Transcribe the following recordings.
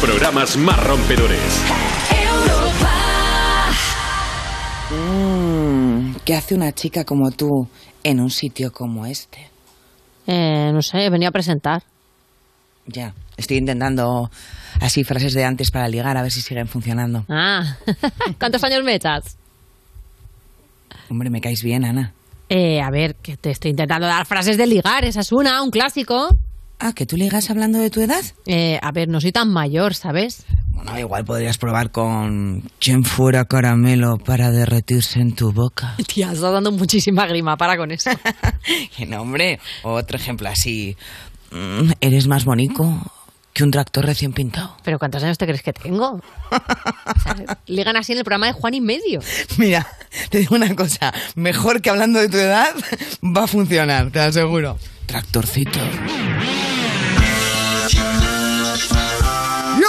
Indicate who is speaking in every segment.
Speaker 1: programas más rompedores.
Speaker 2: Mm, ¿Qué hace una chica como tú en un sitio como este?
Speaker 3: Eh, no sé, venía a presentar.
Speaker 2: Ya, estoy intentando así frases de antes para ligar, a ver si siguen funcionando.
Speaker 3: Ah, ¿cuántos años me echas?
Speaker 2: Hombre, me caes bien, Ana.
Speaker 3: Eh, a ver, que te estoy intentando dar frases de ligar, esa es una, un clásico.
Speaker 2: Ah, ¿que tú ligas hablando de tu edad?
Speaker 3: Eh, a ver, no soy tan mayor, ¿sabes?
Speaker 2: Bueno, igual podrías probar con... ¿Quién fuera caramelo para derretirse en tu boca?
Speaker 3: Tía, estás dando muchísima grima, para con eso.
Speaker 2: ¿Qué nombre? Otro ejemplo así... Mm, ¿Eres más bonito que un tractor recién pintado?
Speaker 3: ¿Pero cuántos años te crees que tengo? O sea, ligan así en el programa de Juan y Medio.
Speaker 2: Mira, te digo una cosa. Mejor que hablando de tu edad, va a funcionar, te lo aseguro. Tractorcito.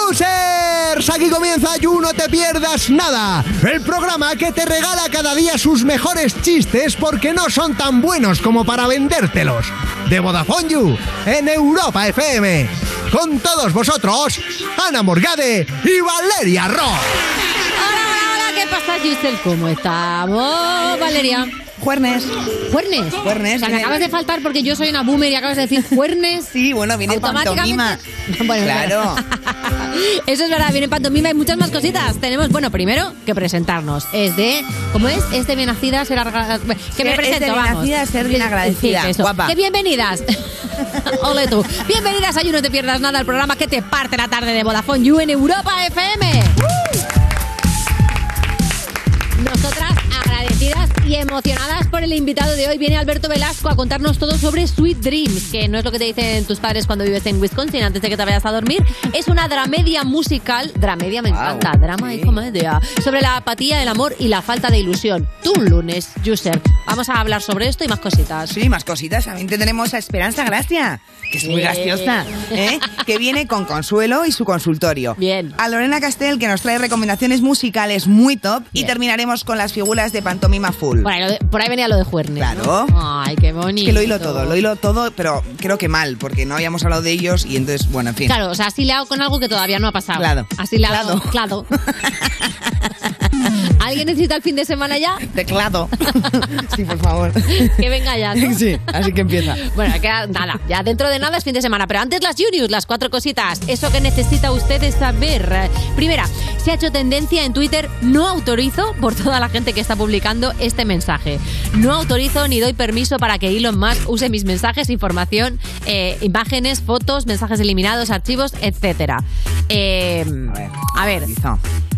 Speaker 4: Users, aquí comienza You No Te Pierdas Nada, el programa que te regala cada día sus mejores chistes porque no son tan buenos como para vendértelos. De Vodafone You, en Europa FM. Con todos vosotros, Ana Morgade y Valeria Ross.
Speaker 3: Hola, hola, hola, ¿qué pasa, Giselle? ¿Cómo estamos, Oh, Valeria?
Speaker 2: Juernes.
Speaker 3: ¿Juernes?
Speaker 2: Juernes,
Speaker 3: O sea, me
Speaker 2: viene-
Speaker 3: acabas de faltar porque yo soy una boomer y acabas de decir juernes.
Speaker 2: Sí, bueno, viene pantomima.
Speaker 3: Bueno,
Speaker 2: Claro.
Speaker 3: Eso es verdad, viene pantomima y muchas más cositas. Tenemos, bueno, primero que presentarnos. Es de, ¿cómo es? Es de bien nacida ser arga- Que me
Speaker 2: Es de
Speaker 3: presento,
Speaker 2: bien
Speaker 3: vamos.
Speaker 2: nacida ser bien
Speaker 3: Sí,
Speaker 2: agradecida.
Speaker 3: sí, eso.
Speaker 2: Guapa.
Speaker 3: Que bienvenidas. Ole tú. Bienvenidas a You No Te Pierdas Nada, el programa que te parte la tarde de Vodafone You en Europa FM. Nosotras agradecidas y emocionadas por el invitado de hoy. Viene Alberto Velasco a contarnos todo sobre Sweet Dreams, que no es lo que te dicen tus padres cuando vives en Wisconsin antes de que te vayas a dormir. Es una dramedia musical. Dramedia me encanta. Drama y comedia. Sobre la apatía, el amor y la falta de ilusión. Tú un lunes, user. Vamos a hablar sobre esto y más cositas.
Speaker 2: Sí, más cositas. También tenemos a Esperanza Gracia, que es muy
Speaker 3: Sí.
Speaker 2: graciosa, ¿eh? que viene con Consuelo y su consultorio.
Speaker 3: Bien.
Speaker 2: A Lorena Castel, que nos trae recomendaciones musicales muy top. Y
Speaker 3: Bien.
Speaker 2: terminaremos con las figuras de Pantomima Full.
Speaker 3: Por ahí, lo de- por ahí venía lo de Juernes.
Speaker 2: Claro.
Speaker 3: ¿no? Ay, qué bonito.
Speaker 2: Es que lo hilo todo, lo hilo todo, pero creo que mal, porque no habíamos hablado de ellos y entonces, bueno, en fin.
Speaker 3: Claro, o sea, así le hago con algo que todavía no ha pasado.
Speaker 2: Claro.
Speaker 3: Así le hago. Claro. ¿Alguien necesita el fin de semana ya?
Speaker 2: Teclado. sí, por favor.
Speaker 3: Que venga ya. ¿no?
Speaker 2: Sí, así que empieza.
Speaker 3: Bueno, queda nada. Ya dentro de nada es fin de semana. Pero antes las Juniors, las cuatro cositas. Eso que necesita usted es saber. Primera, se ha hecho tendencia en Twitter. No autorizo por toda la gente que está publicando este mensaje. No autorizo ni doy permiso para que Elon Musk use mis mensajes, información, eh, imágenes, fotos, mensajes eliminados, archivos, etcétera. Eh, a ver.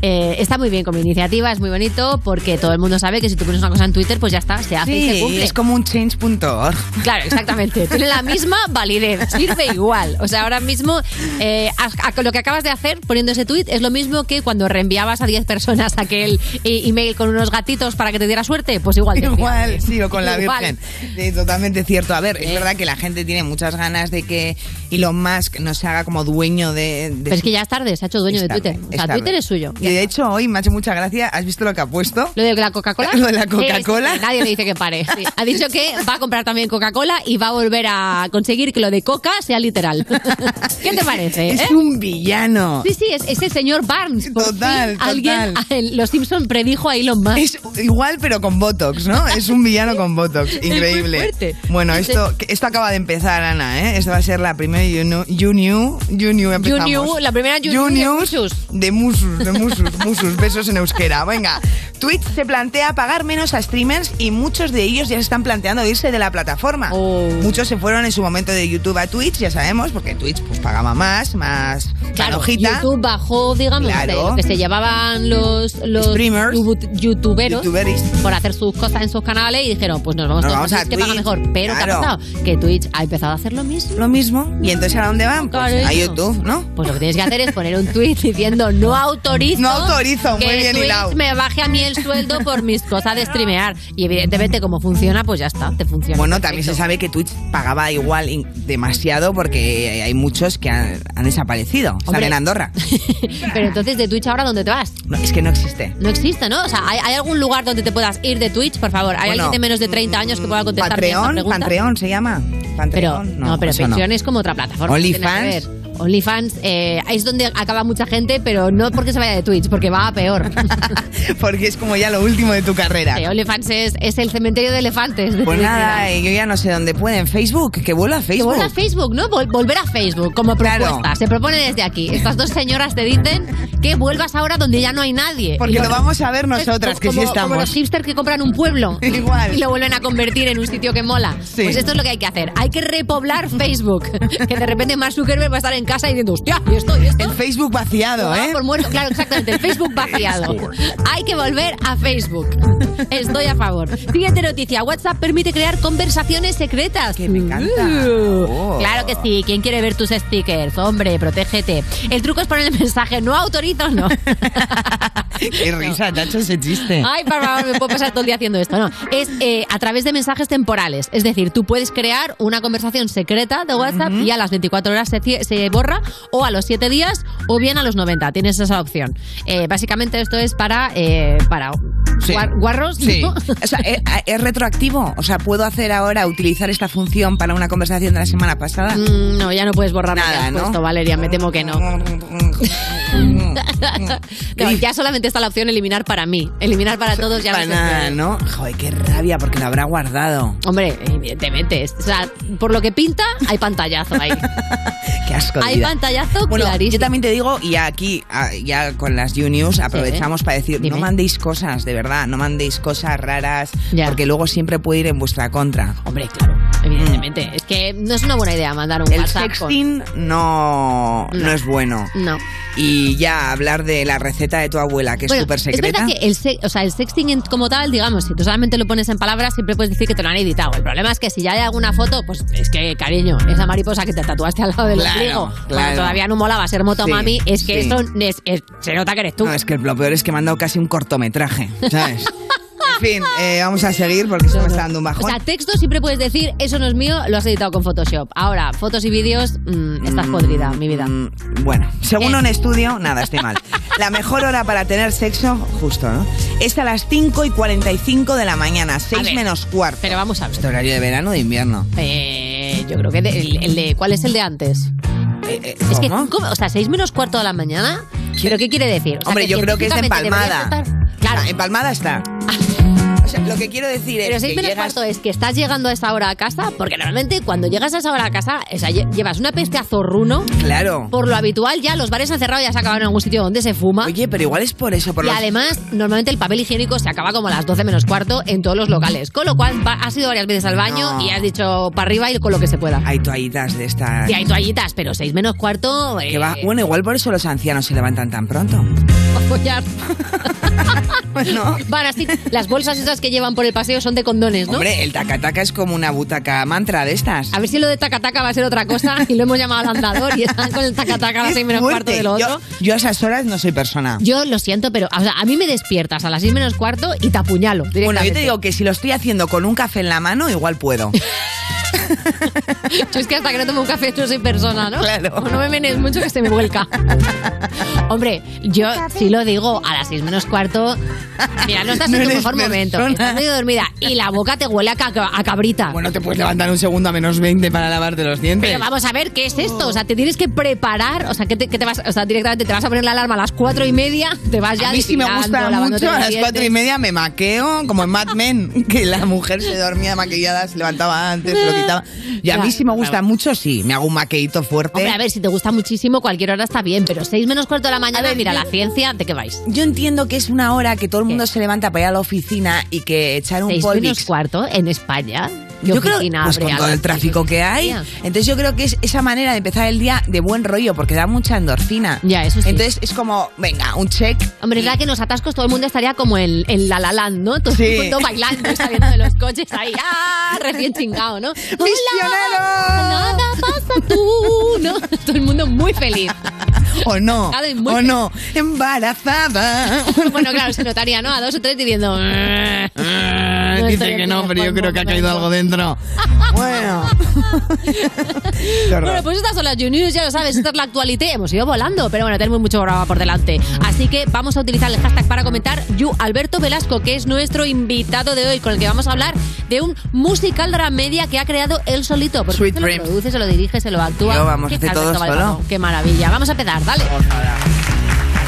Speaker 3: Eh, está muy bien como iniciativa, es muy bonito porque todo el mundo sabe que si tú pones una cosa en Twitter, pues ya está, se hace y se
Speaker 2: Sí,
Speaker 3: cumple.
Speaker 2: es como un change.org.
Speaker 3: Claro, exactamente. Tiene la misma validez, sirve igual. O sea, ahora mismo eh, a- a- lo que acabas de hacer poniendo ese tuit es lo mismo que cuando reenviabas a 10 personas aquel eh, email con unos gatitos para que te diera suerte, pues igual. te hacía.
Speaker 2: Igual, sí, o con la
Speaker 3: Igual.
Speaker 2: Virgen. Sí, totalmente cierto. A ver,
Speaker 3: Eh.
Speaker 2: es verdad que la gente tiene muchas ganas de que Elon Musk no se haga como dueño de... de
Speaker 3: Pero es que ya es tarde, se ha hecho dueño
Speaker 2: Es
Speaker 3: de
Speaker 2: tarde,
Speaker 3: Twitter. O sea,
Speaker 2: es tarde.
Speaker 3: Twitter es suyo.
Speaker 2: Y de hecho, hoy me ha hecho mucha gracia. ¿Has visto lo que ha puesto?
Speaker 3: Lo de la Coca-Cola.
Speaker 2: Lo de la
Speaker 3: Sí, sí,
Speaker 2: Coca-Cola.
Speaker 3: sí, nadie le dice que pare. sí. Ha dicho que va a comprar también Coca-Cola y va a volver a conseguir que lo de Coca sea literal. ¿Qué te parece? eh?
Speaker 2: Es un villano.
Speaker 3: Sí, sí, es, es el señor Barnes. Por
Speaker 2: Total,
Speaker 3: fin Alguien,
Speaker 2: total.
Speaker 3: el- los Simpson predijo a Elon Musk.
Speaker 2: Es igual pero con Botox, ¿no? Es un villano con Botox, increíble.
Speaker 3: muy fuerte.
Speaker 2: Bueno, esto, esto acaba de empezar, Ana, ¿eh? Esta va a ser la primera You Knew, You Knew, You Knew empezamos.
Speaker 3: You Knew, la primera You Knew de Musus.
Speaker 2: De Musus, de Musus, Musus, besos en euskera. Venga, Twitch se plantea pagar menos a streamers y muchos de ellos ya se están planteando irse de la plataforma.
Speaker 3: Oh.
Speaker 2: Muchos se fueron en su momento de YouTube a Twitch, ya sabemos, porque Twitch pues pagaba más, más hojita.
Speaker 3: YouTube bajó, digamos,
Speaker 2: Claro.
Speaker 3: de lo que se llevaban los, los
Speaker 2: Streamers.
Speaker 3: yubu- youtuberos
Speaker 2: Youtuberis.
Speaker 3: por hacer sus cosas en sus canales y dijeron, pues nos vamos,
Speaker 2: Nos
Speaker 3: todos
Speaker 2: vamos a
Speaker 3: Twitch, que paga
Speaker 2: Twitch,
Speaker 3: mejor. Pero ¿qué ha
Speaker 2: claro.
Speaker 3: pasado? Que Twitch ha empezado a hacer lo mismo.
Speaker 2: Lo mismo, y entonces ¿a dónde van? Pues,
Speaker 3: Claro,
Speaker 2: a
Speaker 3: eso.
Speaker 2: YouTube, ¿no?
Speaker 3: Pues lo que tienes que hacer es poner un tweet diciendo no autorizo.
Speaker 2: No autorizo, muy
Speaker 3: que
Speaker 2: bien
Speaker 3: Twitch
Speaker 2: hilado.
Speaker 3: me baje a mí el sueldo por mis cosas de streamear. Y evidentemente, como funciona, pues ya está, te funciona.
Speaker 2: Bueno, también se
Speaker 3: Perfecto.
Speaker 2: sabe que Twitch pagaba igual in- demasiado porque hay muchos que han, han desaparecido. Están
Speaker 3: Hombre.
Speaker 2: en Andorra.
Speaker 3: Pero entonces, ¿de Twitch ahora dónde te vas?
Speaker 2: No, es que no existe.
Speaker 3: No existe, ¿no? O sea, ¿hay, hay algún lugar donde te puedas ir de Twitch? Por favor, ¿hay
Speaker 2: Bueno,
Speaker 3: alguien de menos de 30 años que pueda contestar bien esta
Speaker 2: Patreon,
Speaker 3: pregunta?
Speaker 2: Patreon se llama.
Speaker 3: Pero,
Speaker 2: Patreon,
Speaker 3: no, pero
Speaker 2: eso no.
Speaker 3: Patreon es como otra plataforma. no tiene nada que
Speaker 2: OnlyFans.
Speaker 3: ver. OnlyFans eh, es donde acaba mucha gente, pero no porque se vaya de Twitch, porque va a peor.
Speaker 2: Porque es como ya lo último de tu carrera.
Speaker 3: Sí, OnlyFans es, es el cementerio de elefantes. de
Speaker 2: Pues
Speaker 3: Twitch,
Speaker 2: nada,
Speaker 3: digamos.
Speaker 2: eh, yo ya no sé dónde pueden. Facebook, que vuela
Speaker 3: Que
Speaker 2: Facebook.
Speaker 3: vuelva a Facebook, ¿no? Vol- volver a Facebook como
Speaker 2: Claro.
Speaker 3: propuesta. Se propone desde aquí. Estas dos señoras te dicen que vuelvas ahora donde ya no hay nadie. Y
Speaker 2: Porque lo
Speaker 3: bueno,
Speaker 2: vamos a ver
Speaker 3: es
Speaker 2: nosotras, que
Speaker 3: como,
Speaker 2: sí
Speaker 3: Como los
Speaker 2: estamos.
Speaker 3: hipsters que compran un pueblo
Speaker 2: Igual.
Speaker 3: y lo vuelven a convertir en un sitio que mola.
Speaker 2: Sí.
Speaker 3: Pues esto es lo que hay que hacer. Hay que repoblar Facebook. que de repente Mark Zuckerberg va a estar en casa diciendo, hostia, ¿y esto? ¿Y esto?
Speaker 2: El Facebook vaciado,
Speaker 3: Ah,
Speaker 2: ¿eh?
Speaker 3: por muerto, claro, exactamente. El Facebook vaciado. Hay que volver a Facebook. Estoy a favor. Siguiente noticia. WhatsApp permite crear conversaciones secretas.
Speaker 2: Que me encanta.
Speaker 3: Uh,
Speaker 2: Oh.
Speaker 3: Claro que sí. ¿Quién quiere ver tus stickers? Hombre, protégete. El truco es poner el mensaje. No autorizo, no.
Speaker 2: Qué risa, Tacho, ese chiste.
Speaker 3: Ay, por favor, me puedo pasar todo el día haciendo esto. No, es eh, a través de mensajes temporales. Es decir, tú puedes crear una conversación secreta de WhatsApp y a las 24 horas se, cie- se borra, o a los 7 días, o bien a los 90. Tienes esa opción. Eh, básicamente esto es para, eh, para
Speaker 2: Sí.
Speaker 3: guar- guarros.
Speaker 2: Sí.
Speaker 3: pues ¿no?
Speaker 2: O sea, ¿es, es retroactivo? O sea, ¿puedo hacer ahora, utilizar esta función para una conversación de la semana pasada?
Speaker 3: Mm, No, ya no puedes borrar lo que
Speaker 2: Nada,
Speaker 3: has
Speaker 2: ¿no?
Speaker 3: puesto, Valeria, me temo que no. No, ya solamente está la opción eliminar para mí. Eliminar para todos ya no se puede.
Speaker 2: Banana, ¿no? Joder, qué rabia, porque lo habrá guardado.
Speaker 3: Hombre, evidentemente. es- O sea, por lo que pinta, hay pantallazo ahí.
Speaker 2: Qué asco. de
Speaker 3: Hay
Speaker 2: vida.
Speaker 3: pantallazo
Speaker 2: Bueno,
Speaker 3: clarísimo.
Speaker 2: yo también te digo, y aquí, a- ya con las Juniors, aprovechamos para decir,
Speaker 3: Dime.
Speaker 2: no mandéis cosas, de verdad, no mandéis cosas raras,
Speaker 3: Ya.
Speaker 2: porque luego siempre puede ir en vuestra contra.
Speaker 3: Hombre, claro, evidentemente.
Speaker 2: Mm.
Speaker 3: Es que no es una buena idea mandar un
Speaker 2: El
Speaker 3: WhatsApp con...
Speaker 2: sexting no, no. es bueno.
Speaker 3: No.
Speaker 2: Y ya hablar de la receta de tu abuela, que es
Speaker 3: Bueno,
Speaker 2: súper
Speaker 3: es
Speaker 2: secreta.
Speaker 3: verdad que el, se- o sea, el sexting en- como tal, digamos, si tú solamente lo pones en palabras, siempre puedes decir que te lo han editado. El problema es que si ya hay alguna foto, pues es que, cariño, esa mariposa que te tatuaste al lado del
Speaker 2: Claro,
Speaker 3: ombligo, cuando
Speaker 2: claro.
Speaker 3: todavía no molaba ser motomami,
Speaker 2: Sí,
Speaker 3: es que
Speaker 2: sí.
Speaker 3: eso es- es- se nota que eres tú.
Speaker 2: No, es que lo peor es que me han dado casi un cortometraje, ¿sabes? en fin, eh, vamos a seguir porque se me está dando un
Speaker 3: O
Speaker 2: bajón.
Speaker 3: sea, texto siempre puedes decir, eso no es mío, lo has editado con Photoshop. Ahora, fotos y vídeos, mm, estás podrida, mi vida.
Speaker 2: Mm, Bueno, según
Speaker 3: Eh.
Speaker 2: un estudio, nada, estoy mal. La mejor hora para tener sexo, justo, ¿no? Es a las 5 y 45 de la mañana, 6
Speaker 3: ver.
Speaker 2: menos cuarto.
Speaker 3: Pero vamos Pues a ver.
Speaker 2: Este horario de verano o de invierno.
Speaker 3: Eh, yo creo que de- el- el de, ¿cuál es el de antes?
Speaker 2: Eh, eh,
Speaker 3: Es que,
Speaker 2: ¿cómo?
Speaker 3: ¿cómo? o sea, 6 menos cuarto de la mañana. ¿Pero qué quiere decir? O sea,
Speaker 2: Hombre, yo creo que es de
Speaker 3: científicamente
Speaker 2: empalmada.
Speaker 3: deberías estar- Claro,
Speaker 2: Ah, empalmada está. O sea, lo que quiero decir es
Speaker 3: pero 6
Speaker 2: que
Speaker 3: menos
Speaker 2: llegas...
Speaker 3: cuarto es que estás llegando a esa hora a casa, porque normalmente cuando llegas a esa hora a casa, o sea, lle- llevas una peste a zorruno.
Speaker 2: Claro.
Speaker 3: Por lo habitual, ya los bares han cerrado, ya se acabaron en algún sitio donde se fuma.
Speaker 2: Oye, pero igual es por eso, por
Speaker 3: y
Speaker 2: los-
Speaker 3: además, normalmente el papel higiénico se acaba como a las 12 menos cuarto en todos los locales. Con lo cual, va- has ido varias veces al baño
Speaker 2: No.
Speaker 3: y has dicho para arriba y con lo que se pueda.
Speaker 2: Hay toallitas de estas...
Speaker 3: Sí, hay toallitas, pero 6 menos cuarto.
Speaker 2: que va-
Speaker 3: eh, pues
Speaker 2: Bueno, igual por eso los ancianos se levantan tan pronto.
Speaker 3: follar.
Speaker 2: Bueno.
Speaker 3: Van así, las bolsas esas que llevan por el paseo son de condones, ¿no?
Speaker 2: Hombre, el tacataca es como una butaca mantra de estas.
Speaker 3: A ver si lo de tacataca va a ser otra cosa y lo hemos llamado al andador y están con el tacataca a las
Speaker 2: Qué
Speaker 3: 6 menos cuarto
Speaker 2: fuerte.
Speaker 3: del otro.
Speaker 2: Yo, yo a esas horas no soy persona.
Speaker 3: Yo lo siento, pero o sea, a mí me despiertas a las 6 menos cuarto y te apuñalo.
Speaker 2: bueno, yo
Speaker 3: directamente.
Speaker 2: te digo que si lo estoy haciendo con un café en la mano, igual puedo.
Speaker 3: Yo es que hasta que no tomo un café no soy persona, ¿no?
Speaker 2: Claro.
Speaker 3: O no me menes mucho que se me vuelca. Hombre, yo sí lo digo a las 6 menos cuarto. Mira, no estás
Speaker 2: No
Speaker 3: en tu
Speaker 2: eres
Speaker 3: mejor momento.
Speaker 2: persona.
Speaker 3: Estás medio dormida y la boca te huele a, ca- a cabrita.
Speaker 2: Bueno, te puedes levantar un segundo a menos 20 para lavarte los dientes.
Speaker 3: Pero vamos a ver, ¿qué es esto? O sea, te tienes que preparar. O sea, que te, que te vas, o sea, directamente te vas a poner la alarma a las cuatro y media, te vas ya
Speaker 2: a mí sí me
Speaker 3: depilando,
Speaker 2: gusta
Speaker 3: lavándote
Speaker 2: mucho, a
Speaker 3: los
Speaker 2: las cuatro y
Speaker 3: dientes.
Speaker 2: media me maqueo, como en Mad Men, que la mujer se dormía maquillada, se levantaba antes, se lo quitaba. Y a
Speaker 3: Ya,
Speaker 2: mí sí me gusta
Speaker 3: claro.
Speaker 2: mucho, sí, me hago un maqueíto fuerte.
Speaker 3: Hombre, a ver, si te gusta muchísimo, cualquier hora está bien, pero seis menos cuarto de la mañana, mira, la ciencia, ¿de qué vais?
Speaker 2: Yo entiendo que es una hora que todo el mundo se levanta para ir a la oficina y que echar un
Speaker 3: Seis menos
Speaker 2: polvix
Speaker 3: cuarto en España. ¿Qué
Speaker 2: Yo creo,
Speaker 3: oficina
Speaker 2: pues
Speaker 3: abre
Speaker 2: con
Speaker 3: a
Speaker 2: todo
Speaker 3: las
Speaker 2: el tráfico
Speaker 3: seis
Speaker 2: que
Speaker 3: menos
Speaker 2: hay,
Speaker 3: media?
Speaker 2: entonces yo creo que es esa manera de empezar el día de buen rollo, porque da mucha endorfina.
Speaker 3: Ya, eso sí.
Speaker 2: Entonces es como, venga, un check.
Speaker 3: Hombre, es verdad que en los atascos todo el mundo estaría como en, en La La Land, ¿no? Todo
Speaker 2: Sí.
Speaker 3: el mundo bailando y saliendo de los coches ahí, ¡ah! Recién chingado, ¿no?
Speaker 2: ¡Misionero!
Speaker 3: Nada pasa tú, ¿no? Todo el mundo muy feliz.
Speaker 2: O no,
Speaker 3: Claro, y muy
Speaker 2: o
Speaker 3: feliz.
Speaker 2: no, embarazada.
Speaker 3: Bueno, claro, se notaría, ¿no? A dos o tres diciendo... "Eh". No
Speaker 5: Ah, Dice que no, pero yo creo que ha caído algo dentro.
Speaker 2: Bueno.
Speaker 3: Bueno, pues estas son las Juniors, ya lo sabes, esta es la actualidad. Hemos ido volando, pero bueno, tenemos mucho programa por delante. Así que vamos a utilizar el hashtag para comentar You Alberto Velasco, que es nuestro invitado de hoy, con el que vamos a hablar de un musical drama media que ha creado él solito. Porque
Speaker 2: Sweet
Speaker 3: se lo
Speaker 2: Dreams.
Speaker 3: produce, se lo dirige, se lo actúa.
Speaker 2: Yo, vamos,
Speaker 3: ¿Qué
Speaker 2: hace
Speaker 3: tal,
Speaker 2: todo
Speaker 3: Alberto Velasco?
Speaker 2: solo.
Speaker 3: Qué maravilla. Vamos a empezar, dale.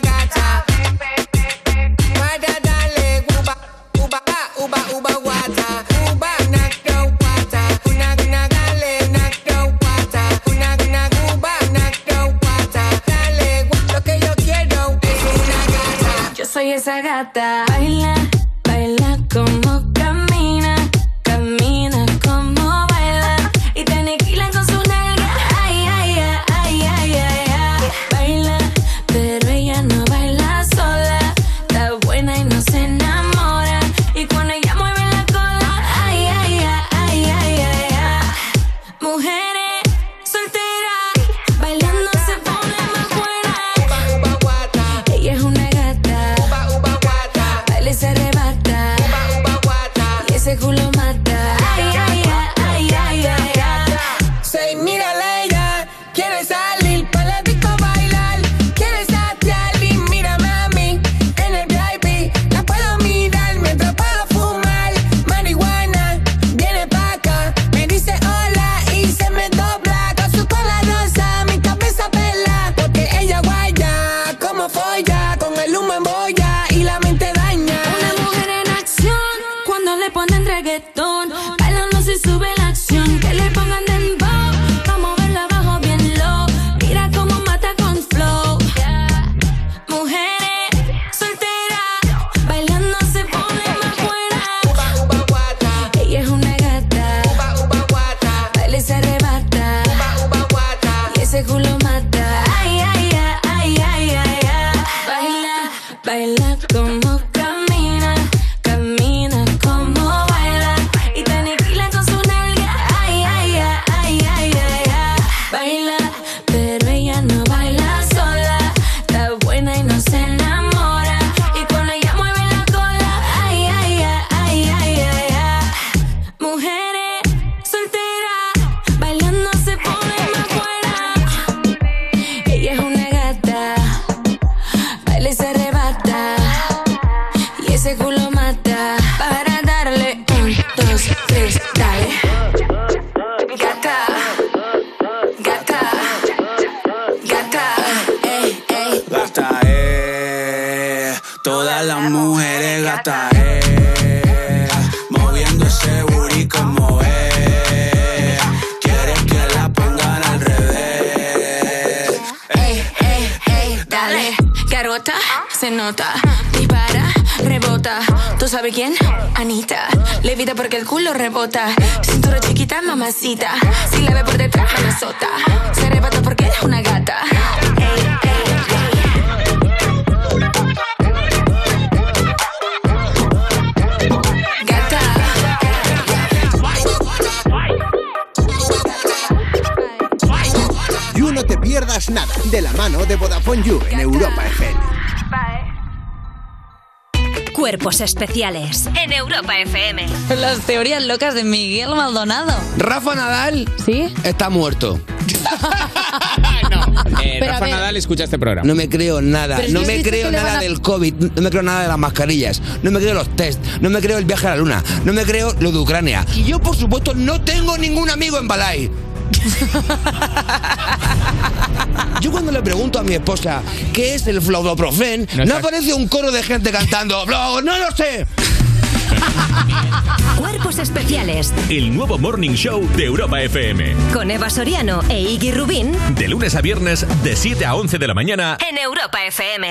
Speaker 6: gacha. Para darle uba, uba, uba, uba, guata. Uba, una, no, guata. Una, una, dale, una, no, guata. Una, una, uba, una, no, guata. Dale, gu- lo que yo quiero es una gacha.
Speaker 7: Yo soy esa gata. Baila, baila como camina, camina como baila. Y te aniquilan con su nalga. Ay, ay, ay, ay, ay, ay. Baila, pero ella no baila sola. Está buena y no se enamora. Y cuando ella mueve la cola. Ay, ay, ay, ay, ay, ay, ay. Mujeres solteras, bailando se pone más buena.
Speaker 6: Uba, uba, guata.
Speaker 7: Ella es una gata.
Speaker 6: Uba, uba, guata.
Speaker 7: Baile se arrebata
Speaker 6: Uba, uba, guata.
Speaker 7: y ese culo mata. Ay, ay, ay, ay, ay, ay, ay.
Speaker 6: Soy mira Leida, quieres salir para la disco bailar, quieres saciar y mírame a mí en el VIP, la puedo mirar mientras puedo fumar marihuana, viene pa' acá, me dice hola y se me dobla con su cola rosa, mi cabeza pela, porque ella guaya como folla, con el humo en boya y la mente daña.
Speaker 7: Una mujer en acción cuando le ponen reggaetón. Bailando si sube la acción. Que le pongan dembow. Vamos a verla abajo bien low. Mira cómo mata con flow. Mujeres solteras bailando se pone más buena.
Speaker 6: Uba, uba, guata,
Speaker 7: Ella es una gata.
Speaker 6: uba, uba, guata,
Speaker 7: Baile se arrebata.
Speaker 6: uba, uba, guata.
Speaker 7: Y ese culo mata. Ay, ay, ay, ay, ay, ay. Baila, baila como camina. Camina como baila. Y te aniquila con su nalga. Ay, ay, ay, ay, ay, ay, ay. Baila, pero ella no baila sola. Está buena y no se enamora. Y cuando ella mueve la cola. Ay, ay, ay, ay, ay, ay, ay. Mujeres solteras. Bailando se pone más buena. Ella es una gata, baila y se arrebata. Y ese culo mata para darle un, dos, tres, dale. Gata, gata, gata, ey, ey.
Speaker 8: Gata eh, todas las mujeres gata eh, moviendo ese booty como es, quieres que la pongan al revés.
Speaker 7: Ey, ey, ey, dale. Garota, se nota. Dispara, rebota. ¿Tú sabes quién? Anita. Levita porque el culo rebota. Cintura chiquita, mamacita. Si la ve por detrás, me la sota. Se arrebata porque es una gata. Ey, ey, ey. Gata.
Speaker 4: You No Te Pierdas Nada, de la mano de Vodafone You en Europa FM.
Speaker 9: Cuerpos especiales en Europa FM.
Speaker 5: Las teorías locas de Miguel Maldonado. Rafa Nadal
Speaker 3: ¿Sí?
Speaker 5: está muerto.
Speaker 10: Eh,
Speaker 3: Pero a
Speaker 10: Rafa
Speaker 3: ver.
Speaker 10: Nadal escucha este programa.
Speaker 5: No me creo nada.
Speaker 3: Pero si
Speaker 5: No
Speaker 3: has
Speaker 5: me
Speaker 3: visto
Speaker 5: creo
Speaker 3: que le van
Speaker 5: nada
Speaker 3: a-
Speaker 5: del COVID. No me creo nada de las mascarillas. No me creo los test. No me creo el viaje a la luna. No me creo lo de Ucrania. Y yo, por supuesto, no tengo ningún amigo en Balai. Yo cuando le pregunto a mi esposa qué es el flaudoprofen,
Speaker 10: No
Speaker 5: no,
Speaker 10: está-
Speaker 5: aparece un coro de gente cantando "Flau- ¡No lo sé!
Speaker 9: Cuerpos especiales
Speaker 1: El nuevo Morning Show de Europa FM.
Speaker 9: con Eva Soriano e Iggy Rubín
Speaker 1: De lunes a viernes, de 7 a 11 de la mañana.
Speaker 9: en Europa FM.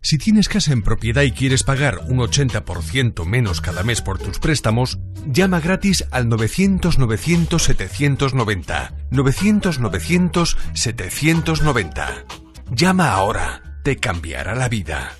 Speaker 11: Si tienes casa en propiedad y quieres pagar un 80% menos cada mes por tus préstamos, llama gratis al 900-900-790. 900-900-790. Llama ahora. Te cambiará la vida.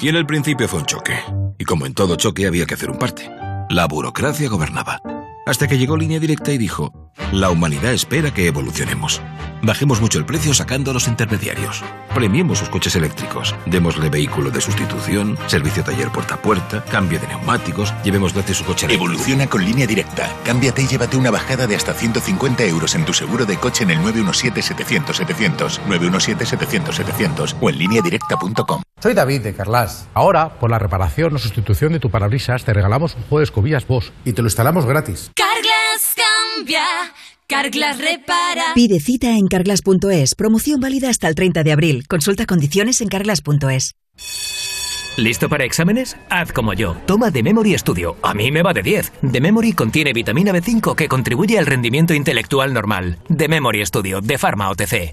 Speaker 12: Y en el principio fue un choque. Y como en todo choque había que hacer un parte. La burocracia gobernaba. Hasta que llegó Línea Directa y dijo, la humanidad espera que evolucionemos. Bajemos mucho el precio sacando a los intermediarios. Premiemos sus coches eléctricos. Démosle vehículo de sustitución, servicio taller puerta a puerta, cambio de neumáticos, llevemos gratis su coche eléctrico.
Speaker 13: Evoluciona con línea directa. Cámbiate y llévate una bajada de hasta 150 euros en tu seguro de coche en el 917-700-700, 917-700-700 o en lineadirecta.com.
Speaker 14: Soy David de Carlas. Ahora, por la reparación o sustitución de tu parabrisas, te regalamos un juego de escobillas Bosch y te lo instalamos gratis.
Speaker 6: Carglass cambia, Carglass repara.
Speaker 15: Pide cita en carglass.es. Promoción válida hasta el 30 de abril. Consulta condiciones en carglass.es.
Speaker 8: ¿Listo para exámenes? Haz como yo. Toma The Memory Studio. A mí me va de 10. The Memory contiene vitamina B5 que contribuye al rendimiento intelectual normal. The Memory Studio, de Pharma OTC.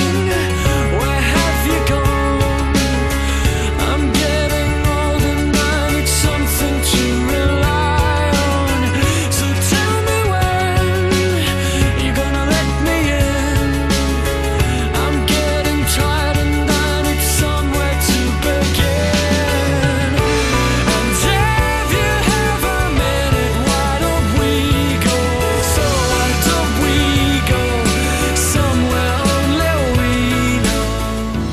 Speaker 16: Where have you gone? I'm getting old and I need something to rely on. So tell me when you're gonna let me in. I'm getting tired and I need somewhere to begin. And if you have a minute, why don't we go? So why don't we go somewhere only we know?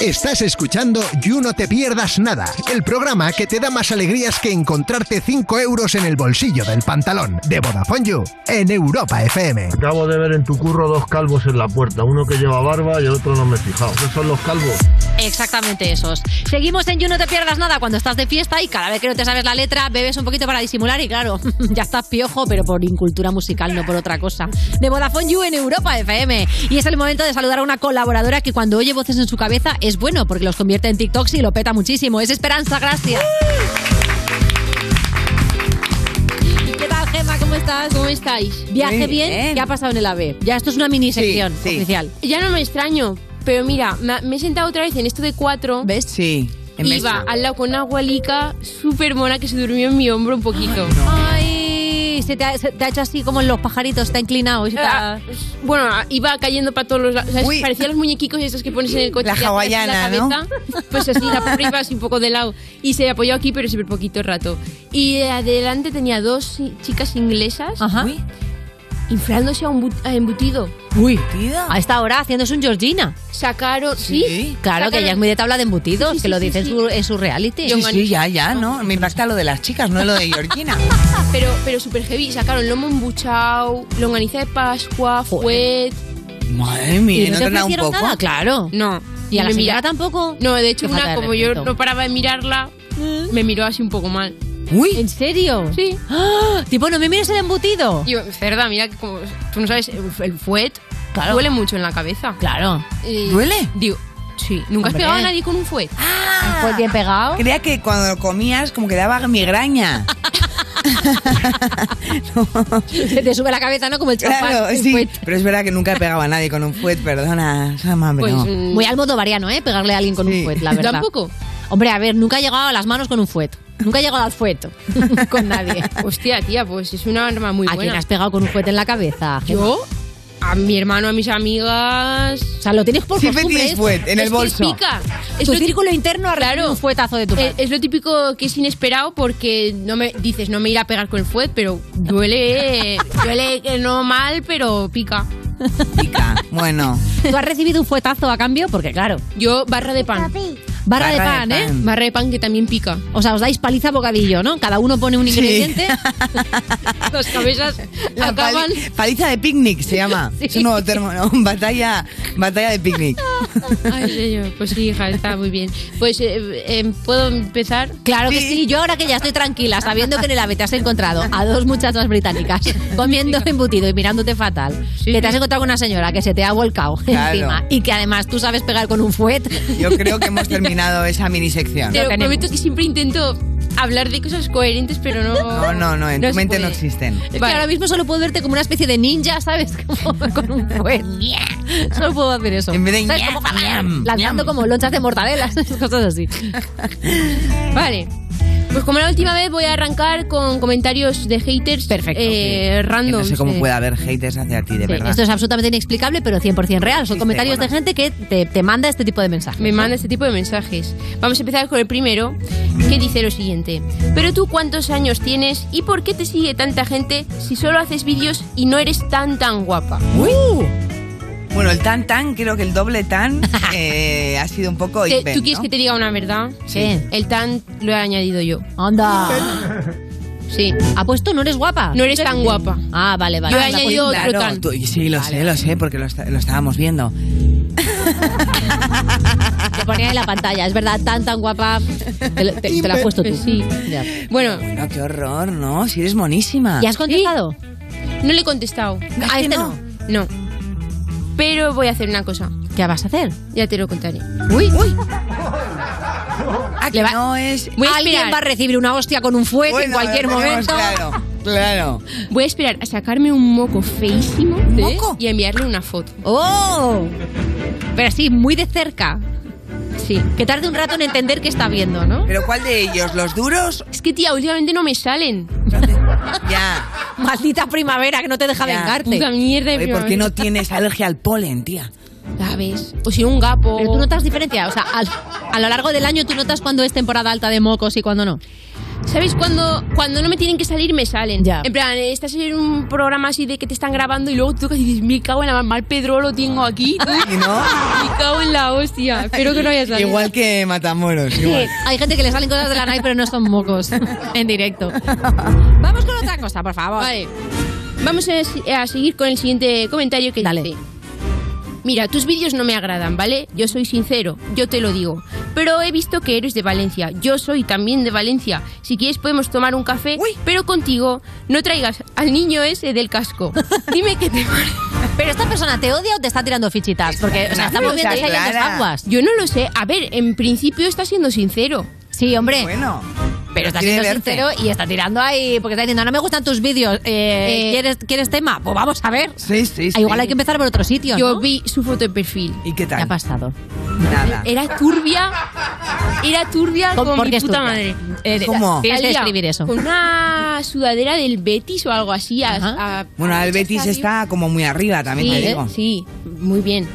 Speaker 4: Estás escuchando You No Te Pierdas Nada, el programa que te da más alegrías que encontrarte 5 euros en el bolsillo del pantalón de Vodafone You en Europa FM.
Speaker 17: Acabo de ver en tu curro dos calvos en la puerta, uno que lleva barba y otro no me he fijado. ¿Qué son los calvos?
Speaker 3: Exactamente esos. Seguimos en You No Te Pierdas Nada cuando estás de fiesta y cada vez que no te sabes la letra bebes un poquito para disimular y claro, ya estás piojo, pero por incultura musical, no por otra cosa. De Vodafone You en Europa FM. Y es el momento de saludar a una colaboradora que cuando oye voces en su cabeza es bueno porque los convierte en TikToks y lo peta muchísimo. Es Esperanza, gracias. ¿Qué tal, Gemma? ¿Cómo estás? ¿Cómo estáis? Viaje
Speaker 18: Muy
Speaker 3: bien.
Speaker 18: bien.
Speaker 3: ¿Qué ha pasado en el AVE? Ya esto es una mini sección oficial.
Speaker 18: Ya no me extraño, pero mira, me, me he sentado otra vez en esto de cuatro. ¿Ves?
Speaker 2: Sí. en vez-
Speaker 18: Iba al lado con una gualica súper mona que se durmió en mi hombro un poquito.
Speaker 3: Ay, se te, ha, se te ha hecho así como en los pajaritos, está inclinado. y se te ha-
Speaker 18: Ah, Bueno, iba cayendo para todos los lados. ¿sabes? Parecían los muñequicos estos que pones en el coche.
Speaker 2: La
Speaker 18: y apoyas en
Speaker 2: hawaiana,
Speaker 18: cabeza. Pues así, la pobre iba así un poco de lado. Y se apoyó aquí, pero súper poquito rato. Y adelante tenía dos i- chicas inglesas. Uy, Inflándose a un bu- a embutido.
Speaker 3: Uy, a esta hora haciéndose un Georgina.
Speaker 18: Sacaron, sí.
Speaker 3: Claro, que
Speaker 18: Sacaron-
Speaker 3: ella es muy de tabla de embutidos, que lo dice en, su, en su reality.
Speaker 18: Sí, sí,
Speaker 2: ya, ya, ¿no? Me impacta lo de las chicas, no lo de Georgina.
Speaker 18: Pero, pero súper heavy. Sacaron lomo embuchao, longaniza de pascua, fuet...
Speaker 2: Madre
Speaker 18: ¿Y
Speaker 2: mía,
Speaker 18: no
Speaker 2: ¿no
Speaker 18: te
Speaker 2: tendrá un
Speaker 18: ofrecieron
Speaker 2: poco?
Speaker 18: nada?
Speaker 3: Claro.
Speaker 18: No.
Speaker 3: ¿Y a la
Speaker 18: Me
Speaker 3: señora
Speaker 18: mira-
Speaker 3: tampoco?
Speaker 18: No, de hecho,
Speaker 3: Qué falta
Speaker 18: una,
Speaker 3: de
Speaker 18: como yo
Speaker 3: respeto. Mm.
Speaker 18: no paraba de mirarla, me miró así un poco mal.
Speaker 2: Uy.
Speaker 18: ¿En
Speaker 3: serio?
Speaker 18: Sí.
Speaker 3: ¡Ah! Tipo, no me mires el
Speaker 2: Oh.
Speaker 3: embutido.
Speaker 18: Yo, cerda, mira, que como tú pues, no sabes, el- el fuet
Speaker 3: Claro.
Speaker 18: duele mucho en la cabeza.
Speaker 3: Claro.
Speaker 18: ¿Duele? Digo, sí. ¿Nunca has
Speaker 2: Hombre.
Speaker 18: pegado a nadie con un fuet?
Speaker 19: Ah.
Speaker 3: Pues bien pegado.
Speaker 2: Creía que cuando lo comías como que daba migraña.
Speaker 3: Se te sube la cabeza, ¿no? Como el champán.
Speaker 2: Claro, sí. Pero es verdad que nunca he pegado a nadie con un fuet, perdona, Sama, pero no.
Speaker 18: mm,
Speaker 3: Muy al modo variano, ¿eh? Pegarle a alguien con un fuet, la verdad.
Speaker 18: Pues, Tampoco.
Speaker 3: Hombre, a ver, nunca he llegado a las manos con un fuet. Nunca he llegado al fuet con nadie.
Speaker 18: Hostia, tía, pues es una arma muy
Speaker 3: ¿A
Speaker 18: buena.
Speaker 3: quién has pegado con un fuet en la cabeza? Gemma?
Speaker 18: ¿Yo? a mi hermano, a mis amigas. O
Speaker 3: sea, lo tienes por
Speaker 18: Siempre
Speaker 3: costumbre,
Speaker 18: tienes
Speaker 3: es- es que es pica.
Speaker 18: pica.
Speaker 3: Tu círculo interno ha recibido un fuetazo de tu
Speaker 18: Eh, Es, es lo típico que es inesperado porque no me dices, no me irá a pegar con el fuet, pero duele, duele que no mal, pero pica.
Speaker 19: Ah, Bueno.
Speaker 3: ¿Tú has recibido un fuetazo a cambio? Porque claro.
Speaker 18: Yo barra de pan.
Speaker 3: Barra, de pan, ¿eh?
Speaker 18: Barra de pan que también pica.
Speaker 3: O sea, os dais paliza a bocadillo, ¿no? Cada uno pone un
Speaker 19: Sí.
Speaker 3: ingrediente.
Speaker 18: Las cabezas
Speaker 19: La
Speaker 18: acaban.
Speaker 19: pali- paliza de picnic se llama.
Speaker 18: Sí.
Speaker 19: Es un nuevo término. Batalla, batalla de picnic.
Speaker 18: Ay, señor, pues sí, hija, está muy bien. Pues, eh, eh, ¿puedo empezar?
Speaker 3: Claro que em, sí, yo ahora que ya estoy tranquila, sabiendo que en el AVE te has encontrado a dos muchachas británicas comiendo embutido y mirándote fatal, que te has encontrado con una señora que se te ha volcado
Speaker 19: Claro.
Speaker 3: encima y que además tú sabes pegar con un fuet.
Speaker 19: Yo creo que hemos terminado esa minisección.
Speaker 18: Te lo prometo que siempre intento hablar de cosas coherentes, pero no.
Speaker 19: No, no, no, en tu
Speaker 18: se
Speaker 19: mente no
Speaker 18: puede.
Speaker 19: existen.
Speaker 3: Es que ahora mismo solo puedo verte como una especie de ninja, ¿sabes? Como con un fuet. Solo puedo hacer eso. En
Speaker 19: vez de
Speaker 3: ¿Sabes?
Speaker 19: ñam,
Speaker 3: Como,
Speaker 19: ñam,
Speaker 3: lanzando como lonchas de mortadelas, cosas así.
Speaker 18: Vale. Pues como la última vez voy a arrancar con comentarios de haters eh,
Speaker 19: Que
Speaker 18: random.
Speaker 19: no sé cómo
Speaker 18: eh.
Speaker 19: puede haber haters hacia ti, de
Speaker 3: Sí,
Speaker 19: verdad.
Speaker 3: esto es absolutamente inexplicable, pero 100% real. Son comentarios de gente que te, te manda este tipo de mensajes.
Speaker 18: Me manda este tipo de mensajes. Vamos a empezar con el primero, que dice lo siguiente. Pero tú cuántos años tienes y por qué te sigue tanta gente si solo haces vídeos y no eres tan tan guapa.
Speaker 19: Bueno, el tan tan, creo que el doble tan eh, ha sido un poco.
Speaker 18: Te-
Speaker 19: Ipem,
Speaker 18: ¿Tú quieres
Speaker 19: ¿no?
Speaker 18: que te diga una verdad?
Speaker 19: Sí.
Speaker 18: El tan lo he añadido yo.
Speaker 3: ¡Anda!
Speaker 18: Sí.
Speaker 3: Apuesto, no eres guapa.
Speaker 18: No eres tan guapa.
Speaker 3: Ah, vale, vale.
Speaker 18: Yo he
Speaker 3: Anda, pues,
Speaker 18: añadido otro
Speaker 19: Claro,
Speaker 18: tan.
Speaker 19: tú- sí, lo sé, lo sé, porque lo, esta- lo estábamos viendo.
Speaker 3: Te ponía en la pantalla, es verdad, tan tan guapa. Te, lo- te- te lo has puesto tú.
Speaker 18: Sí.
Speaker 3: Ya.
Speaker 18: Bueno,
Speaker 19: Bueno, qué horror, ¿no? Si eres monísima.
Speaker 3: ¿Y has contestado?
Speaker 18: No le he contestado. ¿A este no? No. Pero voy a hacer una cosa.
Speaker 3: ¿Qué vas a hacer?
Speaker 18: Ya te lo contaré.
Speaker 3: Uy, uy. Ah,
Speaker 18: Le va- Voy a
Speaker 3: Alguien
Speaker 18: esperar.
Speaker 3: va a recibir una hostia con un fuete en
Speaker 18: Bueno,
Speaker 3: cualquier
Speaker 18: lo tenemos
Speaker 3: momento.
Speaker 18: claro.
Speaker 19: Claro.
Speaker 18: Voy a esperar a sacarme un moco feísimo y a enviarle una foto.
Speaker 3: ¡Oh! Pero así, muy de cerca.
Speaker 18: Sí.
Speaker 3: Que tarde un rato en entender qué está viendo, ¿no?
Speaker 19: ¿Pero cuál de ellos? ¿Los duros?
Speaker 18: Es que, tía, últimamente no me salen.
Speaker 19: Ya.
Speaker 3: Maldita primavera que no te deja vengarte.
Speaker 18: Puta mierda de
Speaker 19: Oye, ¿Por qué
Speaker 18: primavera.
Speaker 19: no tienes alergia al polen, tía?
Speaker 18: ¿Sabes? O si un gapo.
Speaker 3: Pero tú notas diferencia. O sea, al- a lo largo del año tú notas cuando es temporada alta de mocos y cuando no.
Speaker 18: ¿Sabéis? Cuando, cuando no me tienen que salir, me salen. En plan, eh, estás en un programa así de que te están grabando y luego tú tocas y dices, me cago en la mal Pedro, lo tengo aquí.
Speaker 19: ¿Y no?
Speaker 18: Me cago en la hostia. Espero que no haya salido.
Speaker 19: Igual que Matamoros, igual.
Speaker 3: Hay gente que le salen cosas de la nariz pero no son mocos. En directo. Vamos con otra cosa, por favor.
Speaker 18: Vale. Vamos a, si- a seguir con el siguiente comentario que dice. Mira, tus vídeos no me agradan, ¿vale? Yo soy sincero, yo te lo digo. Pero he visto que eres de Valencia. Yo soy también de Valencia. Si quieres podemos tomar un café, pero contigo no traigas al niño ese del casco. Dime qué te parece.
Speaker 3: Pero esta persona te odia o te está tirando fichitas. Porque, o sea, está moviendo ahí en las aguas.
Speaker 18: Yo no lo sé. A ver, en principio está siendo sincero.
Speaker 3: Sí, hombre.
Speaker 19: Bueno.
Speaker 3: Pero está siendo sincero y está tirando ahí porque está diciendo, no me gustan tus vídeos, eh, ¿quieres, ¿quieres tema? Pues vamos a ver.
Speaker 19: Sí, sí,
Speaker 3: Ah, Igual hay que empezar por otro sitio.
Speaker 18: Yo
Speaker 3: ¿no?
Speaker 18: vi su foto de perfil.
Speaker 19: ¿Y qué tal?
Speaker 3: ¿Qué ha pasado?
Speaker 19: Nada.
Speaker 18: Era turbia. Era turbia
Speaker 3: ¿Cómo-
Speaker 18: como
Speaker 3: por
Speaker 18: mi
Speaker 3: qué es
Speaker 18: puta
Speaker 3: turbia?
Speaker 18: madre.
Speaker 3: Eh, ¿Cómo? tienes que
Speaker 18: Salía
Speaker 3: describir eso.
Speaker 18: Con una sudadera del Betis o algo así. a- a-
Speaker 19: Bueno, el
Speaker 18: a-
Speaker 19: Betis está como muy arriba, también
Speaker 18: sí,
Speaker 19: te digo.
Speaker 18: sí, muy bien.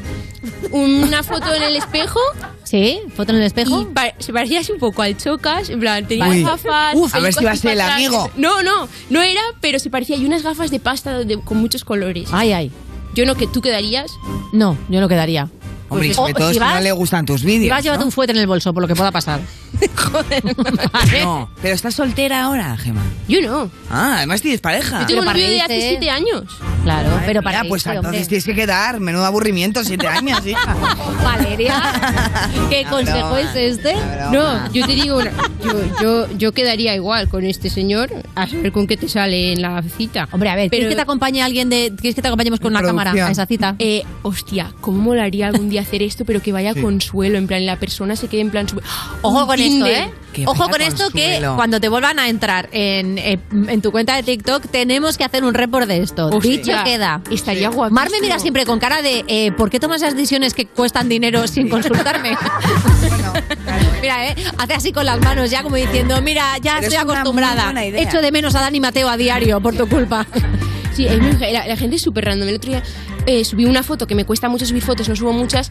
Speaker 18: Una foto en el espejo.
Speaker 3: Sí, foto en el espejo.
Speaker 18: Y pa- se parecía así un poco al Chocas. En plan, tenía
Speaker 19: Uy.
Speaker 18: gafas.
Speaker 19: Uf, a
Speaker 18: el
Speaker 19: ver si va a
Speaker 18: coche
Speaker 19: ser el
Speaker 18: para atrás.
Speaker 19: amigo.
Speaker 18: No, no, no era, pero se parecía. Y unas gafas de pasta de- con muchos colores.
Speaker 3: Ay, ay.
Speaker 18: Yo no, que tú quedarías.
Speaker 3: No, yo no quedaría.
Speaker 19: Hombre, y
Speaker 3: Pues-
Speaker 19: sobre
Speaker 3: o-
Speaker 19: todo
Speaker 3: si
Speaker 19: si no
Speaker 3: vas-
Speaker 19: le gustan tus
Speaker 3: Y
Speaker 19: vídeos.
Speaker 3: vas llévate
Speaker 19: ¿no?
Speaker 3: un fuete en el bolso, por lo que pueda pasar.
Speaker 19: No, pero estás soltera ahora, Gemma.
Speaker 18: Yo no.
Speaker 19: Ah, además tienes pareja.
Speaker 18: Yo tengo un novio de hace siete años.
Speaker 3: Claro,
Speaker 19: pero para pues entonces tienes que quedar. Menudo aburrimiento, siete años, hija.
Speaker 3: Valeria, ¿qué consejo es este?
Speaker 18: Pues No, yo te digo, una- yo, yo, yo quedaría igual con este señor a saber con qué te sale en la cita.
Speaker 3: Hombre, a ver, ¿quieres que te acompañe alguien de. ¿Quieres que te acompañemos con una cámara a esa cita?
Speaker 18: Eh, hostia, ¿cómo molaría algún día hacer esto, pero que vaya
Speaker 3: Sí.
Speaker 18: consuelo? En plan, la persona se quede en plan. sube-
Speaker 3: Ojo
Speaker 18: ¡Un
Speaker 3: con
Speaker 18: Tinder!
Speaker 3: esto, ¿eh? Ojo con esto que cuando te vuelvan a entrar en, eh, en tu cuenta de TikTok tenemos que hacer un report de esto.
Speaker 18: Hostia,
Speaker 3: Dicho queda.
Speaker 18: Ah, Estaría guapísimo.
Speaker 3: Mar me mira siempre con cara de eh, ¿por qué tomas esas decisiones que cuestan dinero sin consultarme? Mira, ¿eh? Hace así con las manos ya como diciendo, mira, ya
Speaker 18: Pero es
Speaker 3: estoy
Speaker 18: una muy
Speaker 3: acostumbrada.
Speaker 18: buena idea.
Speaker 3: Echo de menos a Dani Mateo a diario por tu culpa.
Speaker 18: Sí, es muy- la, la gente es súper random. El otro día eh, subí una foto que me cuesta mucho subir fotos, no subo muchas.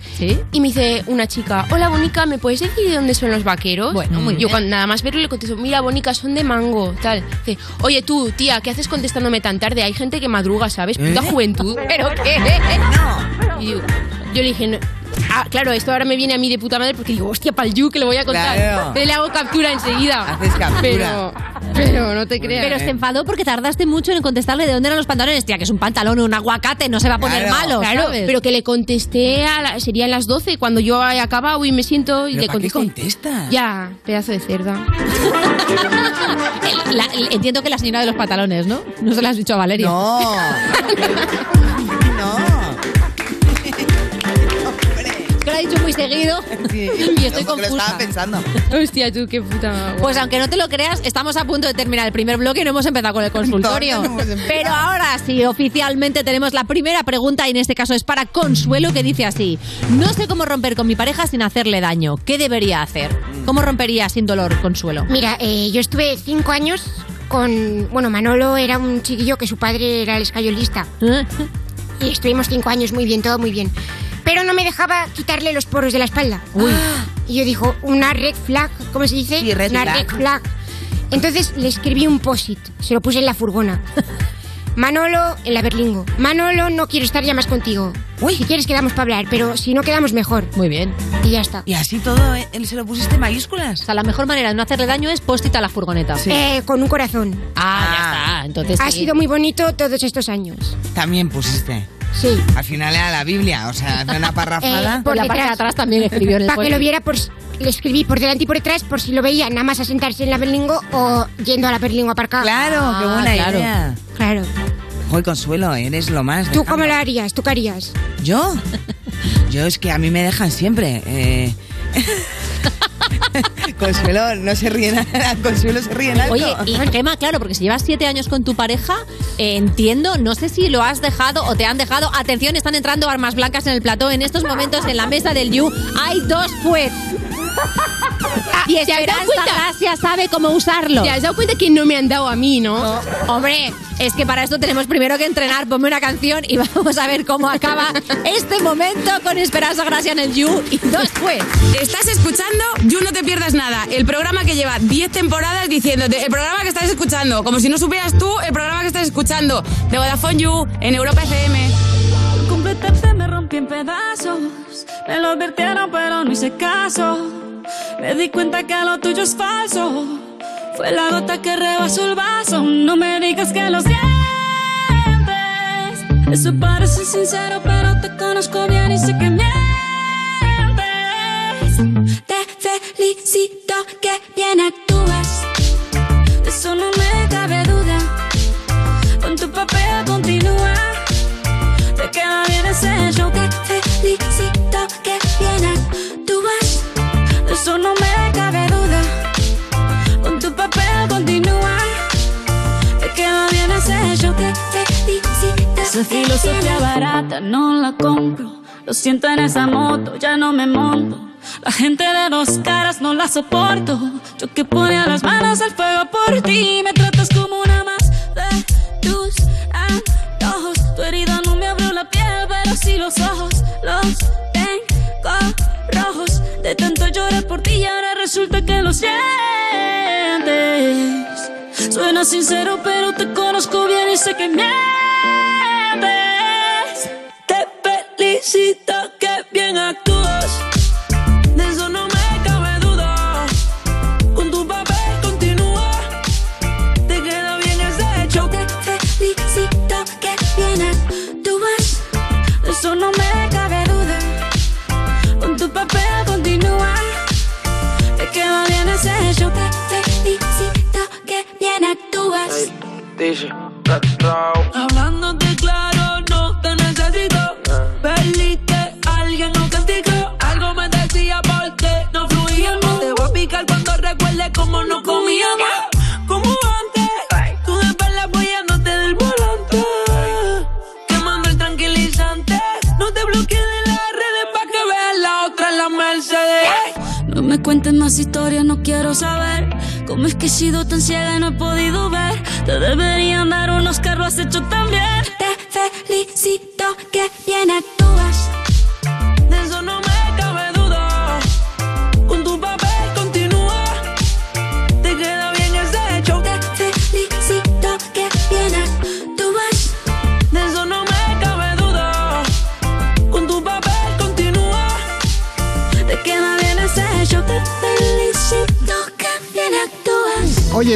Speaker 18: Y me dice una chica, hola Bonica, ¿me puedes decir de dónde son los vaqueros? Bueno,
Speaker 3: muy
Speaker 18: Yo
Speaker 3: bien.
Speaker 18: cuando nada más verlo le contesto, mira Bonica, son de mango, tal. Dice, oye tú, tía, ¿qué haces contestándome tan tarde? Hay gente que madruga, ¿sabes? Puta
Speaker 3: ¿Eh?
Speaker 18: juventud. ¿Pero qué? No. Y digo- yo le dije, no. Ah, claro, esto ahora me viene a mí de puta madre porque digo, hostia, pal you que le voy a contar.
Speaker 3: Claro.
Speaker 18: Te Le hago captura enseguida. Haces
Speaker 3: captura.
Speaker 18: Pero, pero no te creas. eh.
Speaker 3: Pero se enfadó porque tardaste mucho en contestarle de dónde eran los pantalones. Tía, que es un pantalón, un aguacate, no se va a poner malo.
Speaker 18: Claro,
Speaker 3: ¿sabes?
Speaker 18: pero que le contesté, a la- serían las 12, cuando yo he acabado y me siento y
Speaker 3: ¿Pero
Speaker 18: le
Speaker 3: para qué
Speaker 18: contesté. contestas? Ya, pedazo de cerda.
Speaker 3: La- el- entiendo que la señora de los pantalones, ¿no? No se lo has dicho a Valeria.
Speaker 19: No.
Speaker 3: Que lo ha dicho muy seguido. y estoy
Speaker 19: porque lo
Speaker 3: confusa.
Speaker 19: estaba pensando.
Speaker 18: Hostia, tú, qué puta.
Speaker 3: Pues aunque no te lo creas, estamos a punto de terminar el primer bloque y no hemos empezado con el consultorio.
Speaker 18: No, no hemos empezado.
Speaker 3: Pero ahora sí, oficialmente tenemos la primera pregunta y en este caso es para Consuelo que dice así. No sé cómo romper con mi pareja sin hacerle daño. ¿Qué debería hacer? ¿Cómo rompería sin dolor, Consuelo?
Speaker 20: Mira, eh, yo estuve cinco años con. Bueno, Manolo era un chiquillo que su padre era el escayolista. Y estuvimos cinco años muy bien, todo muy bien. Pero no me dejaba quitarle los poros de la espalda. Y yo dijo, una red flag, ¿cómo se dice? una
Speaker 19: flag.
Speaker 20: red flag. Entonces le escribí un post-it, se lo puse en la furgona. Manolo, en la Berlingo. Manolo, no quiero estar ya más contigo. Si quieres quedamos para hablar, pero si no quedamos mejor.
Speaker 3: Muy bien.
Speaker 20: Y ya está.
Speaker 19: Y así todo, ¿eh? ¿se lo pusiste en mayúsculas?
Speaker 3: O sea, la mejor manera de no hacerle daño es postita a la furgoneta.
Speaker 20: Eh, con un corazón.
Speaker 3: Ah, ya está. Entonces
Speaker 20: ha
Speaker 3: sí.
Speaker 20: sido muy bonito todos estos años.
Speaker 2: También pusiste.
Speaker 20: Sí.
Speaker 2: Al final era la Biblia, o sea, hace una parrafada.
Speaker 20: Eh, Para que lo viera, por, s- le escribí por delante y por detrás, por si lo veía, nada más a sentarse en la Berlingo o yendo a la Berlingo a aparcar. Claro,
Speaker 2: qué
Speaker 3: Ah,
Speaker 2: buena
Speaker 20: claro.
Speaker 2: idea.
Speaker 20: Claro.
Speaker 2: Joder, Consuelo, eres lo más.
Speaker 20: ¿Tú cómo lo harías? ¿Tú qué harías?
Speaker 2: ¿Yo? Yo es que a mí me dejan siempre. eh. Consuelo, no se ríe nada. Consuelo se ríe en alto.
Speaker 3: Oye, y Gema, claro, porque si llevas siete años con tu pareja, eh, entiendo, no sé si lo has dejado o te han dejado. Atención, están entrando armas blancas en el plató. En estos momentos, en la mesa del You, hay dos juez. y Esperanza Gracia sabe cómo usarlo.
Speaker 18: ¿Te has dado cuenta que no me han dado a mí, no?
Speaker 3: Hombre, es que para esto tenemos primero que entrenar. Ponme una canción y vamos a ver cómo acaba este momento con Esperanza Gracia en el You y dos juez.
Speaker 1: Estás escuchando You No Te Pierdas Nada, el programa que lleva 10 temporadas diciéndote, el programa que estás escuchando, como si no supieras tú el programa que estás escuchando, de Vodafone You, en Europa FM.
Speaker 21: Por completarte este me rompí en pedazos. Me lo advirtieron, pero no hice caso. Me di cuenta que lo tuyo es falso. Fue la gota que rebasó el vaso. No me digas que lo sientes. Eso parece sincero, pero te conozco bien y sé que mientes. Te felicito que bien actúas. De eso no me cabe duda. Con tu papel continúa. Te queda bien ese show Te felicito que vienes Tú vas De eso no me cabe duda Con tu papel continúa Te queda bien ese show Te felicito Esa filosofía barata no la compro. Lo siento en esa moto, ya no me monto. La gente de dos caras no la soporto. Yo que ponía las manos al fuego por ti. Me tratas como una más de tus antojos. Tu herida no me abrió la piel, pero sí los ojos. Los tengo rojos. De tanto lloré por ti y ahora resulta que lo sientes. Suena sincero, pero te conozco bien y sé que mientes. Te felicito que bien actúas. De eso no me cabe duda. Con tu papel continúa. Te queda bien ese hecho. Te felicito que vienes. Tú vas. De eso no me cabe duda. Con tu papel continúa. Te queda bien ese hecho. Te felicito que bien actúas. Hablándote claro, no te necesito. Perdiste a alguien no castigo. Algo me decía porque no fluíamos. Te voy a picar cuando recuerde cómo no comíamos. Como antes, tú después la apoyándote del volante. Quemando el tranquilizante. No te bloquees de las redes para que veas la otra en la Mercedes. No me cuentes más historias, no quiero saber cómo es que he sido tan ciega y no he podido ver. Te deberían dar unos carros has hecho también. Te felicito que bien actúas.
Speaker 6: De eso no me cabe duda. Con tu papel continúa. Te queda bien ese hecho. Te felicito que vienes. Tú vas. De eso no me cabe duda. Con tu papel continúa. Te queda bien ese hecho. Te felicito que bien actúas.
Speaker 4: Oye,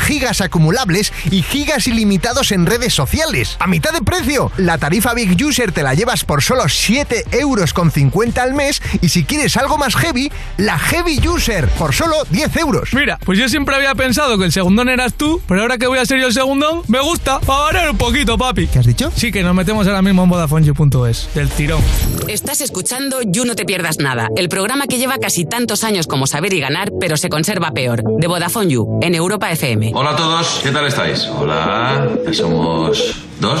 Speaker 4: gigas acumulables y gigas ilimitados en redes sociales. A mitad de precio. La tarifa Big User te la llevas por solo 7,50 euros al mes y si quieres algo más heavy, la Heavy User por solo 10 euros.
Speaker 22: Mira, pues yo siempre había pensado que el segundón eras tú, pero ahora que voy a ser yo el segundón, me gusta, para variar un poquito, papi. ¿Qué
Speaker 4: has dicho?
Speaker 22: Sí, que nos metemos ahora mismo en VodafoneYou.es, del tirón.
Speaker 23: Estás escuchando You No Te Pierdas Nada, el programa que lleva casi tantos años como Saber y Ganar, pero se conserva peor, de Vodafone You, en Europa FM.
Speaker 1: Hola a todos, ¿qué tal estáis? Hola, somos dos.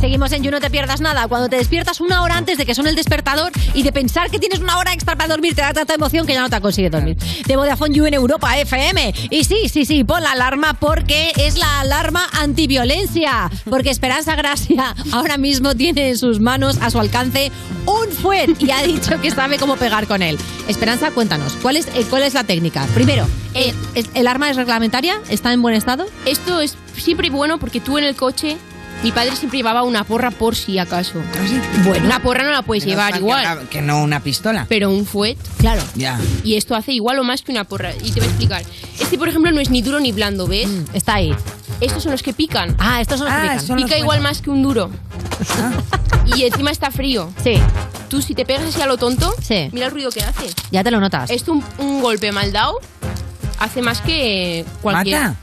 Speaker 3: Seguimos en You No Te Pierdas Nada. Cuando te despiertas una hora antes de que suene el despertador y de pensar que tienes una hora extra para dormir, te da tanta emoción que ya no te consigues dormir. De Vodafone You en Europa FM. Y sí, sí, sí, pon la alarma porque es la alarma antiviolencia. Porque Esperanza Gracia ahora mismo tiene en sus manos, a su alcance, un fuet y ha dicho que sabe cómo pegar con él. Esperanza, cuéntanos, ¿cuál es, eh, cuál es la técnica? Primero, eh, ¿es- ¿el arma es reglamentaria? ¿Está en buen estado?
Speaker 18: Esto es siempre bueno porque tú en el coche, mi padre siempre llevaba una porra por si acaso. Bueno, una porra no la puedes
Speaker 2: Menos
Speaker 18: llevar
Speaker 2: mal que
Speaker 18: igual,
Speaker 2: ahora- Que no una pistola.
Speaker 18: pero un fuet, claro.
Speaker 2: Ya.
Speaker 18: Y esto hace igual o más que una porra. Y te voy a explicar. Este, por ejemplo, no es ni duro ni blando, ¿ves?
Speaker 3: Mm, está ahí.
Speaker 18: Estos son los que pican.
Speaker 3: Ah, estos son los que pican. son los Ah.
Speaker 18: Pica igual más que un duro. Y encima está frío.
Speaker 3: Sí.
Speaker 18: Tú, si te pegas así a lo tonto,
Speaker 3: Sí.
Speaker 18: mira el ruido que hace.
Speaker 3: Ya te lo notas.
Speaker 18: Esto, un, un golpe mal dado, hace más que cualquier.
Speaker 3: Mata.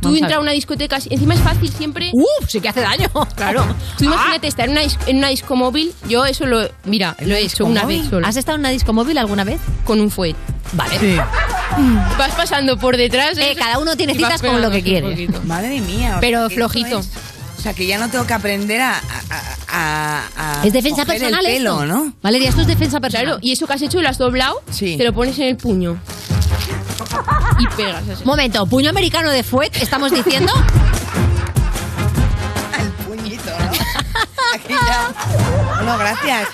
Speaker 18: Tú
Speaker 3: Vamos a
Speaker 18: entras
Speaker 3: ver. Uh.
Speaker 18: a una discoteca, si- encima es fácil siempre.
Speaker 3: ¡Uf! Sí que hace daño.
Speaker 18: Claro.
Speaker 3: Ah.
Speaker 18: Tú imagínate estar en una, dis- en una disco móvil. Yo eso lo. Mira, lo he hecho una vez solo.
Speaker 3: ¿Has estado en una disco móvil alguna vez?
Speaker 18: Con un fuet.
Speaker 3: Vale. Mm.
Speaker 18: Vas pasando por detrás.
Speaker 3: Eh, cada uno tiene
Speaker 18: y vas
Speaker 3: citas con lo que
Speaker 18: pegándote un
Speaker 3: quiere.
Speaker 18: poquito.
Speaker 2: Madre mía. o
Speaker 18: Pero
Speaker 2: sea, que esto
Speaker 18: flojito.
Speaker 2: es- o sea, que ya no tengo que aprender a. a- a- a-
Speaker 3: Es defensa
Speaker 2: coger
Speaker 3: personal
Speaker 2: el pelo,
Speaker 3: esto.
Speaker 2: ¿no?
Speaker 3: Valeria, esto es defensa personal.
Speaker 18: Claro, y eso que has hecho lo has doblado, te lo pones en el puño. Y pegas así.
Speaker 3: Momento, puño americano de fuet, estamos diciendo.
Speaker 2: No, gracias.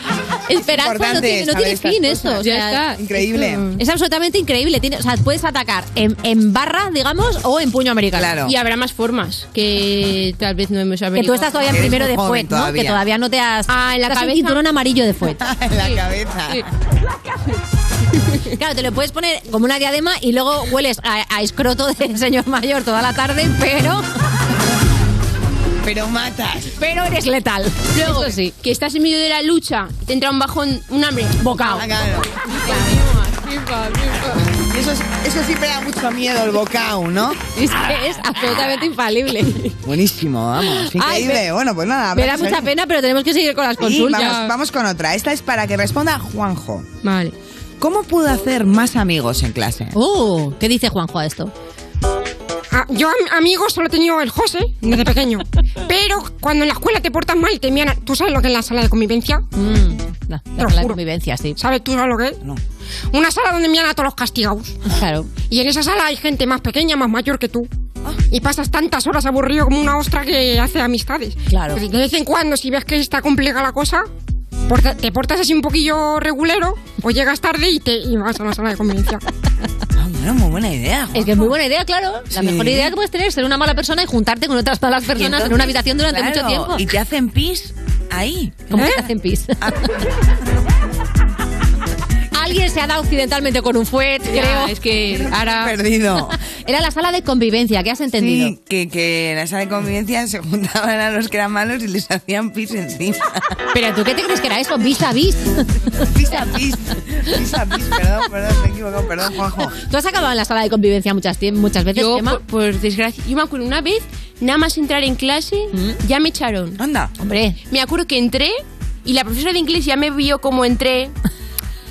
Speaker 3: Esperanza no
Speaker 2: Importante
Speaker 3: tiene, no
Speaker 2: saber
Speaker 3: tiene
Speaker 2: estas
Speaker 3: fin
Speaker 2: cosas.
Speaker 3: esto.
Speaker 2: Ya
Speaker 3: o sea,
Speaker 2: está. Increíble.
Speaker 3: esto Es absolutamente increíble. Tiene, o sea, puedes atacar en, en barra, digamos, o en puño americano.
Speaker 18: Y habrá más formas que tal vez no hemos averiguado.
Speaker 3: Que tú estás todavía en
Speaker 18: Eres
Speaker 3: primero
Speaker 18: muy
Speaker 3: de
Speaker 18: joven
Speaker 3: fuet, ¿no?
Speaker 18: todavía.
Speaker 3: Que todavía no te has.
Speaker 18: Ah, en la
Speaker 3: te has un
Speaker 18: cabeza.
Speaker 3: cinturón amarillo de fuet.
Speaker 2: En la cabeza.
Speaker 3: Claro, te lo puedes poner como una diadema y luego hueles a, a escroto de señor mayor toda la tarde, pero.
Speaker 2: Pero matas.
Speaker 3: Pero eres letal.
Speaker 18: Luego, que estás en medio de la lucha y te entra un bajón, un hambre. Ah,
Speaker 3: Bocao.
Speaker 2: Eso, es- eso siempre da mucho miedo, el bocao, ¿no?
Speaker 3: Es que es absolutamente infalible.
Speaker 2: Buenísimo, vamos.
Speaker 3: Ay,
Speaker 2: Increíble.
Speaker 3: me-
Speaker 2: bueno, pues nada.
Speaker 3: Me da mucha pena, pero tenemos que seguir con las consultas.
Speaker 2: vamos, vamos con otra. Esta es para que responda Juanjo.
Speaker 18: Vale.
Speaker 2: ¿Cómo puedo hacer más amigos en clase?
Speaker 3: Oh, ¿qué dice Juanjo a esto?
Speaker 20: Ah, yo am- amigos solo he tenido el José desde pequeño. Pero cuando en la escuela te portas mal, te miran. a- ¿Tú sabes lo que es la sala de convivencia?
Speaker 3: Mm, la
Speaker 20: sala de
Speaker 3: convivencia, sí.
Speaker 20: ¿Sabes tú sabes lo que es? No. Una sala donde miran a todos los castigados.
Speaker 3: Claro. Ah.
Speaker 20: Y en esa sala hay gente más pequeña, más mayor que tú. Y pasas tantas horas aburrido como una ostra que hace amistades.
Speaker 3: Claro.
Speaker 20: Entonces, de vez en cuando, si ves que está compleja la cosa, porta- te portas así un poquillo regulero o llegas tarde y te y vas a la sala de convivencia.
Speaker 2: Bueno, muy buena idea.
Speaker 3: Es que es muy buena idea, claro. La
Speaker 2: Sí.
Speaker 3: mejor idea que puedes tener es ser una mala persona y juntarte con otras malas
Speaker 2: Y
Speaker 3: personas en
Speaker 2: entonces,
Speaker 3: una habitación durante
Speaker 2: claro,
Speaker 3: mucho tiempo.
Speaker 2: Y te hacen pis ahí. ¿eh? Ah.
Speaker 3: ¿Cómo que te hacen pis? Alguien se ha dado accidentalmente con un fuet, creo.
Speaker 2: es
Speaker 18: que ahora...
Speaker 2: Perdido.
Speaker 3: Era la sala de convivencia, ¿qué has entendido?
Speaker 2: Sí, que, que en la sala de convivencia se juntaban a los que eran malos y les hacían pis encima.
Speaker 3: Pero tú qué te crees que era eso, vis a vis.
Speaker 2: Vis a vis. Vis a vis, perdón, perdón, me he equivocado, perdón, Juanjo.
Speaker 3: ¿Tú has acabado en la sala de convivencia muchas, tie- muchas veces,
Speaker 18: Yo,
Speaker 3: Gemma?
Speaker 18: por, por desgracia, yo me acuerdo una vez Nada más entrar en clase, ya me echaron.
Speaker 19: Anda.
Speaker 3: Mm. Hombre.
Speaker 18: Me acuerdo que entré y la profesora de inglés ya me vio como entré.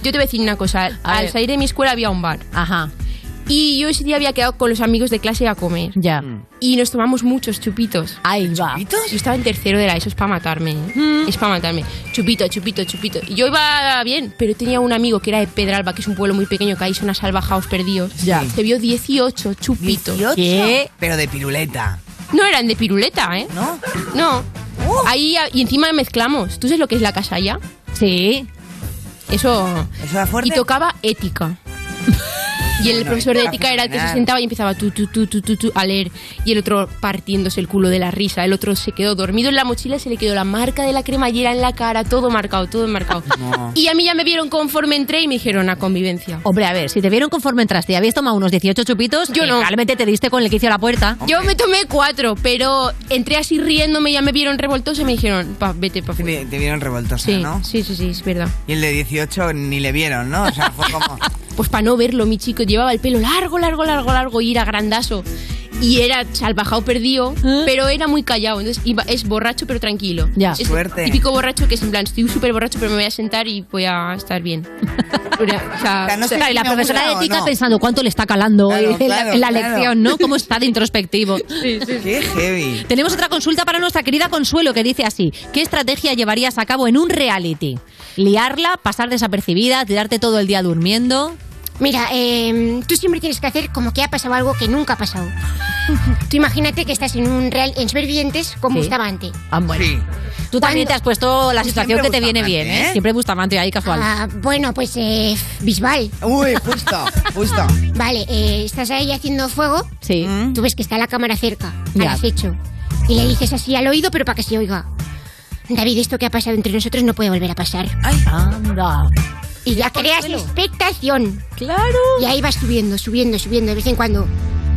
Speaker 18: Yo te voy a decir una cosa.
Speaker 3: A
Speaker 18: al
Speaker 3: ver.
Speaker 18: salir de mi escuela había un bar.
Speaker 3: Ajá.
Speaker 18: Y yo ese día había quedado con los amigos de clase a comer.
Speaker 3: Ya.
Speaker 18: Y nos tomamos muchos chupitos.
Speaker 3: Ahí va. Mm.
Speaker 18: ¿Chupitos? Yo estaba en tercero de la ESO, es para matarme. ¿eh? Es para matarme. Chupito, chupito, chupito. Y yo iba bien, pero tenía un amigo que era de Pedralba, que es un pueblo muy pequeño, que ahí son asalvajados perdidos.
Speaker 19: Ya.
Speaker 18: Se vio 18 chupitos.
Speaker 19: ¿Qué? Pero de piruleta.
Speaker 18: No eran de piruleta, ¿eh? No. No.
Speaker 19: Oh.
Speaker 18: Ahí, y encima mezclamos. ¿Tú sabes lo que es la casalla?
Speaker 3: Sí.
Speaker 18: Eso.
Speaker 19: Eso era fuerte.
Speaker 18: Y tocaba ética. Y el
Speaker 19: Bueno,
Speaker 18: profesor de
Speaker 19: ética
Speaker 18: ética era el que se
Speaker 19: fenomenal.
Speaker 18: sentaba y empezaba tú, tú, tú, tú, tú, tú, a leer. Y el otro partiéndose el culo de la risa. El otro se quedó dormido en la mochila, se le quedó la marca de la cremallera en la cara, todo marcado, todo marcado. Y a mí ya me vieron conforme entré y me dijeron a convivencia.
Speaker 3: Hombre, a ver, si te vieron conforme entraste y habías tomado unos 18 chupitos, yo no. Realmente te diste con el que hizo la puerta.
Speaker 18: Yo me tomé cuatro, pero entré así riéndome, ya me vieron revoltoso y me dijeron, pa, vete pa' fuera.
Speaker 19: Te vieron revoltosa,
Speaker 18: Sí,
Speaker 19: ¿no?
Speaker 18: sí, sí, sí, es verdad.
Speaker 19: Y el de 18 ni le vieron, ¿no? O sea, fue como...
Speaker 18: Pues para no verlo, mi chico llevaba el pelo largo, largo, largo, largo y era grandazo. Y era salvajado perdido, pero era muy callado. Entonces iba- es borracho pero tranquilo.
Speaker 3: Ya.
Speaker 18: Es
Speaker 3: Suerte.
Speaker 18: Típico borracho que es en plan, estoy súper borracho pero me voy a sentar y voy a estar bien. O sea, o sea,
Speaker 3: Claro, y la profesora de ética
Speaker 18: pensaba,
Speaker 3: pensando cuánto le está calando
Speaker 18: Claro,
Speaker 3: hoy en la-
Speaker 18: claro,
Speaker 3: en la,
Speaker 18: claro.
Speaker 3: lección, ¿no? Cómo está de introspectivo.
Speaker 19: Qué heavy.
Speaker 3: Tenemos otra consulta para nuestra querida Consuelo que dice así: ¿Qué estrategia llevarías a cabo en un reality? ¿Liarla, pasar desapercibida, tirarte todo el día durmiendo?
Speaker 20: Mira, eh, tú siempre tienes que hacer como que ha pasado algo que nunca ha pasado. tú imagínate que estás en un real en Supervivientes con
Speaker 3: Sí.
Speaker 20: Bustamante.
Speaker 3: Ah, bueno. Tú también te has puesto la
Speaker 20: Pues
Speaker 3: situación que
Speaker 20: siempre
Speaker 3: te viene
Speaker 20: Bustamante,
Speaker 3: bien, ¿eh?
Speaker 20: ¿eh?
Speaker 3: Siempre Bustamante ahí casual.
Speaker 20: Ah, bueno, pues eh, Bisbal.
Speaker 19: Uy, justo, justo. Mm.
Speaker 20: Vale, eh, estás ahí haciendo fuego.
Speaker 3: Sí.
Speaker 20: Tú ves que está la cámara cerca,
Speaker 3: Ya.
Speaker 20: al acecho. Y le dices así al oído, pero para que se oiga. David, esto que ha pasado entre nosotros no puede volver a pasar.
Speaker 3: anda.
Speaker 20: Y ya creas la expectación.
Speaker 3: Claro.
Speaker 20: Y ahí vas subiendo, subiendo, subiendo. De vez en cuando.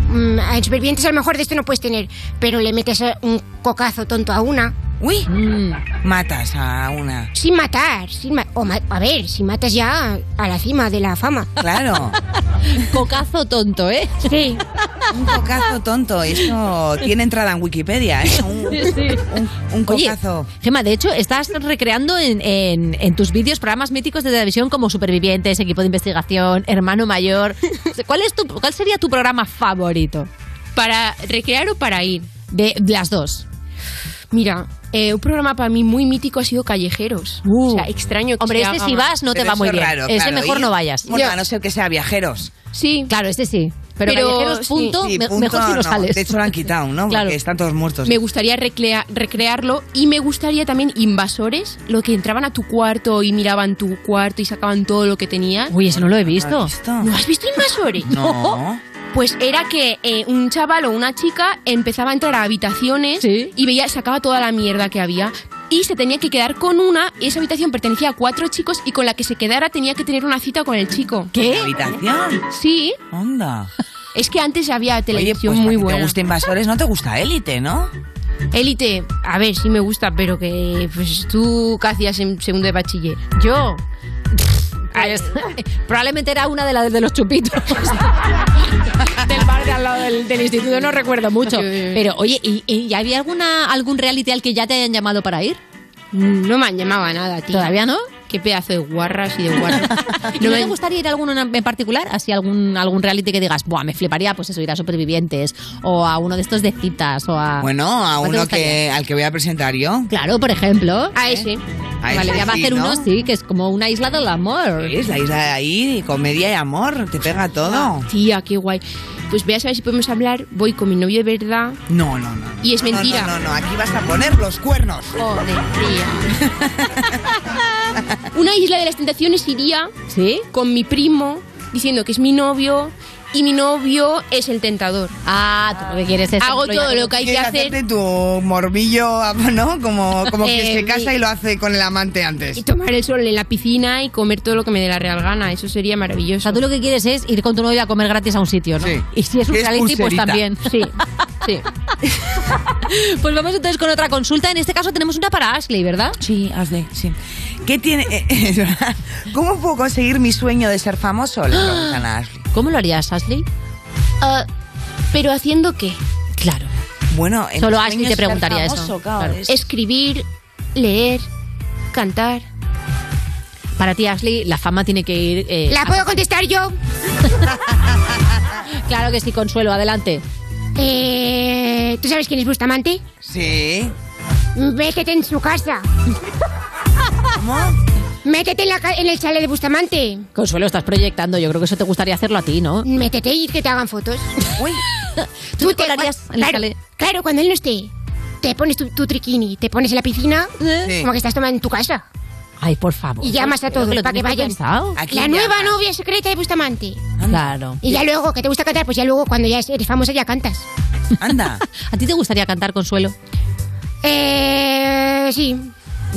Speaker 20: Mm, a supervivientes a lo mejor de esto no puedes tener, pero le metes eh, un cocazo tonto a una.
Speaker 19: Uy.
Speaker 3: Mm.
Speaker 19: Matas a una.
Speaker 20: Sin matar, sin ma- o ma- a ver, si matas ya a la cima de la fama.
Speaker 19: Claro.
Speaker 3: Cocazo tonto, ¿eh?
Speaker 20: Sí.
Speaker 19: Un cocazo tonto. Eso tiene entrada en Wikipedia, ¿eh? Un, un- un
Speaker 3: Oye,
Speaker 19: cocazo.
Speaker 3: Gema, de hecho, estás recreando en, en- en tus vídeos programas míticos de televisión como Supervivientes, Equipo de Investigación, Hermano Mayor. ¿Cuál, es tu, cuál sería tu programa favorito?
Speaker 18: ¿Para recrear o para ir?
Speaker 3: De, de las dos.
Speaker 18: Mira, eh, un programa para mí muy mítico ha sido Callejeros. o sea, extraño que
Speaker 3: Uh. Hombre,
Speaker 18: se
Speaker 3: ese
Speaker 18: haga
Speaker 3: si
Speaker 18: más.
Speaker 3: vas no te va muy bien. ese mejor no vayas.
Speaker 19: Bueno, a no ser que sea viajeros.
Speaker 18: Sí.
Speaker 3: Claro, ese sí. Pero, Callejeros, punto, me- mejor si no, sales.
Speaker 19: De hecho, lo han quitado, ¿no? Porque están todos muertos.
Speaker 18: Me gustaría recrea- recrearlo y me gustaría también invasores, lo que entraban a tu cuarto y miraban tu cuarto y sacaban todo lo que tenías.
Speaker 3: Uy, eso no lo he visto.
Speaker 18: ¿No has visto invasores?
Speaker 19: No.
Speaker 18: Pues era que eh, un chaval o una chica empezaba a entrar a habitaciones y veía, sacaba toda la mierda que había y se tenía que quedar con una y esa habitación pertenecía a cuatro chicos y con la que se quedara tenía que tener una cita con el chico.
Speaker 19: ¿La habitación?
Speaker 18: Sí.
Speaker 19: Onda.
Speaker 18: Es que antes había
Speaker 19: Oye,
Speaker 18: televisión
Speaker 19: pues
Speaker 18: muy
Speaker 19: a ti
Speaker 18: buena.
Speaker 19: te gusta Invasores, no te gusta Élite, ¿no?
Speaker 18: Élite, a ver, sí me gusta, pero que pues tú qué hacías en segundo de bachiller. Yo.
Speaker 3: Ahí está. Probablemente era una de las de los chupitos. del bar de al lado del, del instituto, no recuerdo mucho. Pero oye, ¿y, y había alguna, algún reality al que ya te hayan llamado para ir?
Speaker 18: No me han llamado a nada, tío.
Speaker 3: ¿Todavía no?
Speaker 18: Qué pedazo de guarras y de guarras.
Speaker 3: ¿Y ¿No, te gustaría ir a alguno en en particular? Así algún, algún reality que digas, buah, me fliparía pues eso, ir a Supervivientes o a uno de estos de citas o a...
Speaker 19: Bueno, a
Speaker 3: ¿Cuál te
Speaker 19: uno
Speaker 3: Ah, gustaría?
Speaker 19: que, al que voy a presentar yo.
Speaker 3: Claro, por ejemplo.
Speaker 18: A ese.
Speaker 19: A
Speaker 3: vale,
Speaker 19: ese
Speaker 3: ya va a
Speaker 19: sí,
Speaker 3: hacer
Speaker 19: ¿no?
Speaker 3: uno, sí, que es como una isla del amor.
Speaker 19: Es la isla de ahí, comedia y amor, te pega
Speaker 3: Ah.
Speaker 19: todo.
Speaker 18: Tía, qué guay. Pues voy a saber si podemos hablar. Voy con mi novio de verdad.
Speaker 19: No, no, no.
Speaker 18: Y es
Speaker 19: No, no,
Speaker 18: mentira.
Speaker 19: No, no, no, aquí vas a poner los cuernos.
Speaker 18: Joder, Una isla de las tentaciones iría
Speaker 3: Ah, ¿Sí?
Speaker 18: con mi primo diciendo que es mi novio y mi novio es el tentador.
Speaker 3: Ah, tú lo que quieres es
Speaker 18: Hago todo lo que hay que
Speaker 19: Quieres
Speaker 18: hacer.
Speaker 19: hacerte tu morbillo, ¿no? Como, como que
Speaker 18: Eh,
Speaker 19: se casa
Speaker 18: mi-
Speaker 19: y lo hace con el amante antes.
Speaker 18: Y tomar el sol en la piscina y comer todo lo que me dé la real gana. Eso sería maravilloso.
Speaker 3: O sea, tú lo que quieres es ir con tu novia a comer gratis a un sitio, ¿no? Y si es un
Speaker 18: Que es
Speaker 3: reality, pues
Speaker 18: pulserita.
Speaker 3: también.
Speaker 18: Sí, sí.
Speaker 3: pues vamos entonces con otra consulta. En este caso tenemos una para Ashley, ¿verdad?
Speaker 19: Sí, Ashley, sí. ¿Qué tiene? eh, es verdad. ¿Cómo puedo conseguir mi sueño de ser famoso? Le preguntan a Ashley.
Speaker 3: Ah, ¿Cómo lo harías, Ashley?
Speaker 18: ¿Pero haciendo qué?
Speaker 3: Claro.
Speaker 2: Bueno, en
Speaker 3: Solo
Speaker 2: los
Speaker 3: Ashley
Speaker 2: sueños
Speaker 3: te
Speaker 2: ser
Speaker 3: preguntaría eso,
Speaker 2: famoso, claro,
Speaker 3: claro.
Speaker 2: es-
Speaker 18: Escribir, leer, cantar.
Speaker 3: Para ti, Ashley, la fama tiene que ir. eh,
Speaker 18: ¿La
Speaker 3: a-
Speaker 18: puedo
Speaker 20: contestar yo?
Speaker 3: claro que sí, Consuelo, adelante.
Speaker 20: Eh, ¿Tú sabes quién es Bustamante?
Speaker 2: Sí.
Speaker 20: Métete en su casa. ¿Cómo? Métete en, la ca- en el chale de Bustamante.
Speaker 3: Consuelo, estás proyectando. Yo creo que eso te gustaría hacerlo a ti, ¿no?
Speaker 20: Métete y que te hagan fotos. ¿Tú, te colarías
Speaker 3: en el
Speaker 20: claro,
Speaker 3: chale?
Speaker 20: claro, cuando él no esté. Te pones tu, tu triquini, te pones en la piscina, como que estás tomando en tu casa.
Speaker 3: Ay, por favor.
Speaker 20: Y llamas a
Speaker 3: Creo
Speaker 20: todos
Speaker 3: lo
Speaker 20: para que
Speaker 3: tienes
Speaker 20: vayan.
Speaker 3: pensado.
Speaker 20: La nueva novia secreta de Bustamante.
Speaker 3: Claro.
Speaker 20: Y ya luego, que te gusta cantar, pues ya luego cuando ya eres famosa ya cantas.
Speaker 2: Anda.
Speaker 3: ¿A ti te gustaría cantar, Consuelo?
Speaker 20: Eh, sí.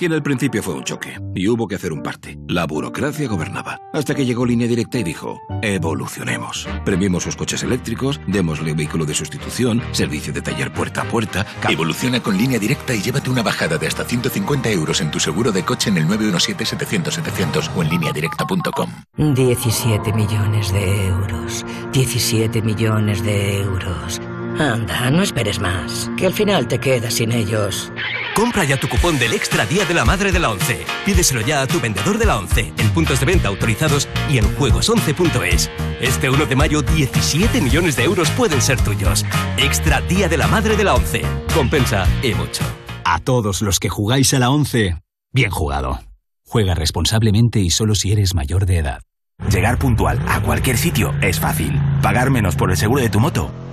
Speaker 12: Y en el principio fue un choque, y hubo que hacer un parte. La burocracia gobernaba, hasta que llegó Línea Directa y dijo, evolucionemos. Premiemos sus coches eléctricos, démosle vehículo de sustitución, servicio de taller puerta a puerta. ca-
Speaker 13: Evoluciona con línea directa y llévate una bajada de hasta 150 euros en tu seguro de coche en el 917-700-700 o en lineadirecta.com.
Speaker 24: 17 millones de euros. 17 millones de euros. Anda, no esperes más, que al final te quedas sin ellos.
Speaker 25: Compra ya tu cupón del Extra Día de la Madre de la ONCE. Pídeselo ya a tu vendedor de la ONCE, en puntos de venta autorizados y en juegos11.es. Este 1 de mayo, 17 millones de euros pueden ser tuyos. Extra Día de la Madre de la ONCE. Compensa y mucho.
Speaker 19: A todos los que jugáis a la 11, bien jugado. Juega responsablemente y solo si eres mayor de edad.
Speaker 26: Llegar puntual a cualquier sitio es fácil. Pagar menos por el seguro de tu moto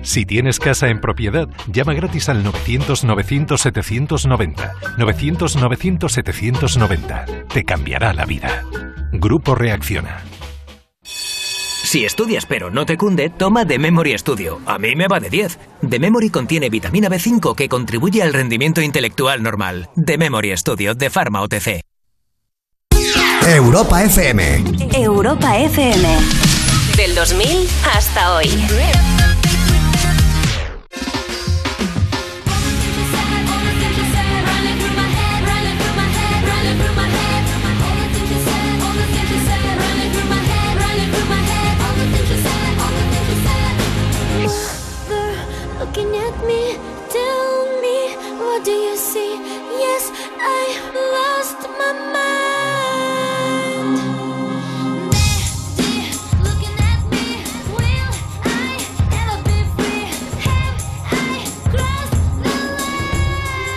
Speaker 11: Si tienes casa en propiedad, llama gratis al 900-900-790. 900-900-790. Te cambiará la vida. Grupo Reacciona.
Speaker 27: Si estudias pero no te cunde, toma The Memory Studio. A mí me va de 10. The Memory contiene vitamina B5 que contribuye al rendimiento intelectual normal. The Memory Studio de Pharma OTC.
Speaker 4: Europa FM.
Speaker 9: Europa FM. Del 2000 hasta hoy.
Speaker 6: Mother, looking at me, tell me, what do you see? Yes, I lost my mind. Daddy, looking at me, will I ever be free? Have I crossed the line?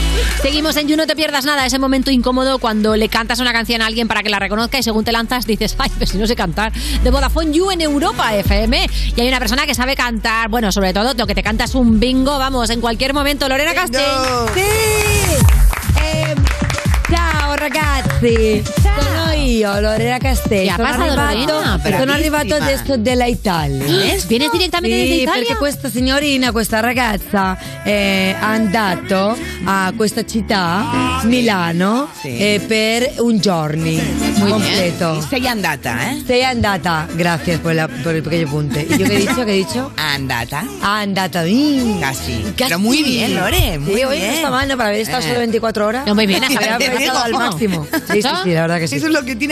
Speaker 3: Seguimos en You, no te pierdas nada, ese momento incómodo cuando le cantas una canción a alguien para que la reconozca y según te lanzas dices, ay, pero si no sé cantar. De Vodafone You en Europa FM. Y hay una persona que sabe cantar, bueno, sobre todo lo que te cantas un bingo, vamos, en cualquier momento. Lorena Castell.
Speaker 26: Sì! Ehm, ciao ragazzi, sono io Lorena Castello.
Speaker 3: Ya,
Speaker 26: Sono
Speaker 3: passa Lorena,
Speaker 26: arrivato, sono
Speaker 3: bravissima.
Speaker 26: arrivato adesso della Italia.
Speaker 3: Yes, vieni direttamente
Speaker 26: sì,
Speaker 3: dall'Italia?
Speaker 26: Perché questa signorina, questa ragazza eh, ha andato a questa città, Milano, eh, per un giorno completo. Sei andata, eh? Sei andata, grazie per, la- per il pequeño punto. Io che dico, che dico? Andata. Andata, mm. casi.
Speaker 2: Pero muy bien, Lore, muy
Speaker 26: Yo
Speaker 2: bien.
Speaker 26: esta mano para haber estado
Speaker 2: Eh.
Speaker 26: solo 24 horas.
Speaker 3: No, muy bien,
Speaker 26: Me
Speaker 3: Javier,
Speaker 26: ha
Speaker 3: te digo.
Speaker 26: apretado al máximo. Sí, sí, sí, la verdad que sí.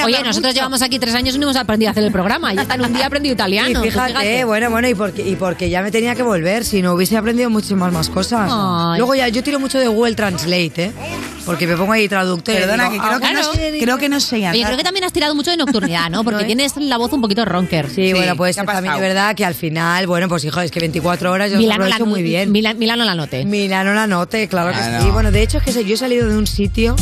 Speaker 3: Oye, nosotros llevamos aquí tres años y no hemos aprendido a hacer el programa. Y en un día he aprendido italiano. pues
Speaker 26: Y
Speaker 3: tú
Speaker 26: fíjate, bueno, bueno, y porque, y porque ya me tenía que volver, si no hubiese aprendido muchísimas más cosas.
Speaker 3: Ay.
Speaker 26: Luego ya, yo tiro mucho de Google Translate, ¿eh? Porque me pongo ahí traductor. y
Speaker 19: Perdona, que
Speaker 26: digo,
Speaker 19: creo,
Speaker 26: ah,
Speaker 19: que, no,
Speaker 26: claro.
Speaker 19: creo que no sé
Speaker 3: Oye,
Speaker 19: andar.
Speaker 3: creo que también has tirado mucho de nocturnidad, ¿no? Porque tienes la voz un poquito ronker.
Speaker 26: Sí, bueno, pues también es verdad que al final, bueno, pues hijo, es que 24 horas yo lo
Speaker 3: Milano
Speaker 26: he
Speaker 3: la
Speaker 26: hecho
Speaker 3: no-
Speaker 26: muy bien.
Speaker 3: Mila- Milano la note.
Speaker 26: Milano la note, claro
Speaker 3: Claro.
Speaker 19: Ah,
Speaker 26: que sí. Bueno, de hecho es que sé, yo he salido de un sitio.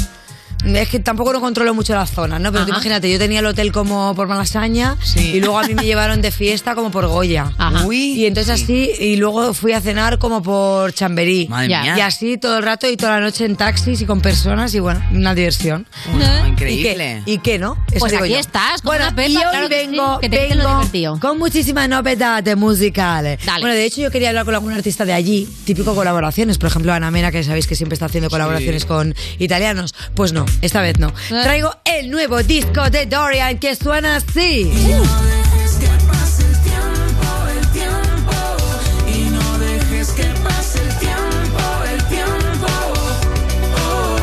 Speaker 26: Es que tampoco no controlo mucho las zonas, ¿no? Pero tú imagínate, yo tenía el hotel como por Malasaña y luego a mí me llevaron de fiesta como por Goya. y entonces así, y luego fui a cenar como por Chamberí.
Speaker 19: Madre Ya. mía.
Speaker 26: Y así todo el rato y toda la noche en taxis y con personas y bueno, una diversión.
Speaker 2: ¿Eh?
Speaker 19: Increíble.
Speaker 26: ¿Y qué no? Eso
Speaker 3: Pues
Speaker 26: digo
Speaker 3: aquí
Speaker 26: yo.
Speaker 3: estás, con
Speaker 26: Bueno,
Speaker 3: una pepa,
Speaker 26: y hoy
Speaker 3: claro que sí,
Speaker 26: vengo,
Speaker 3: que te quiten lo
Speaker 26: vengo con muchísimas novedades musicales. Bueno, de hecho yo quería hablar con algún artista de allí, típico colaboraciones, por ejemplo Ana Mena, que sabéis que siempre está haciendo colaboraciones con italianos. Pues no, esta vez no.
Speaker 3: Eh.
Speaker 26: Traigo el nuevo disco de Dorian que suena así.
Speaker 3: Uh.
Speaker 21: dejes que pase el tiempo, el tiempo. Y no dejes que pase el tiempo, el tiempo. Oh,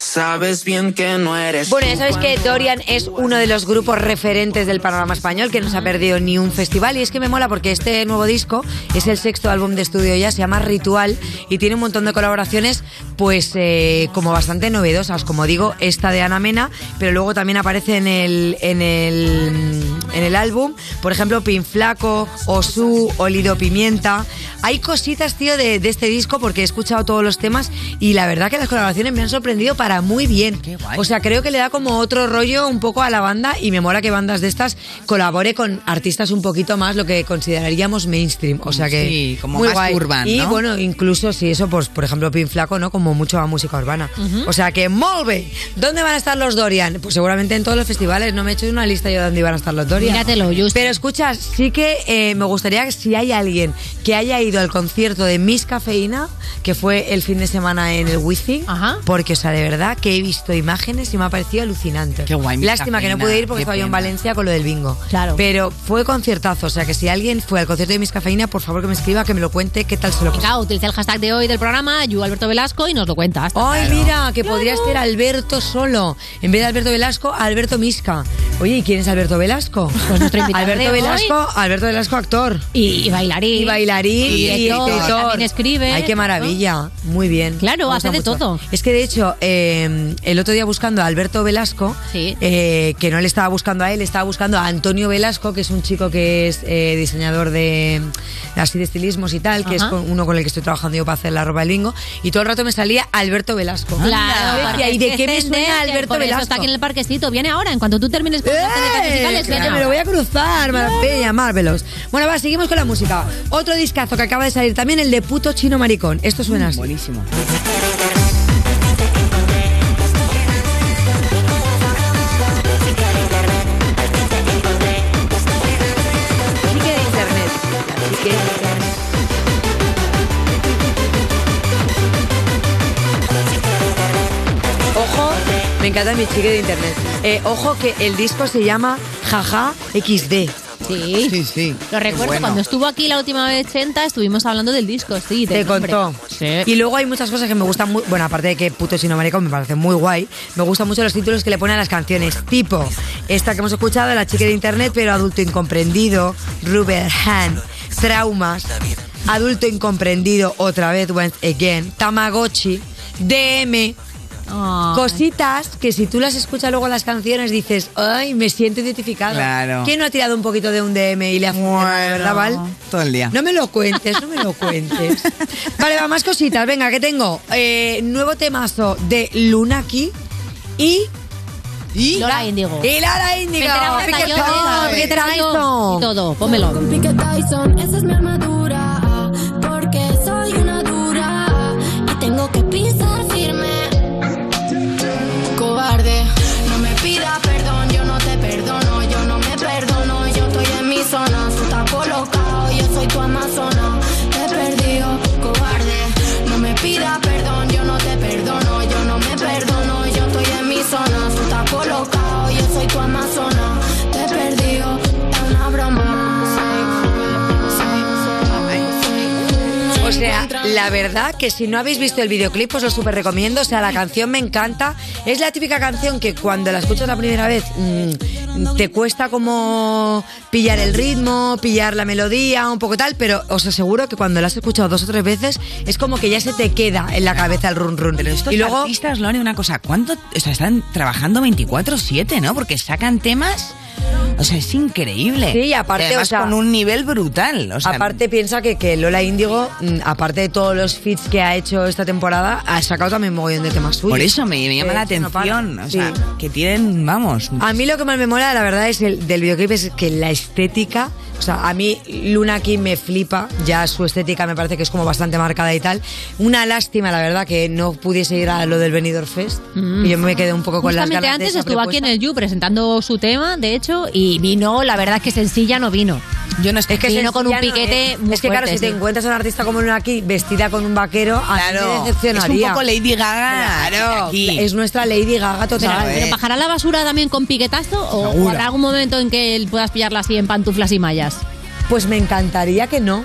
Speaker 22: Sabes bien que no eres.
Speaker 26: Bueno, ya sabéis que Dorian es uno de los grupos referentes del panorama español que no se ha perdido ni un festival y es que me mola porque este nuevo disco es el sexto álbum de estudio ya, se llama Ritual y tiene un montón de colaboraciones pues eh, como bastante novedosas, como digo, esta de Ana Mena, pero luego también aparece en el, en el, mm, en el álbum, por ejemplo, Pin Flaco, Osu, Olido Pimienta. Hay cositas, tío, de, de este disco porque he escuchado todos los temas y la verdad que las colaboraciones me han sorprendido para muy bien. O sea, creo que le da como otro rollo un poco a la banda y me mola que bandas de estas colabore con artistas un poquito más lo que consideraríamos mainstream. O sea que
Speaker 19: Sí, como
Speaker 26: muy
Speaker 19: más
Speaker 26: guay.
Speaker 19: urban,
Speaker 26: Y
Speaker 19: ¿no?
Speaker 26: bueno, incluso si eso, pues, por ejemplo, Pin Flaco, ¿no? Como mucho a música urbana. O sea que Molve, ¿dónde van a estar los Dorian? Pues seguramente en todos los festivales, no me he hecho una lista yo de dónde iban a estar los Dorian.
Speaker 3: Míratelo,
Speaker 26: Pero escucha, sí que eh, me gustaría que si hay alguien que haya ido al concierto de Miss Cafeína, que fue el fin de semana en el Wizzing, porque, o sea, de verdad que he visto imágenes y me ha parecido alucinante. Qué guay,
Speaker 19: Miss
Speaker 26: Lástima que no
Speaker 19: Cafeína,
Speaker 26: pude ir porque
Speaker 19: qué
Speaker 26: estaba yo en
Speaker 19: pena.
Speaker 26: Valencia con lo del bingo. Claro. Pero fue conciertazo, o sea, que si alguien fue al concierto de Miss Cafeína, por favor que me escriba, que me lo cuente, qué tal se lo pasó.
Speaker 3: Venga, utiliza el hashtag de hoy del programa, Yu Alberto Velasco, y nos lo cuentas.
Speaker 26: Ay, mira, que podría ser Alberto solo. En vez de Alberto Velasco, Alberto Misca. Oye, ¿y quién es Alberto Velasco? Pues nuestro
Speaker 3: invitado
Speaker 26: Alberto
Speaker 3: de hoy.
Speaker 26: Velasco, Alberto Velasco, actor.
Speaker 3: Y, bailarín.
Speaker 26: Y bailarín.
Speaker 3: Y
Speaker 26: Y,
Speaker 3: director,
Speaker 26: editor.
Speaker 3: también escribe.
Speaker 26: Ay, qué maravilla. Muy bien.
Speaker 3: Claro,
Speaker 26: Me
Speaker 3: hace
Speaker 26: gusta
Speaker 3: de
Speaker 26: mucho.
Speaker 3: todo.
Speaker 26: Es que de hecho, eh, el otro día buscando a Alberto Velasco, eh, que no le estaba buscando a él, estaba buscando a Antonio Velasco, que es un chico que es eh, diseñador de así de estilismos y tal, que es
Speaker 3: Ajá.
Speaker 26: con- uno con el que estoy trabajando yo para hacer la ropa del bingo, y todo el rato me salía Alberto Velasco.
Speaker 3: Claro,
Speaker 26: Y yo decía,
Speaker 3: porque
Speaker 26: ¿y de
Speaker 3: es
Speaker 26: qué me
Speaker 3: tendencia,
Speaker 26: suena Alberto
Speaker 3: por eso
Speaker 26: Velasco?
Speaker 3: está aquí en el parquecito. Viene ahora, en cuanto tú termines con las tendencias musicales,
Speaker 26: Que
Speaker 3: viene
Speaker 26: me
Speaker 3: ahora.
Speaker 26: lo voy a cruzar, maravilla, marvelos. Bueno, va, seguimos con la música. Otro discazo que acaba de salir también, el de puto chino maricón. Esto suena así.
Speaker 19: Buenísimo.
Speaker 26: Así que de internet. Así que de internet. Ojo, me encanta mi chique de internet. Eh, ojo que el disco se llama Jaja XD.
Speaker 3: Sí,
Speaker 26: sí,
Speaker 3: Lo recuerdo, cuando estuvo aquí la última vez Chenta, estuvimos hablando del disco, sí.
Speaker 26: Te
Speaker 3: del nombre.
Speaker 26: contó. Y luego hay muchas cosas que me gustan muy. Bueno, aparte de que puto chino maricón me parece muy guay, me gustan mucho los títulos que le ponen a las canciones. Tipo, esta que hemos escuchado, La chica de internet, pero adulto incomprendido, Rubber Hand, Traumas, Adulto incomprendido, otra vez, Once Again, Tamagotchi, DM. Cositas que si tú las escuchas luego las canciones dices, ay, me siento identificado.
Speaker 19: Claro.
Speaker 26: ¿Quién no ha tirado un poquito de un DM y le ha funcionado, verdad, Val?
Speaker 19: Todo el día.
Speaker 26: No me lo cuentes, no me lo cuentes. Vale, va, más cositas. Venga, que tengo eh, nuevo temazo de Luna aquí y. Y
Speaker 3: Lola Índigo.
Speaker 26: Y Lara Índigo. ¿eh?
Speaker 3: Me enteraba hasta
Speaker 26: Piquet
Speaker 3: yo
Speaker 26: Tyson,
Speaker 3: de-
Speaker 26: Piquet
Speaker 3: de-
Speaker 26: Tyson.
Speaker 3: y todo, pónmelo.
Speaker 21: Con Pique Tyson, esa es mi armadura. ah, Porque soy una dura ah, y tengo que pisar firme. Cobarde, no me pida perdón, yo no te perdono, yo no me perdono, yo estoy en mi zona, tú estás colocado, yo soy tu amazona, te he perdido, cobarde, no me pida perdón, yo no te perdono, yo no me perdono, yo estoy en mi zona, tú estás colocado, yo soy tu amazona, te he perdido, es una broma. Soy, soy, soy,
Speaker 26: La verdad que si no habéis visto el videoclip, os lo súper recomiendo. O sea, la canción me encanta. Es la típica canción que cuando la escuchas la primera vez mm, te cuesta como pillar el ritmo, pillar la melodía, un poco tal, pero os aseguro que cuando la has escuchado dos o tres veces es como que ya se te queda en la cabeza el run run.
Speaker 2: Estos
Speaker 26: y luego
Speaker 2: artistas, Lore, una cosa, ¿cuánto? O sea, están trabajando 24-7, ¿no? Porque sacan temas. O sea, es increíble.
Speaker 26: Sí, y aparte, o
Speaker 2: Además,
Speaker 26: sea,
Speaker 2: con un nivel brutal. O sea,
Speaker 26: Aparte piensa que, que Lola Índigo, mm, aparte de todos los feats que ha hecho esta temporada, ha sacado también mogollón de temas suyos.
Speaker 2: por eso me, me llama
Speaker 26: Eh,
Speaker 2: la
Speaker 26: eso no para.
Speaker 2: atención. o
Speaker 26: Sí.
Speaker 2: sea, que tienen, vamos.
Speaker 26: A mí lo que más me mola, la verdad, es el, del videoclip es que la estética, o sea, a mí Luna aquí me flipa, ya su estética me parece que es como bastante marcada y tal. Una lástima, la verdad, que no pudiese ir a lo del Benidorm Fest,
Speaker 3: Mm.
Speaker 26: y yo me quedé un poco con las
Speaker 3: Justamente
Speaker 26: ganas de
Speaker 3: antes
Speaker 26: esa
Speaker 3: estuvo aquí
Speaker 26: propuesta.
Speaker 3: en el You presentando su tema, de hecho, y vino, la verdad es que sencilla no vino.
Speaker 2: Yo no
Speaker 26: Es que
Speaker 3: vino
Speaker 26: sencilla
Speaker 3: con un
Speaker 26: no eh,
Speaker 3: piquete
Speaker 26: es.
Speaker 3: muy
Speaker 26: Es que claro,
Speaker 3: fuerte,
Speaker 26: si te
Speaker 3: sí.
Speaker 26: encuentras a un artista como Luna aquí vestida con un vaquero, a mí
Speaker 2: Claro,
Speaker 26: me decepcionaría.
Speaker 2: es un poco Lady Gaga,
Speaker 26: Claro,
Speaker 2: aquí.
Speaker 26: es nuestra Lady Gaga
Speaker 3: Pero,
Speaker 26: total. ¿eh?
Speaker 3: pero bajará la basura también con piquetazo o,
Speaker 26: Seguro.
Speaker 3: o habrá algún momento en que él puedas pillarla así en pantuflas y mallas.
Speaker 26: Pues me encantaría que no.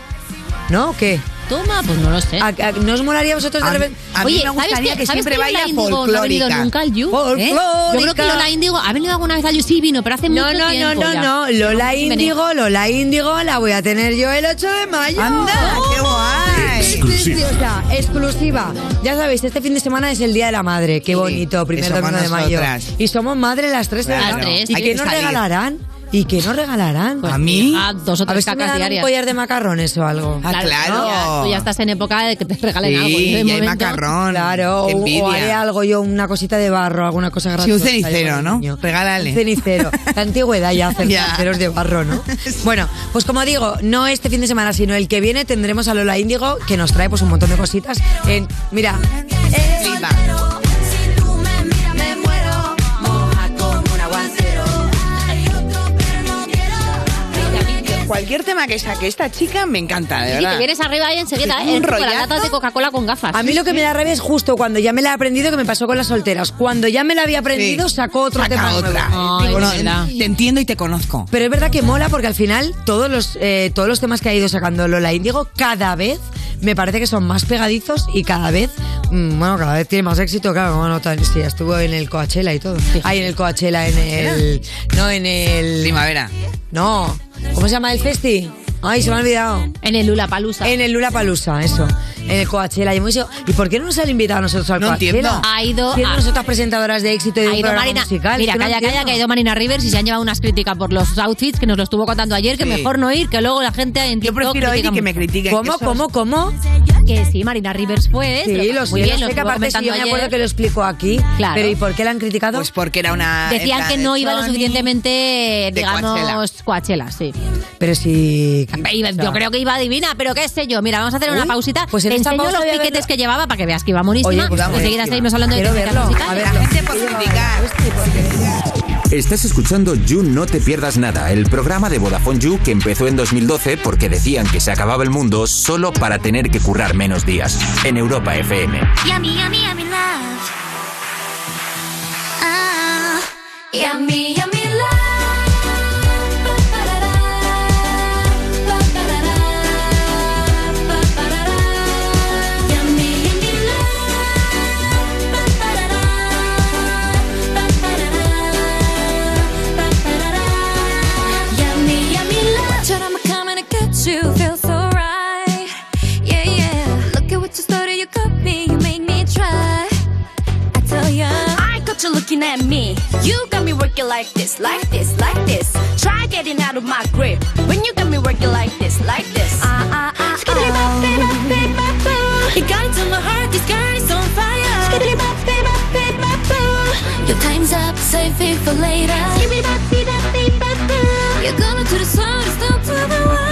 Speaker 26: ¿No? ¿O qué?
Speaker 3: Toma, pues no lo sé.
Speaker 26: ¿No os molaría a vosotros de repente?
Speaker 3: Oye, ¿sabes ¿sabes que Lola Índigo No ha venido nunca al You. ¿eh? Yo creo que Lola Índigo ha venido alguna vez al You, sí vino, pero hace
Speaker 26: No,
Speaker 3: mucho
Speaker 26: no, no,
Speaker 3: tiempo.
Speaker 26: no,
Speaker 3: ya.
Speaker 26: no. Lola Índigo, Lola Índigo la voy a tener yo el 8 de mayo. ¡Anda! ¡Qué guay!
Speaker 6: Exclusiva.
Speaker 26: Exclusiva. exclusiva. Ya sabéis, este fin de semana es el Día de la Madre. Qué bonito, primer
Speaker 28: eso
Speaker 26: domingo
Speaker 28: para
Speaker 26: de mayo.
Speaker 28: nosotras.
Speaker 26: Y somos madres las tres.
Speaker 28: Claro.
Speaker 26: además.
Speaker 28: Las tres,
Speaker 26: ¿Y
Speaker 28: hay
Speaker 26: qué
Speaker 28: que
Speaker 26: nos
Speaker 28: salir.
Speaker 26: regalarán? ¿Y qué nos regalarán?
Speaker 28: ¿A mí?
Speaker 26: A
Speaker 3: Pues dos o
Speaker 26: ver
Speaker 3: tres
Speaker 26: si me
Speaker 3: cacas
Speaker 26: dan un
Speaker 3: diarias.
Speaker 26: collar de macarrones o algo.
Speaker 3: Tú Ah, ya, tú ya estás en época de que te regalen
Speaker 26: Sí,
Speaker 3: algo. Yo de
Speaker 26: y hay
Speaker 3: momento-
Speaker 26: macarrón. Oh, Claro,
Speaker 3: Qué
Speaker 26: o-
Speaker 3: envidia.
Speaker 26: o haré algo yo, una cosita de barro, alguna cosa
Speaker 2: Sí,
Speaker 26: graciosa.
Speaker 2: un cenicero, ¿no?
Speaker 26: Un
Speaker 2: Regálale.
Speaker 26: cenicero. La antigüedad ya hacer
Speaker 2: Ya.
Speaker 26: ceniceros de barro, ¿no? Bueno, pues como digo, no este fin de semana, sino el que viene tendremos a Lola Índigo, que nos trae pues un montón de cositas. En, mira,
Speaker 6: Si tú me miras me muero, moja como un aguacero.
Speaker 28: Cualquier tema que saque esta chica me encanta, de
Speaker 3: Sí, te
Speaker 28: verdad.
Speaker 3: vienes arriba ahí enseguida,
Speaker 26: Sí,
Speaker 3: ¿eh?
Speaker 26: un
Speaker 3: Con las
Speaker 26: rollazo.
Speaker 3: latas de Coca-Cola con gafas.
Speaker 26: a mí lo que me da rabia es justo cuando ya me la he aprendido, que me pasó con las solteras. Cuando ya me la había aprendido, sacó otro
Speaker 2: Saca
Speaker 26: tema nuevo.
Speaker 2: otra.
Speaker 26: Digo, no,
Speaker 2: te entiendo y te conozco.
Speaker 26: Pero es verdad que mola porque al final todos los, eh, todos los temas que ha ido sacando Lola Índigo cada vez me parece que son más pegadizos y cada vez, mm, bueno, cada vez tiene más éxito, claro, bueno, tan, sí, estuvo en el Coachella y todo. Ahí en el Coachella, en el... No, en el...
Speaker 2: Primavera.
Speaker 26: No, ¿cómo se llama el festi? Ay, se me ha olvidado.
Speaker 3: En el Lula Palusa.
Speaker 26: En el Lula Palusa, eso. En el Coachella. Y, hemos ido- ¿Y por qué no nos han invitado a nosotros al Coachella?
Speaker 3: Ha ido.
Speaker 26: Siendo
Speaker 3: a-
Speaker 26: nosotras presentadoras de éxito y de
Speaker 3: ha
Speaker 26: un
Speaker 3: ido
Speaker 26: programa
Speaker 3: Marina.
Speaker 26: musical.
Speaker 3: Mira,
Speaker 26: Es que no
Speaker 3: calla, calla,
Speaker 26: entiendo.
Speaker 3: que ha ido Marina Rivers y se han llevado unas críticas por los outfits que nos lo estuvo contando ayer, que
Speaker 26: Sí.
Speaker 3: mejor no ir, que luego la gente en TikTok
Speaker 26: prefiero ir y
Speaker 3: critica
Speaker 26: que me
Speaker 3: mucho.
Speaker 26: critiquen, ¿Cómo, que eso es- cómo, cómo?
Speaker 3: Que sí, Marina Rivers fue.
Speaker 26: Sí, lo
Speaker 3: se pasó
Speaker 26: sé,
Speaker 3: pues, muy bien,
Speaker 26: lo
Speaker 3: lo
Speaker 26: sé que
Speaker 3: estuvo
Speaker 26: aparte sí,
Speaker 3: comentando
Speaker 26: yo me acuerdo
Speaker 3: ayer.
Speaker 26: que lo explicó aquí.
Speaker 3: Claro.
Speaker 26: Pero ¿y por qué la han criticado?
Speaker 2: Pues porque era
Speaker 26: ah,
Speaker 2: una...
Speaker 3: Decían que no iba lo suficientemente,
Speaker 26: de
Speaker 3: digamos, Coachella, sí.
Speaker 26: Pero si...
Speaker 3: Iba- Yo creo que iba divina, pero qué sé yo. Mira, vamos a hacer una
Speaker 26: Uy,
Speaker 3: pausita.
Speaker 26: pues en
Speaker 3: Te
Speaker 26: esta
Speaker 3: enseño
Speaker 26: pausa
Speaker 3: los
Speaker 26: voy a
Speaker 3: piquetes que llevaba para que veas que iba monísima.
Speaker 26: Oye, pues vamos,
Speaker 3: Enseguida
Speaker 26: tío.
Speaker 3: seguimos hablando de
Speaker 26: Quiero
Speaker 3: técnicas
Speaker 26: verlo, a
Speaker 3: musicales.
Speaker 26: verlo. La gente pues,
Speaker 19: Estás escuchando You No Te Pierdas Nada, el programa de Vodafone You que empezó en 2012 porque decían que se acababa el mundo solo para tener que currar menos días. En Europa FM.
Speaker 6: Yummy, yummy, yummy love. Ah, yummy, yummy love. Ba, ba, da, da. Ba, ba, da, da. Yummy, yummy love. Ba, ba, da, da. Ba, ba, da, da. Ba, ba, da, da. Yummy, yummy love. Turn on my coming to get you. Feels so right. Yeah, yeah. Look at what you started. You got me. You make me try. I tell ya. I got you looking at me. You got me working like this, like this, like this. Try getting out of my grip. When you got me working like this, like this. Ah, ah, ah. You got it to my heart. This girl is on fire. Your time's up. Save it for later. You're gonna do the song. It's not to the way.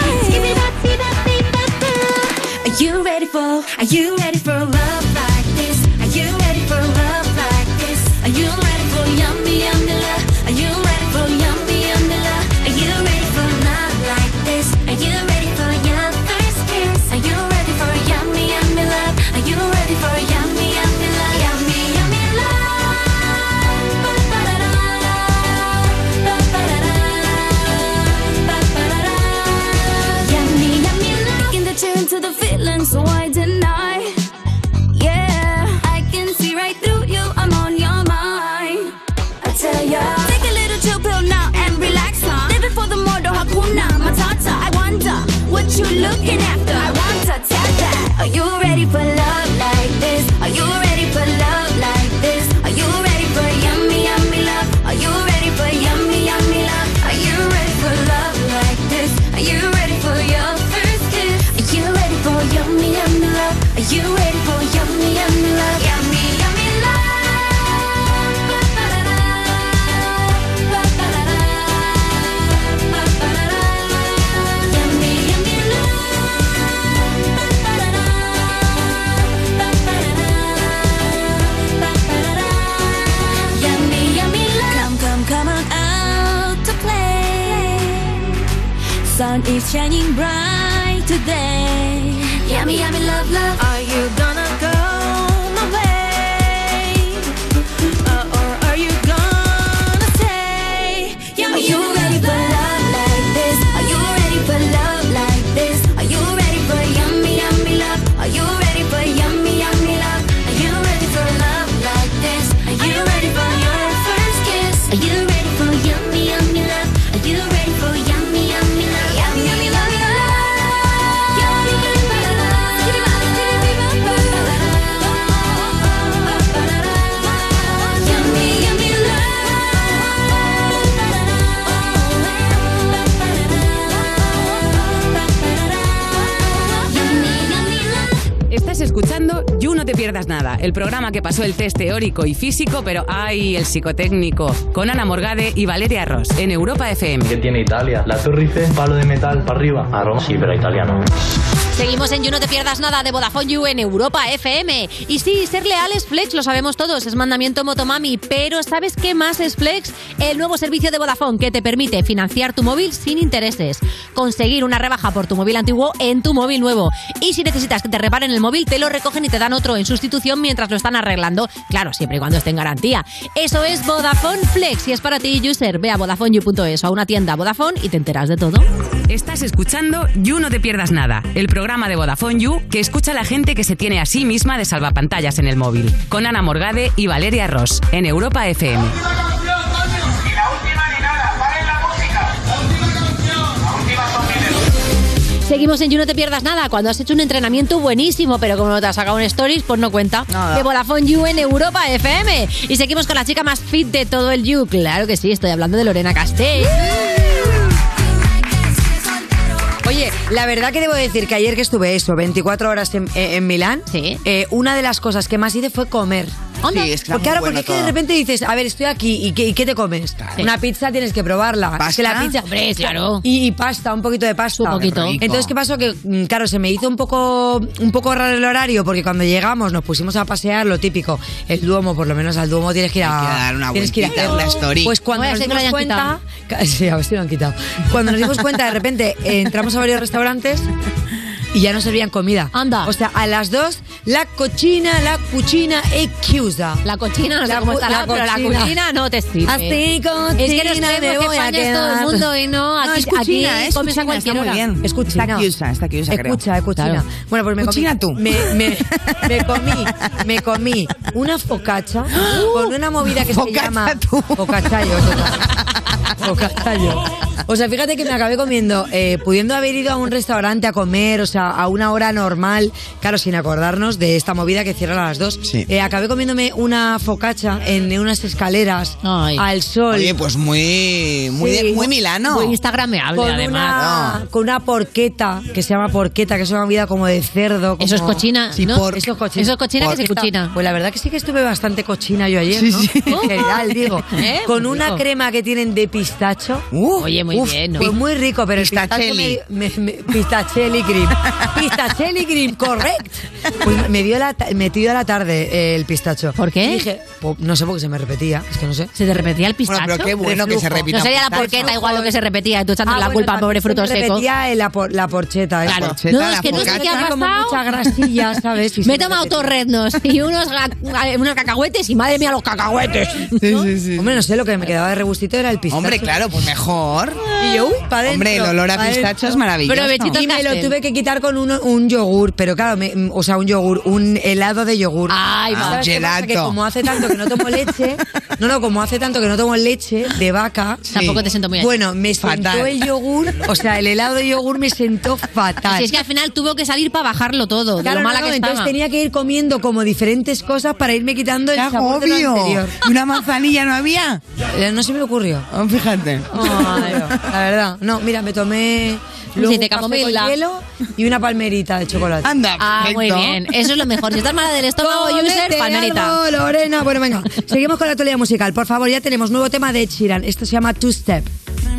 Speaker 6: Are you ready for? Are you ready for love like this? Are you ready for love like this? Are you ready for yummy yummy love? Are you ready for yummy yummy love? Are you ready for love like this? Are you ready for your first kiss? Are you ready for yummy yummy love? Are you ready for yummy yummy love? Yummy yummy love. Ba-ba-da-da. Ba-ba-da-da. Ba-ba-da-da. Yummy, yummy love. Taking the chance to the feeling, so I deny.
Speaker 29: sun is shining bright today. Yummy, yummy, love, love. Are you gonna go my way? Uh, or are you gonna stay? Yummy,
Speaker 10: Are you
Speaker 29: yummy,
Speaker 10: ready
Speaker 29: love,
Speaker 10: for love like this? Are you ready for love like this? Are you ready for yummy, yummy love? Are you ready for yummy, yummy love? Are you ready for love like this? Are you ready for your first kiss? Are you ready for yummy, yummy love? Are you ready for yummy, yummy love? Yummy, yummy love, yummy, yummy love, yummy, yummy love.
Speaker 23: Estás escuchando You No Te Pierdas Nada, el programa que pasó el test teórico y físico, pero ¡ay! el psicotécnico, con Ana Morgade y Valeria Ross, en Europa FM.
Speaker 30: ¿Qué tiene Italia? La torrice, palo de metal para arriba. Aroma. Sí, pero italiano.
Speaker 3: Seguimos en You No Te Pierdas Nada de Vodafone You en Europa FM. Y sí, ser leal es Flex, lo sabemos todos, es mandamiento Motomami. Pero ¿sabes qué más es Flex? El nuevo servicio de Vodafone que te permite financiar tu móvil sin intereses, conseguir una rebaja por tu móvil antiguo en tu móvil nuevo. Y si necesitas que te reparen el móvil, te lo recogen y te dan otro en sustitución mientras lo están arreglando. Claro, siempre y cuando esté en garantía. Eso es Vodafone Flex. Y es para ti, user. Ve a vodafoneyou.es o a una tienda Vodafone y te enteras de todo.
Speaker 23: Estás escuchando You No Te Pierdas Nada, el programa de Vodafone You que escucha a la gente que se tiene a sí misma de salvapantallas en el móvil, con Ana Morgade y Valeria Ross, en Europa FM.
Speaker 3: Seguimos en You No Te Pierdas Nada, cuando has hecho un entrenamiento buenísimo, pero como no te has sacado un stories, pues no cuenta. De Vodafone You en Europa FM. Y seguimos con la chica más fit de todo el You. Claro que sí, estoy hablando de Lorena Castell.
Speaker 26: Oye, la verdad que debo decir que ayer que estuve eso, 24 horas en, eh, en Milán, eh, una de las cosas que más hice fue comer.
Speaker 2: Anda. Sí, es que era
Speaker 26: porque
Speaker 2: muy
Speaker 26: ahora,
Speaker 2: bueno
Speaker 26: porque es que de
Speaker 2: todo.
Speaker 26: repente dices, a ver, estoy aquí, ¿y qué, y qué te comes? Una pizza tienes que probarla. Es que la
Speaker 2: ¿Pasta?
Speaker 26: pizza,
Speaker 2: Hombre, claro.
Speaker 26: Y, y pasta, un poquito de pasta.
Speaker 2: Un poquito. Qué rico.
Speaker 26: Entonces, ¿qué pasó? Que, mm, claro, se me hizo un poco, un poco raro el horario, porque cuando llegamos nos pusimos a pasear, lo típico, el Duomo, por lo menos al Duomo tienes que ir a...
Speaker 2: Hay que dar una
Speaker 26: tienes que ir a-
Speaker 2: vueltita, una story.
Speaker 26: Pues cuando
Speaker 2: Puede
Speaker 26: nos
Speaker 2: ser que lo
Speaker 26: dimos
Speaker 2: hayan
Speaker 26: cuenta...
Speaker 2: quitado.
Speaker 26: Ca- Sí, a ver si lo han quitado. Cuando nos dimos cuenta, de repente eh, entramos a varios restaurantes y ya no servían comida. Anda. O sea, a las dos, la cochina, la cuchina excusa.
Speaker 3: La cochina no sé cómo estará, pero la cuchina no te sirve.
Speaker 26: Así cochina
Speaker 3: Es que nos creemos
Speaker 26: me
Speaker 3: que
Speaker 26: voy a
Speaker 3: España es todo el
Speaker 26: quedar.
Speaker 3: mundo y no, aquí-
Speaker 26: es cuchina,
Speaker 3: aquí
Speaker 26: es
Speaker 3: comes a
Speaker 26: cuchina,
Speaker 3: cualquier
Speaker 26: está muy
Speaker 3: hora.
Speaker 26: bien. Es cuchina.
Speaker 2: Está Kiusa, está Kiusa, creo.
Speaker 3: eh,
Speaker 26: Escucha, escucha.
Speaker 2: Claro.
Speaker 26: Bueno, pues me comí.
Speaker 2: Cuchina tú.
Speaker 26: Me, me- me comí, me comí una focacha con una movida que se llama. Focacha yo, total. Focacha yo. O sea, fíjate que me acabé comiendo, eh, pudiendo haber ido a un restaurante a comer, o sea, a una hora normal, claro, sin acordarnos de esta movida que cierra a las dos.
Speaker 2: Sí.
Speaker 26: Eh, acabé comiéndome una focacha en unas escaleras al sol.
Speaker 2: Oye, pues muy, muy, de-
Speaker 26: Sí.
Speaker 2: muy Milano. Ah.
Speaker 26: Muy
Speaker 3: instagrameable,
Speaker 26: con Una, con una porqueta, que se llama porqueta, que es una vida como de cerdo.
Speaker 3: Eso es cochina, Sí, ¿no? por-
Speaker 26: eso es cochina.
Speaker 3: eso es cochina que se
Speaker 26: Porqueta.
Speaker 3: cochina.
Speaker 26: Pues la verdad que sí que estuve bastante cochina yo ayer, ¿no? En general, digo.
Speaker 3: Eh,
Speaker 26: Con
Speaker 3: muy
Speaker 26: una
Speaker 3: rico.
Speaker 26: crema que tienen de pistacho.
Speaker 3: Oye, muy bien, ¿no?
Speaker 26: Pues muy rico, pero el
Speaker 3: Pistachelli.
Speaker 26: pistacho me, me- me- pistacelli cream. pistacelli cream, correcto. Pues me dio la, ta- me dio a la tarde eh, el pistacho. ¿Por
Speaker 3: qué?
Speaker 26: dije, po- no sé, porque se me repetía. Es que no sé.
Speaker 3: ¿Se te repetía el
Speaker 26: pistacho?
Speaker 3: Bueno, pero qué bueno que se Reflujo. repita No sería la pistacho. porqueta igual lo que se repetía, tú echándole la culpa al pobre fruto
Speaker 26: Ah, se me
Speaker 3: seco.
Speaker 26: repetía eh, la, por- la porcheta. ¿eh? esa.
Speaker 3: Claro. no, es que no sé qué ha
Speaker 26: Tiene
Speaker 3: pasado.
Speaker 26: como mucha grasilla, ¿sabes? Y se
Speaker 3: Me he tomado
Speaker 26: repetía.
Speaker 3: torreznos y unos, ga- unos cacahuetes y madre mía los cacahuetes.
Speaker 26: Hombre, no sé, lo que me quedaba de rebustito era el pistacho.
Speaker 2: Hombre, claro, pues mejor.
Speaker 26: Y yo, uy, pa' dentro,
Speaker 2: Hombre, el olor a
Speaker 26: pa' dentro.
Speaker 2: pistacho es maravilloso.
Speaker 26: Y me lo tuve que quitar con un, un yogur, pero claro, me- mm, o sea, un yogur, un helado de yogur. Ay,
Speaker 2: va.
Speaker 26: ¿Sabes qué pasa?
Speaker 2: Gelato.
Speaker 26: Que como hace tanto que no tomo leche, no, no, como hace tanto que no tomo leche de vaca.
Speaker 3: Tampoco te siento muy bien.
Speaker 26: Bueno, me sentó
Speaker 3: Fatal.
Speaker 26: el yogur, o sea, el helado de yogur me sentó fatal.
Speaker 3: Si es que al final tuvo que salir para bajarlo todo, de
Speaker 26: Claro,
Speaker 3: lo
Speaker 26: no,
Speaker 3: mala
Speaker 26: no,
Speaker 3: que
Speaker 26: entonces
Speaker 3: estaba.
Speaker 26: tenía que ir comiendo como diferentes cosas para irme quitando el
Speaker 2: ¡Qué
Speaker 26: sabor de lo
Speaker 2: agobio!
Speaker 26: anterior.
Speaker 2: ¿Y una manzanilla no había? Ah,
Speaker 26: Eh, No se me ocurrió.
Speaker 2: fíjate.
Speaker 26: Ay, la verdad. No, mira, me tomé luego
Speaker 3: Sí, de
Speaker 26: un café con
Speaker 3: camomila.
Speaker 26: hielo y una palmerita de chocolate.
Speaker 2: Anda,
Speaker 3: Ah, muy bien. Eso es lo mejor. Si estás mala del estómago, user, palmerita.
Speaker 26: Algo, Lorena, bueno, venga. Seguimos con la actualidad musical. Por favor, ya tenemos nuevo tema de Ed Sheeran. Esto se llama Two Step.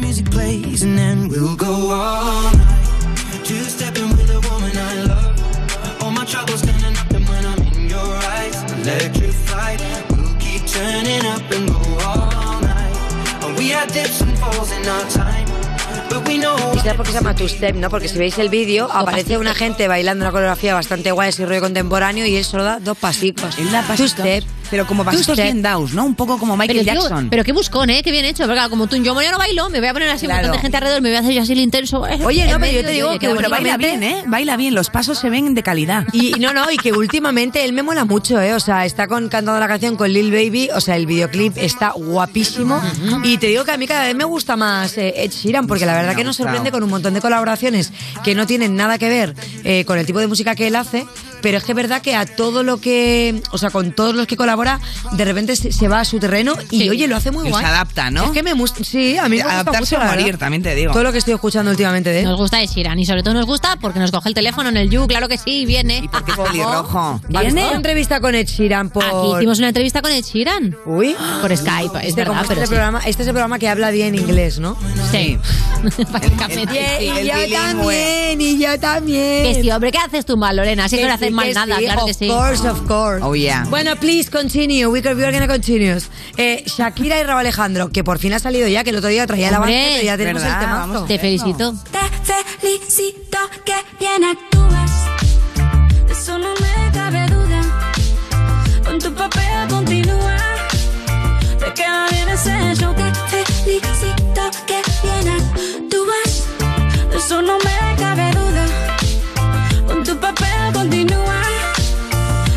Speaker 10: music plays and then we'll go all night. Two stepping with a woman I love. All my troubles standing up and when I'm in your eyes, electrified. We'll keep turning up and go all night. And we had dips and falls in our time.
Speaker 26: Y será porque se llama Two Step, ¿no? Porque si veis el vídeo, aparece una gente bailando una coreografía bastante guay, así rollo contemporáneo, y él solo da dos pasitos. Él da pasitos. Two Step.
Speaker 2: Pero como
Speaker 26: Two
Speaker 2: pasitos
Speaker 26: Step.
Speaker 2: bien dados, ¿no? Un poco como Michael
Speaker 3: pero, tío,
Speaker 2: Jackson.
Speaker 3: pero qué buscón, ¿eh? Qué bien hecho. Porque claro, como tú, yo mañana no bailo, me voy a poner así un montón de gente alrededor, me voy a hacer yo así el intenso. eh,
Speaker 26: Oye, no, pero yo
Speaker 3: En medio,
Speaker 26: te
Speaker 3: y,
Speaker 26: digo
Speaker 3: oye,
Speaker 26: que
Speaker 3: qué bonito.
Speaker 26: últimamente-
Speaker 2: ¿eh? Baila bien, los pasos se ven de calidad.
Speaker 26: Y no, no, y que últimamente él me mola mucho, ¿eh? O sea, está con, cantando la canción con Lil Baby, o sea, el videoclip está guapísimo. Y te digo que a mí cada vez me gusta más eh, Ed Sheeran, porque la verdad que nos sorprende con un montón de colaboraciones que no tienen nada que ver eh, con el tipo de música que él hace, pero es que es verdad que a todo lo que, o sea, con todos los que colabora, de repente se, se va a su terreno y oye, lo hace muy
Speaker 2: Y
Speaker 26: guay.
Speaker 2: se adapta, ¿no?
Speaker 26: Es que me gusta, sí, a mí me gusta mucho,
Speaker 2: Adaptarse a
Speaker 26: la
Speaker 2: morir,
Speaker 26: verdad.
Speaker 2: también te digo.
Speaker 26: Todo lo que estoy escuchando últimamente de él.
Speaker 3: Nos gusta de Shiran y sobre todo nos gusta porque nos coge el teléfono en el You, claro que sí, viene. ¿Y por qué
Speaker 26: pelirrojo? ¿Viene? Una entrevista con Ed Sheeran por...
Speaker 3: Aquí hicimos una entrevista con Ed Sheeran.
Speaker 26: Uy.
Speaker 3: Por Skype, es
Speaker 26: Este,
Speaker 3: verdad,
Speaker 26: como este,
Speaker 3: pero sí.
Speaker 26: programa, este es el programa que habla bien inglés, ¿no?
Speaker 3: Sí. Prácticamente.
Speaker 26: Y- y yo también, y yo también.
Speaker 3: Que sí, hombre, ¿qué haces tú mal, Lorena? Así que
Speaker 26: Que
Speaker 3: no haces
Speaker 26: sí,
Speaker 3: mal
Speaker 26: que
Speaker 3: nada,
Speaker 26: sí,
Speaker 3: claro que
Speaker 26: of
Speaker 3: sí.
Speaker 26: course, of course.
Speaker 2: Oh, yeah.
Speaker 26: Bueno, please continue. We are, we are gonna continue. Eh, Shakira y Raúl Alejandro, que por fin ha salido ya, que el otro día traía la
Speaker 3: Hombre,
Speaker 26: banda, pero ya tenemos
Speaker 3: ¿verdad?
Speaker 26: el tema.
Speaker 3: Vamos Te viendo. felicito.
Speaker 21: Te felicito que bien actúas. De eso no me cabe duda. Con tu papel continúa. Te queda bien ese show. Te felicito que bien actúas. De eso no me cabe duda. Con tu papel continúa.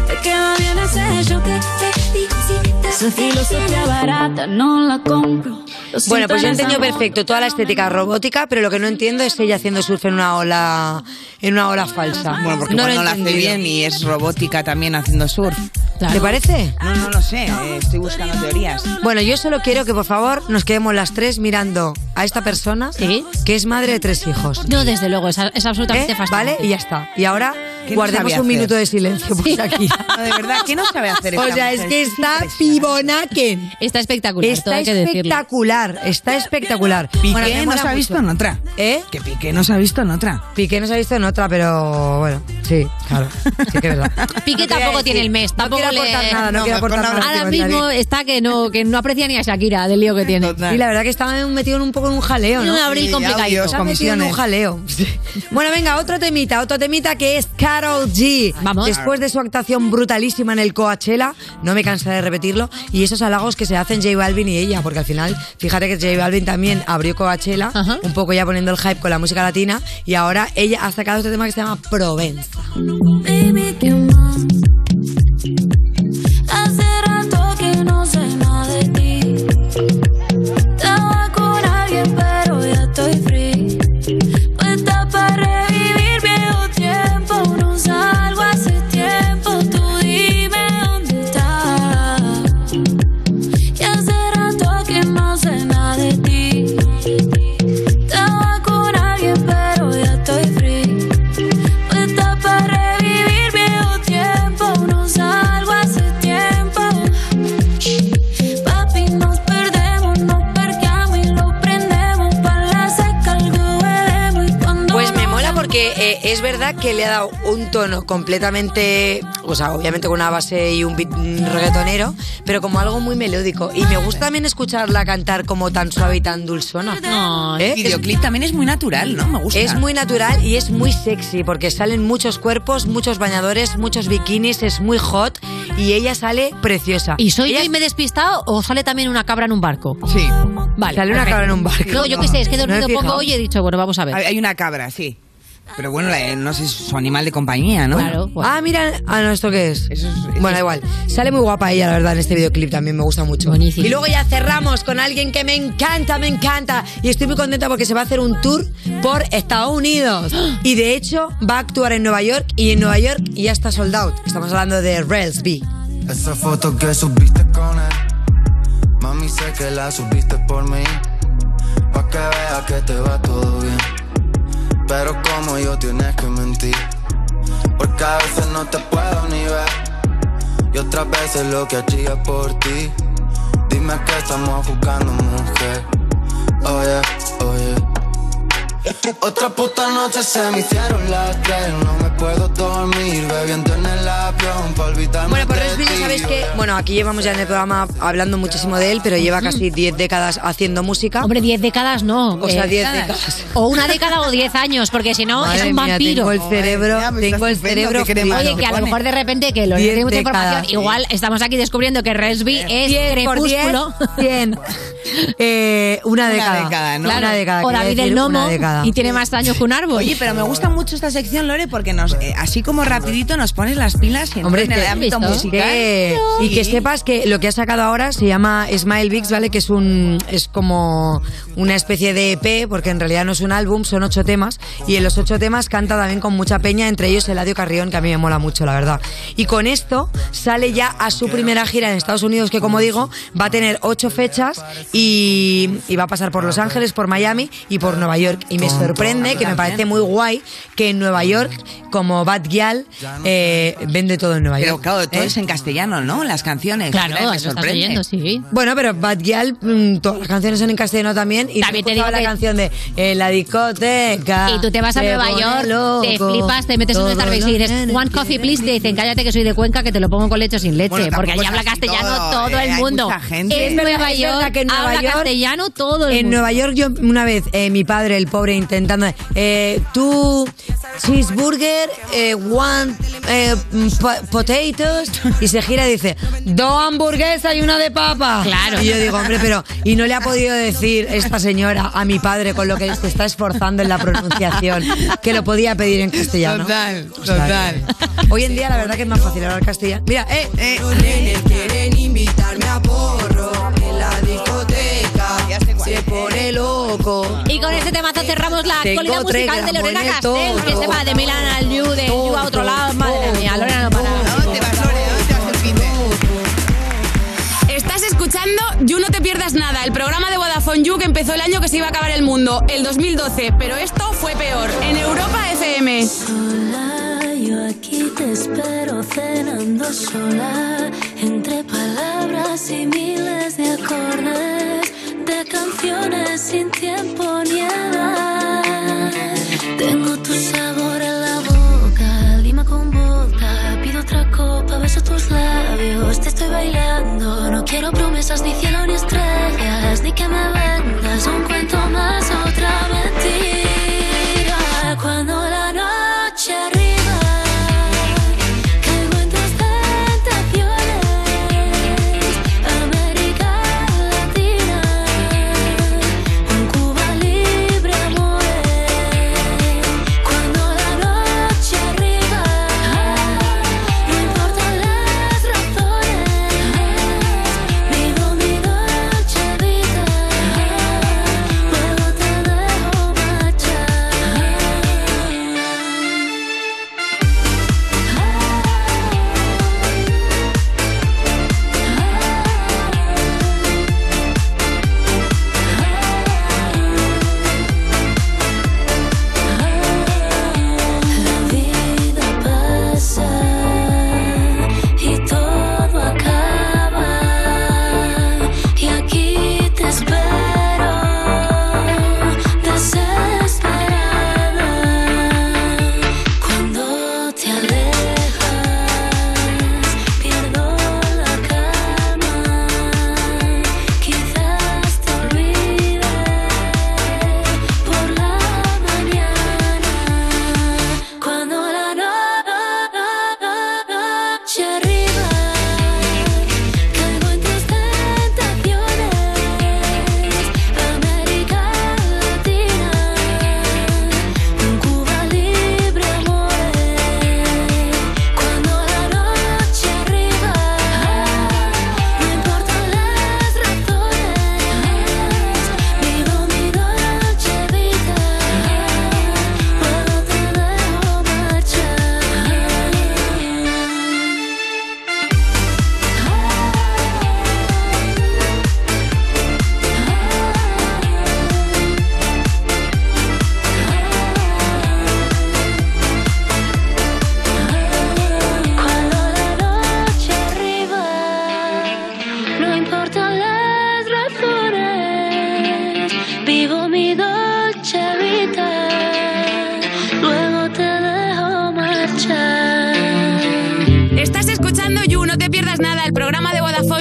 Speaker 21: Te queda bien ese show. Te felicito.
Speaker 6: Su filosofía barata no la compro. Los
Speaker 26: Bueno, pues yo he
Speaker 6: sintones
Speaker 26: entendido
Speaker 6: amor-
Speaker 26: perfecto toda la estética robótica, pero lo que no entiendo es ella haciendo surf en una ola, en una ola falsa.
Speaker 2: Bueno, porque igual
Speaker 26: lo he
Speaker 2: no la hace
Speaker 26: entendido.
Speaker 2: bien y es robótica también haciendo surf.
Speaker 26: ¿Te parece?
Speaker 2: No, no lo sé. eh, Estoy buscando teorías.
Speaker 26: Bueno, yo solo quiero que por favor nos quedemos las tres mirando a esta persona que es madre de tres hijos.
Speaker 3: No, desde luego, es, es absolutamente
Speaker 26: ¿Eh?
Speaker 3: fascinante.
Speaker 26: Vale, y ya está. Y ahora
Speaker 3: ¿Qué no
Speaker 26: guardemos
Speaker 3: sabe
Speaker 26: un
Speaker 3: hacer?
Speaker 26: minuto de silencio por
Speaker 3: Sí.
Speaker 26: aquí.
Speaker 2: de verdad, ¿qué no sabe hacer
Speaker 26: O
Speaker 2: esta
Speaker 26: sea, es
Speaker 2: mujer?
Speaker 26: que está pibonaken.
Speaker 3: Está espectacular,
Speaker 26: Está
Speaker 3: todo hay que decirlo.
Speaker 26: espectacular, está espectacular.
Speaker 2: Piqué
Speaker 26: Bueno, me
Speaker 2: no
Speaker 26: mola
Speaker 2: se ha
Speaker 26: mucho.
Speaker 2: visto en otra.
Speaker 26: ¿Eh?
Speaker 2: Que Piqué no se ha visto en otra.
Speaker 26: Piqué no se ha visto en otra, pero bueno, sí, claro. Sí que es verdad.
Speaker 3: Piqué tampoco tiene el mes, tampoco
Speaker 26: quiero
Speaker 3: le...
Speaker 26: aportar nada, no quiero aportar nada
Speaker 3: Ahora
Speaker 26: contigo,
Speaker 3: mismo
Speaker 26: David.
Speaker 3: está que no, que no aprecia ni a Shakira del lío que tiene.
Speaker 26: Y la verdad que estaba metido en un poco en un jaleo, ¿no?
Speaker 3: Un abril Sí, complicadito. audios,
Speaker 26: Está metido en un
Speaker 3: comisiones.
Speaker 26: jaleo. Sí. Bueno, venga, otro temita, otro temita que es Carol G. Vamos. Después de su actuación brutalísima en el Coachella, no me cansaré de repetirlo, y esos halagos que se hacen J Balvin y ella, porque al final, fíjate que J Balvin también abrió Coachella, un poco ya poniendo el hype con la música latina, y ahora ella ha sacado este tema que se llama Provenza.
Speaker 6: Baby, ¿qué más? Hace rato que no sé nada de ti. Estaba con alguien, pero ya estoy free. Puesta para revivir viejo tiempo. No salgo hace tiempo. Tú dime dónde estás. Que hace rato que no sé nada de ti. Estaba con alguien, pero ya estoy free. Puesta para revivir viejo tiempo, no salgo hace tiempo. Papi, nos perdemos, nos percamos y lo prendemos. Para la seca algo bebemos y cuando.
Speaker 26: Pues me mola porque eh, es verdad que le ha dado un tono completamente, o sea, obviamente con una base y un beat mm, reggaetonero, pero como algo muy melódico. Y me gusta también escucharla cantar como tan suave y tan dulzona. ¿Eh?
Speaker 2: No, el videoclip también es muy natural, ¿no? Me gusta.
Speaker 26: Es muy natural y es muy sexy porque salen muchos cuerpos, muchos bañadores, muchos bikinis, es muy hot y ella sale preciosa.
Speaker 3: ¿Y soy yo y me he despistado o sale también una cabra en un barco?
Speaker 2: Sí.
Speaker 3: Vale.
Speaker 26: Sale una
Speaker 3: perfecto.
Speaker 26: cabra en un barco.
Speaker 3: No, yo qué sé, es que he
Speaker 2: No me he
Speaker 3: dormido poco
Speaker 2: fijado.
Speaker 3: hoy y he dicho, bueno, vamos a ver.
Speaker 2: Hay hay una cabra, sí. Pero bueno, la- eh, no sé, es su animal de compañía, ¿no?
Speaker 26: Claro, Ah, mira, ah, no, ¿esto qué es? bueno, da igual. Sale muy guapa ella, la verdad, en este videoclip también, me gusta mucho. Y luego ya cerramos con alguien que me encanta, me encanta. Y estoy muy contenta porque se va a hacer un tour por Estados Unidos. Y de hecho, va a actuar en Nueva York y en Nueva York ya está sold out. Estamos hablando de Rels B.
Speaker 31: Esa foto que subiste con él. Mami, sé que la subiste por mí. Pa' que vea que te va todo bien. Pero como yo tienes que mentir. Porque a veces no te puedo ni ver. Y otras veces lo que hacía por ti. Dime que estamos jugando, mujer. Oye, oye. Otra puta noche se me hicieron las tres No me puedo dormir bebiendo en el avión
Speaker 26: Bueno, pues Ross Villa, ¿sabéis que Bueno, aquí llevamos ya en el programa hablando muchísimo de él, pero lleva casi 10 décadas haciendo música.
Speaker 3: Hombre, 10 décadas no.
Speaker 26: O sea,
Speaker 3: eh,
Speaker 26: 10 décadas.
Speaker 3: O una década o 10 años, porque si no
Speaker 26: Madre
Speaker 3: es un
Speaker 26: mía,
Speaker 3: vampiro.
Speaker 26: tengo el cerebro- Madre mía, tengo el estupendo, cerebro qué crema,
Speaker 3: Oye,
Speaker 26: ¿no?
Speaker 3: que a lo mejor de repente que lo
Speaker 26: Diez
Speaker 3: tiene mucha
Speaker 26: décadas,
Speaker 3: información.
Speaker 26: sí.
Speaker 3: Igual estamos aquí descubriendo que Resby es
Speaker 26: por
Speaker 3: crepúsculo.
Speaker 26: Bien. Eh, una década. Una década.
Speaker 3: O
Speaker 26: quería
Speaker 3: David
Speaker 26: decir
Speaker 3: el Nomo
Speaker 26: una década.
Speaker 3: y tiene más años que un árbol.
Speaker 19: Oye, pero me gusta mucho esta sección, Lore, porque nos, eh, así como rapidito nos pones las pilas en,
Speaker 26: Hombre,
Speaker 19: en
Speaker 26: es
Speaker 19: el
Speaker 26: que-
Speaker 19: ámbito
Speaker 26: ¿visto?
Speaker 19: musical.
Speaker 26: Que- y que sepas que lo que ha sacado ahora se llama Smile Bigs, ¿vale? Que es un es como una especie de EP, porque en realidad no es un álbum, son ocho temas. Y en los ocho temas canta también con mucha peña, entre ellos Eladio Carrión, que a mí me mola mucho, la verdad. Y con esto sale ya a su primera gira en Estados Unidos, que como digo, va a tener ocho fechas y, y va a pasar por Los Ángeles, por Miami y por Nueva York. Y me sorprende, que me parece muy guay, que en Nueva York, como Bad Gyal, eh, vende todo en Nueva York.
Speaker 19: Pero claro, todo
Speaker 26: ¿eh?
Speaker 19: es en castellano, ¿no? Las canciones.
Speaker 26: Claro,
Speaker 19: Claro, me
Speaker 26: eso estás
Speaker 19: sorprende.
Speaker 26: leyendo,
Speaker 3: sí.
Speaker 26: Bueno, pero Bad Gyal, mm, todas las canciones son en castellano también. Y también
Speaker 3: También te
Speaker 26: te
Speaker 3: digo
Speaker 26: la
Speaker 3: que-
Speaker 26: canción de eh, La discoteca.
Speaker 3: Y tú te vas a
Speaker 26: se
Speaker 3: Nueva
Speaker 26: pone
Speaker 3: York, te
Speaker 26: loco,
Speaker 3: flipas, te metes en un
Speaker 26: todo
Speaker 3: Starbucks y dices, one coffee please, te dicen, cállate que soy de Cuenca, que te lo pongo con leche o sin leche,
Speaker 26: Bueno,
Speaker 3: porque allí
Speaker 26: tampoco
Speaker 3: habla
Speaker 26: es así
Speaker 3: castellano todo,
Speaker 26: todo, eh,
Speaker 3: el
Speaker 26: hay
Speaker 3: mundo.
Speaker 26: mucha gente.
Speaker 3: En
Speaker 26: Es verdad,
Speaker 3: Nueva
Speaker 26: es
Speaker 3: York
Speaker 26: verdad que en Nueva
Speaker 3: habla
Speaker 26: York-
Speaker 3: castellano todo el
Speaker 26: En
Speaker 3: mundo.
Speaker 26: Nueva York, yo una vez, eh, mi padre, el pobre, intentando. Eh, tú, cheeseburger, eh, one eh, mm, po- potatoes. Y se gira y dice, dos hamburguesas y una de papa.
Speaker 3: Claro.
Speaker 26: Y yo digo, hombre, pero. Y no le ha podido decir esta señora a mi padre con lo que se está esforzando en la pronunciación, que lo podía pedir en castellano.
Speaker 19: Total,
Speaker 26: O sea,
Speaker 19: total.
Speaker 26: Hoy en día, la verdad que es más fácil hablar castellano. Mira, eh, eh.
Speaker 13: quieren invitarme a porro en la discoteca. Se pone loco.
Speaker 3: Y con este temazo
Speaker 26: Eh,
Speaker 3: cerramos la
Speaker 13: Tengo
Speaker 3: actualidad
Speaker 13: tres
Speaker 3: musical de
Speaker 13: gramos
Speaker 3: Lorena
Speaker 13: en el
Speaker 3: Castell, que
Speaker 13: toto.
Speaker 3: se va de Milán al You, de You a otro lado. Madre mía, Lorena no para.
Speaker 32: Estás escuchando You No Te Pierdas Nada, el programa de Vodafone You que empezó el año que se iba a acabar el mundo, el 2012, pero esto fue peor, en Europa FM.
Speaker 6: Sola, yo aquí te espero cenando sola, entre palabras y miles de acordes, de canciones sin tiempo ni edad. Tengo tu sabor en la boca, lima con vodka, pido otra copa, beso tus labios, te estoy bailando, no quiero promesas ni cielo ni estrellas, ni que me vendas un cuento más otra mentira. Cuando la noche arriba, caigo en tus tentaciones, América Latina, un Cuba libre amores. Cuando la noche arriba, no importan las razones, vivo mi noche vida.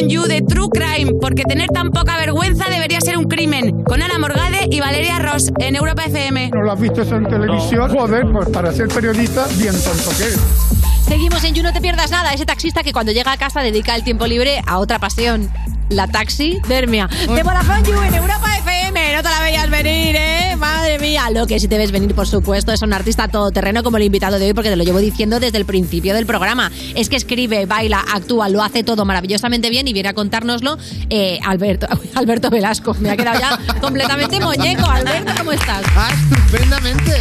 Speaker 32: You de True Crime, porque tener tan poca vergüenza debería ser un crimen. Con Ana Morgade y Valeria Ross en Europa FM.
Speaker 5: ¿No lo has visto eso en televisión? Joder, pues para ser periodista, bien tonto que es.
Speaker 3: Seguimos en You, no te pierdas nada. Ese taxista que cuando llega a casa dedica el tiempo libre a otra pasión. La taxidermia. De Vodafone You en Europa FM. No te la veías venir, ¿eh? Madre mía. Lo que sí te ves venir, por supuesto, es un artista todoterreno como el invitado de hoy, porque te lo llevo diciendo desde el principio del programa. Es que escribe, baila, actúa, lo hace todo maravillosamente bien y viene a contárnoslo eh, Alberto, Alberto Velasco. Me ha quedado ya completamente muñeco. Alberto, ¿cómo estás?
Speaker 14: Ah, estupendamente.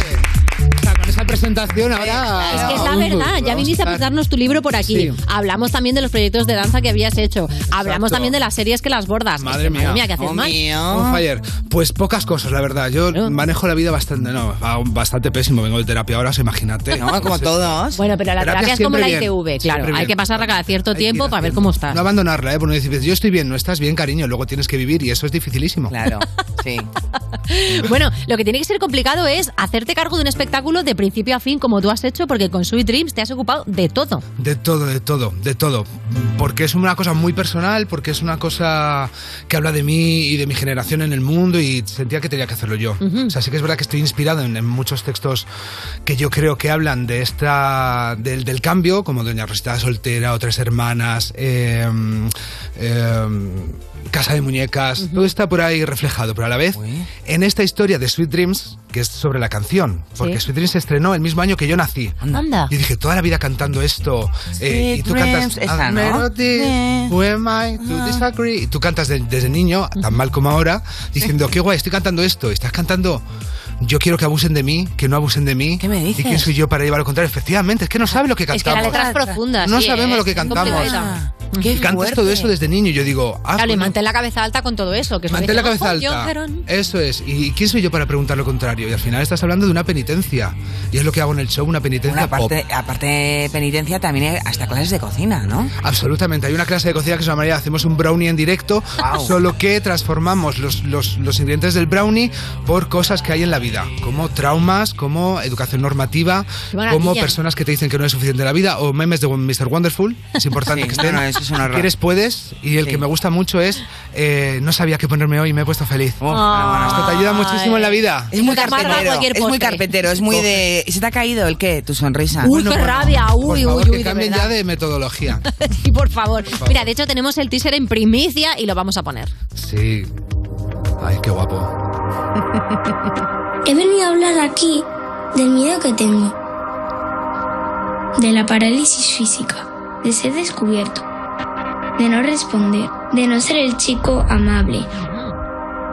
Speaker 14: O sea, con esa presentación ahora.
Speaker 3: Es que es la
Speaker 14: aún,
Speaker 3: verdad, ya
Speaker 14: Ah, vamos
Speaker 3: viniste a
Speaker 14: estar-
Speaker 3: presentarnos tu libro por aquí.
Speaker 14: Sí.
Speaker 3: Hablamos también de los proyectos de danza que habías hecho. Hablamos también de las series que las bordas.
Speaker 14: Madre
Speaker 3: Es que,
Speaker 14: mía. oh,
Speaker 3: madre mía, ¿qué haces mal?
Speaker 14: On fire. Pues pocas cosas, la verdad. Yo manejo la vida bastante, no, ah, bastante pésimo. Vengo de terapia ahora, se imagínate.
Speaker 3: No, como todos. Bueno, pero la terapia, es como
Speaker 14: siempre
Speaker 3: la
Speaker 14: bien,
Speaker 3: ITV, claro.
Speaker 14: siempre
Speaker 3: Hay
Speaker 14: bien.
Speaker 3: que pasarla cada cierto tiempo para ver cómo estás.
Speaker 14: No abandonarla, ¿eh? Por no decir, yo estoy bien, no estás bien, cariño. Luego tienes que vivir y eso es dificilísimo. Claro, sí.
Speaker 3: Bueno, lo que tiene que ser complicado es hacerte cargo de un espectáculo de principio a fin, como tú has hecho, porque con Sweet Dreams te has ocupado de todo.
Speaker 14: De todo, de todo, de todo. Porque es una cosa muy personal, porque es una cosa que habla de mí y de mi generación en el mundo y sentía que tenía que hacerlo yo. O sea, sí que es verdad que estoy inspirado en, en muchos textos que yo creo que hablan de esta, del, del cambio, como Doña Rosita Soltera o Tres Hermanas, eh, eh, Casa de Muñecas, todo está por ahí reflejado, pero a la vez en esta historia de Sweet Dreams, que es sobre la canción, porque Sweet Dreams se estrenó el mismo año que yo nací.
Speaker 3: Anda.
Speaker 14: Y dije, toda la vida cantando esto. eh, y tú cantas.
Speaker 5: esa, ¿no? Ah.
Speaker 14: "Unmelody, who am I to disagree?" Y tú cantas de- desde niño, tan mal como ahora, diciendo, qué guay, estoy cantando esto. Estás cantando. Yo quiero que abusen de mí, que no abusen de mí. ¿Qué me dices? ¿Y quién soy yo para llevar al contrario? Efectivamente, es que no sabe lo que
Speaker 3: Es que la
Speaker 14: cantamos.
Speaker 3: letra es profunda.
Speaker 14: No
Speaker 3: sí,
Speaker 14: sabemos
Speaker 3: es
Speaker 14: lo que cantamos.
Speaker 3: complicada.
Speaker 14: Y cantas todo eso desde niño. y Yo digo, ah,
Speaker 3: Claro, y
Speaker 14: bueno,
Speaker 3: mantén la cabeza alta con todo eso. Que es lo que
Speaker 14: Mantén la
Speaker 3: decíamos,
Speaker 14: cabeza
Speaker 3: "Oh, John
Speaker 14: alta.
Speaker 3: Heron".
Speaker 14: Eso es. ¿Y quién soy yo para preguntar lo contrario? Y al final estás hablando de una penitencia. Y es lo que hago en el show, una penitencia
Speaker 33: Bueno, aparte,
Speaker 14: pop.
Speaker 33: aparte
Speaker 2: Eh,
Speaker 33: de penitencia, también hay hasta clases de cocina, ¿no?
Speaker 14: Absolutamente. Hay una clase de cocina que se llama María. Hacemos un brownie en directo,
Speaker 33: Wow.
Speaker 14: solo que transformamos los, los, los ingredientes del brownie por cosas que hay en la vida, como traumas, como educación normativa,
Speaker 33: Qué maravilla.
Speaker 14: como personas que te dicen que no es suficiente en la vida, o memes de Mr. Wonderful. Es importante
Speaker 33: Sí,
Speaker 14: que estén.
Speaker 33: no, no, eso es una ra-
Speaker 14: Quieres, puedes. Y el
Speaker 33: Sí.
Speaker 14: que me gusta mucho es eh, No sabía qué ponerme hoy y me he puesto feliz. Oh, Esto te ayuda muchísimo en la vida.
Speaker 33: Es muy
Speaker 3: te amarga
Speaker 33: carpetero.
Speaker 3: cualquier
Speaker 33: Es muy
Speaker 3: postre.
Speaker 33: carpetero. Es muy de. ¿Y se te ha caído el qué? Tu sonrisa.
Speaker 3: Uy,
Speaker 2: pues,
Speaker 3: qué rabia, uy,
Speaker 14: Por
Speaker 3: uy,
Speaker 14: favor,
Speaker 3: uy,
Speaker 14: que
Speaker 3: de
Speaker 14: cambien
Speaker 3: verdad.
Speaker 14: ya de metodología.
Speaker 3: Sí, por favor.
Speaker 14: favor.
Speaker 3: Mira, de hecho tenemos el teaser en primicia y lo vamos a poner.
Speaker 14: Sí. Ay, qué guapo.
Speaker 34: He venido a hablar aquí del miedo que tengo, de la parálisis física, de ser descubierto, de no responder, de no ser el chico amable,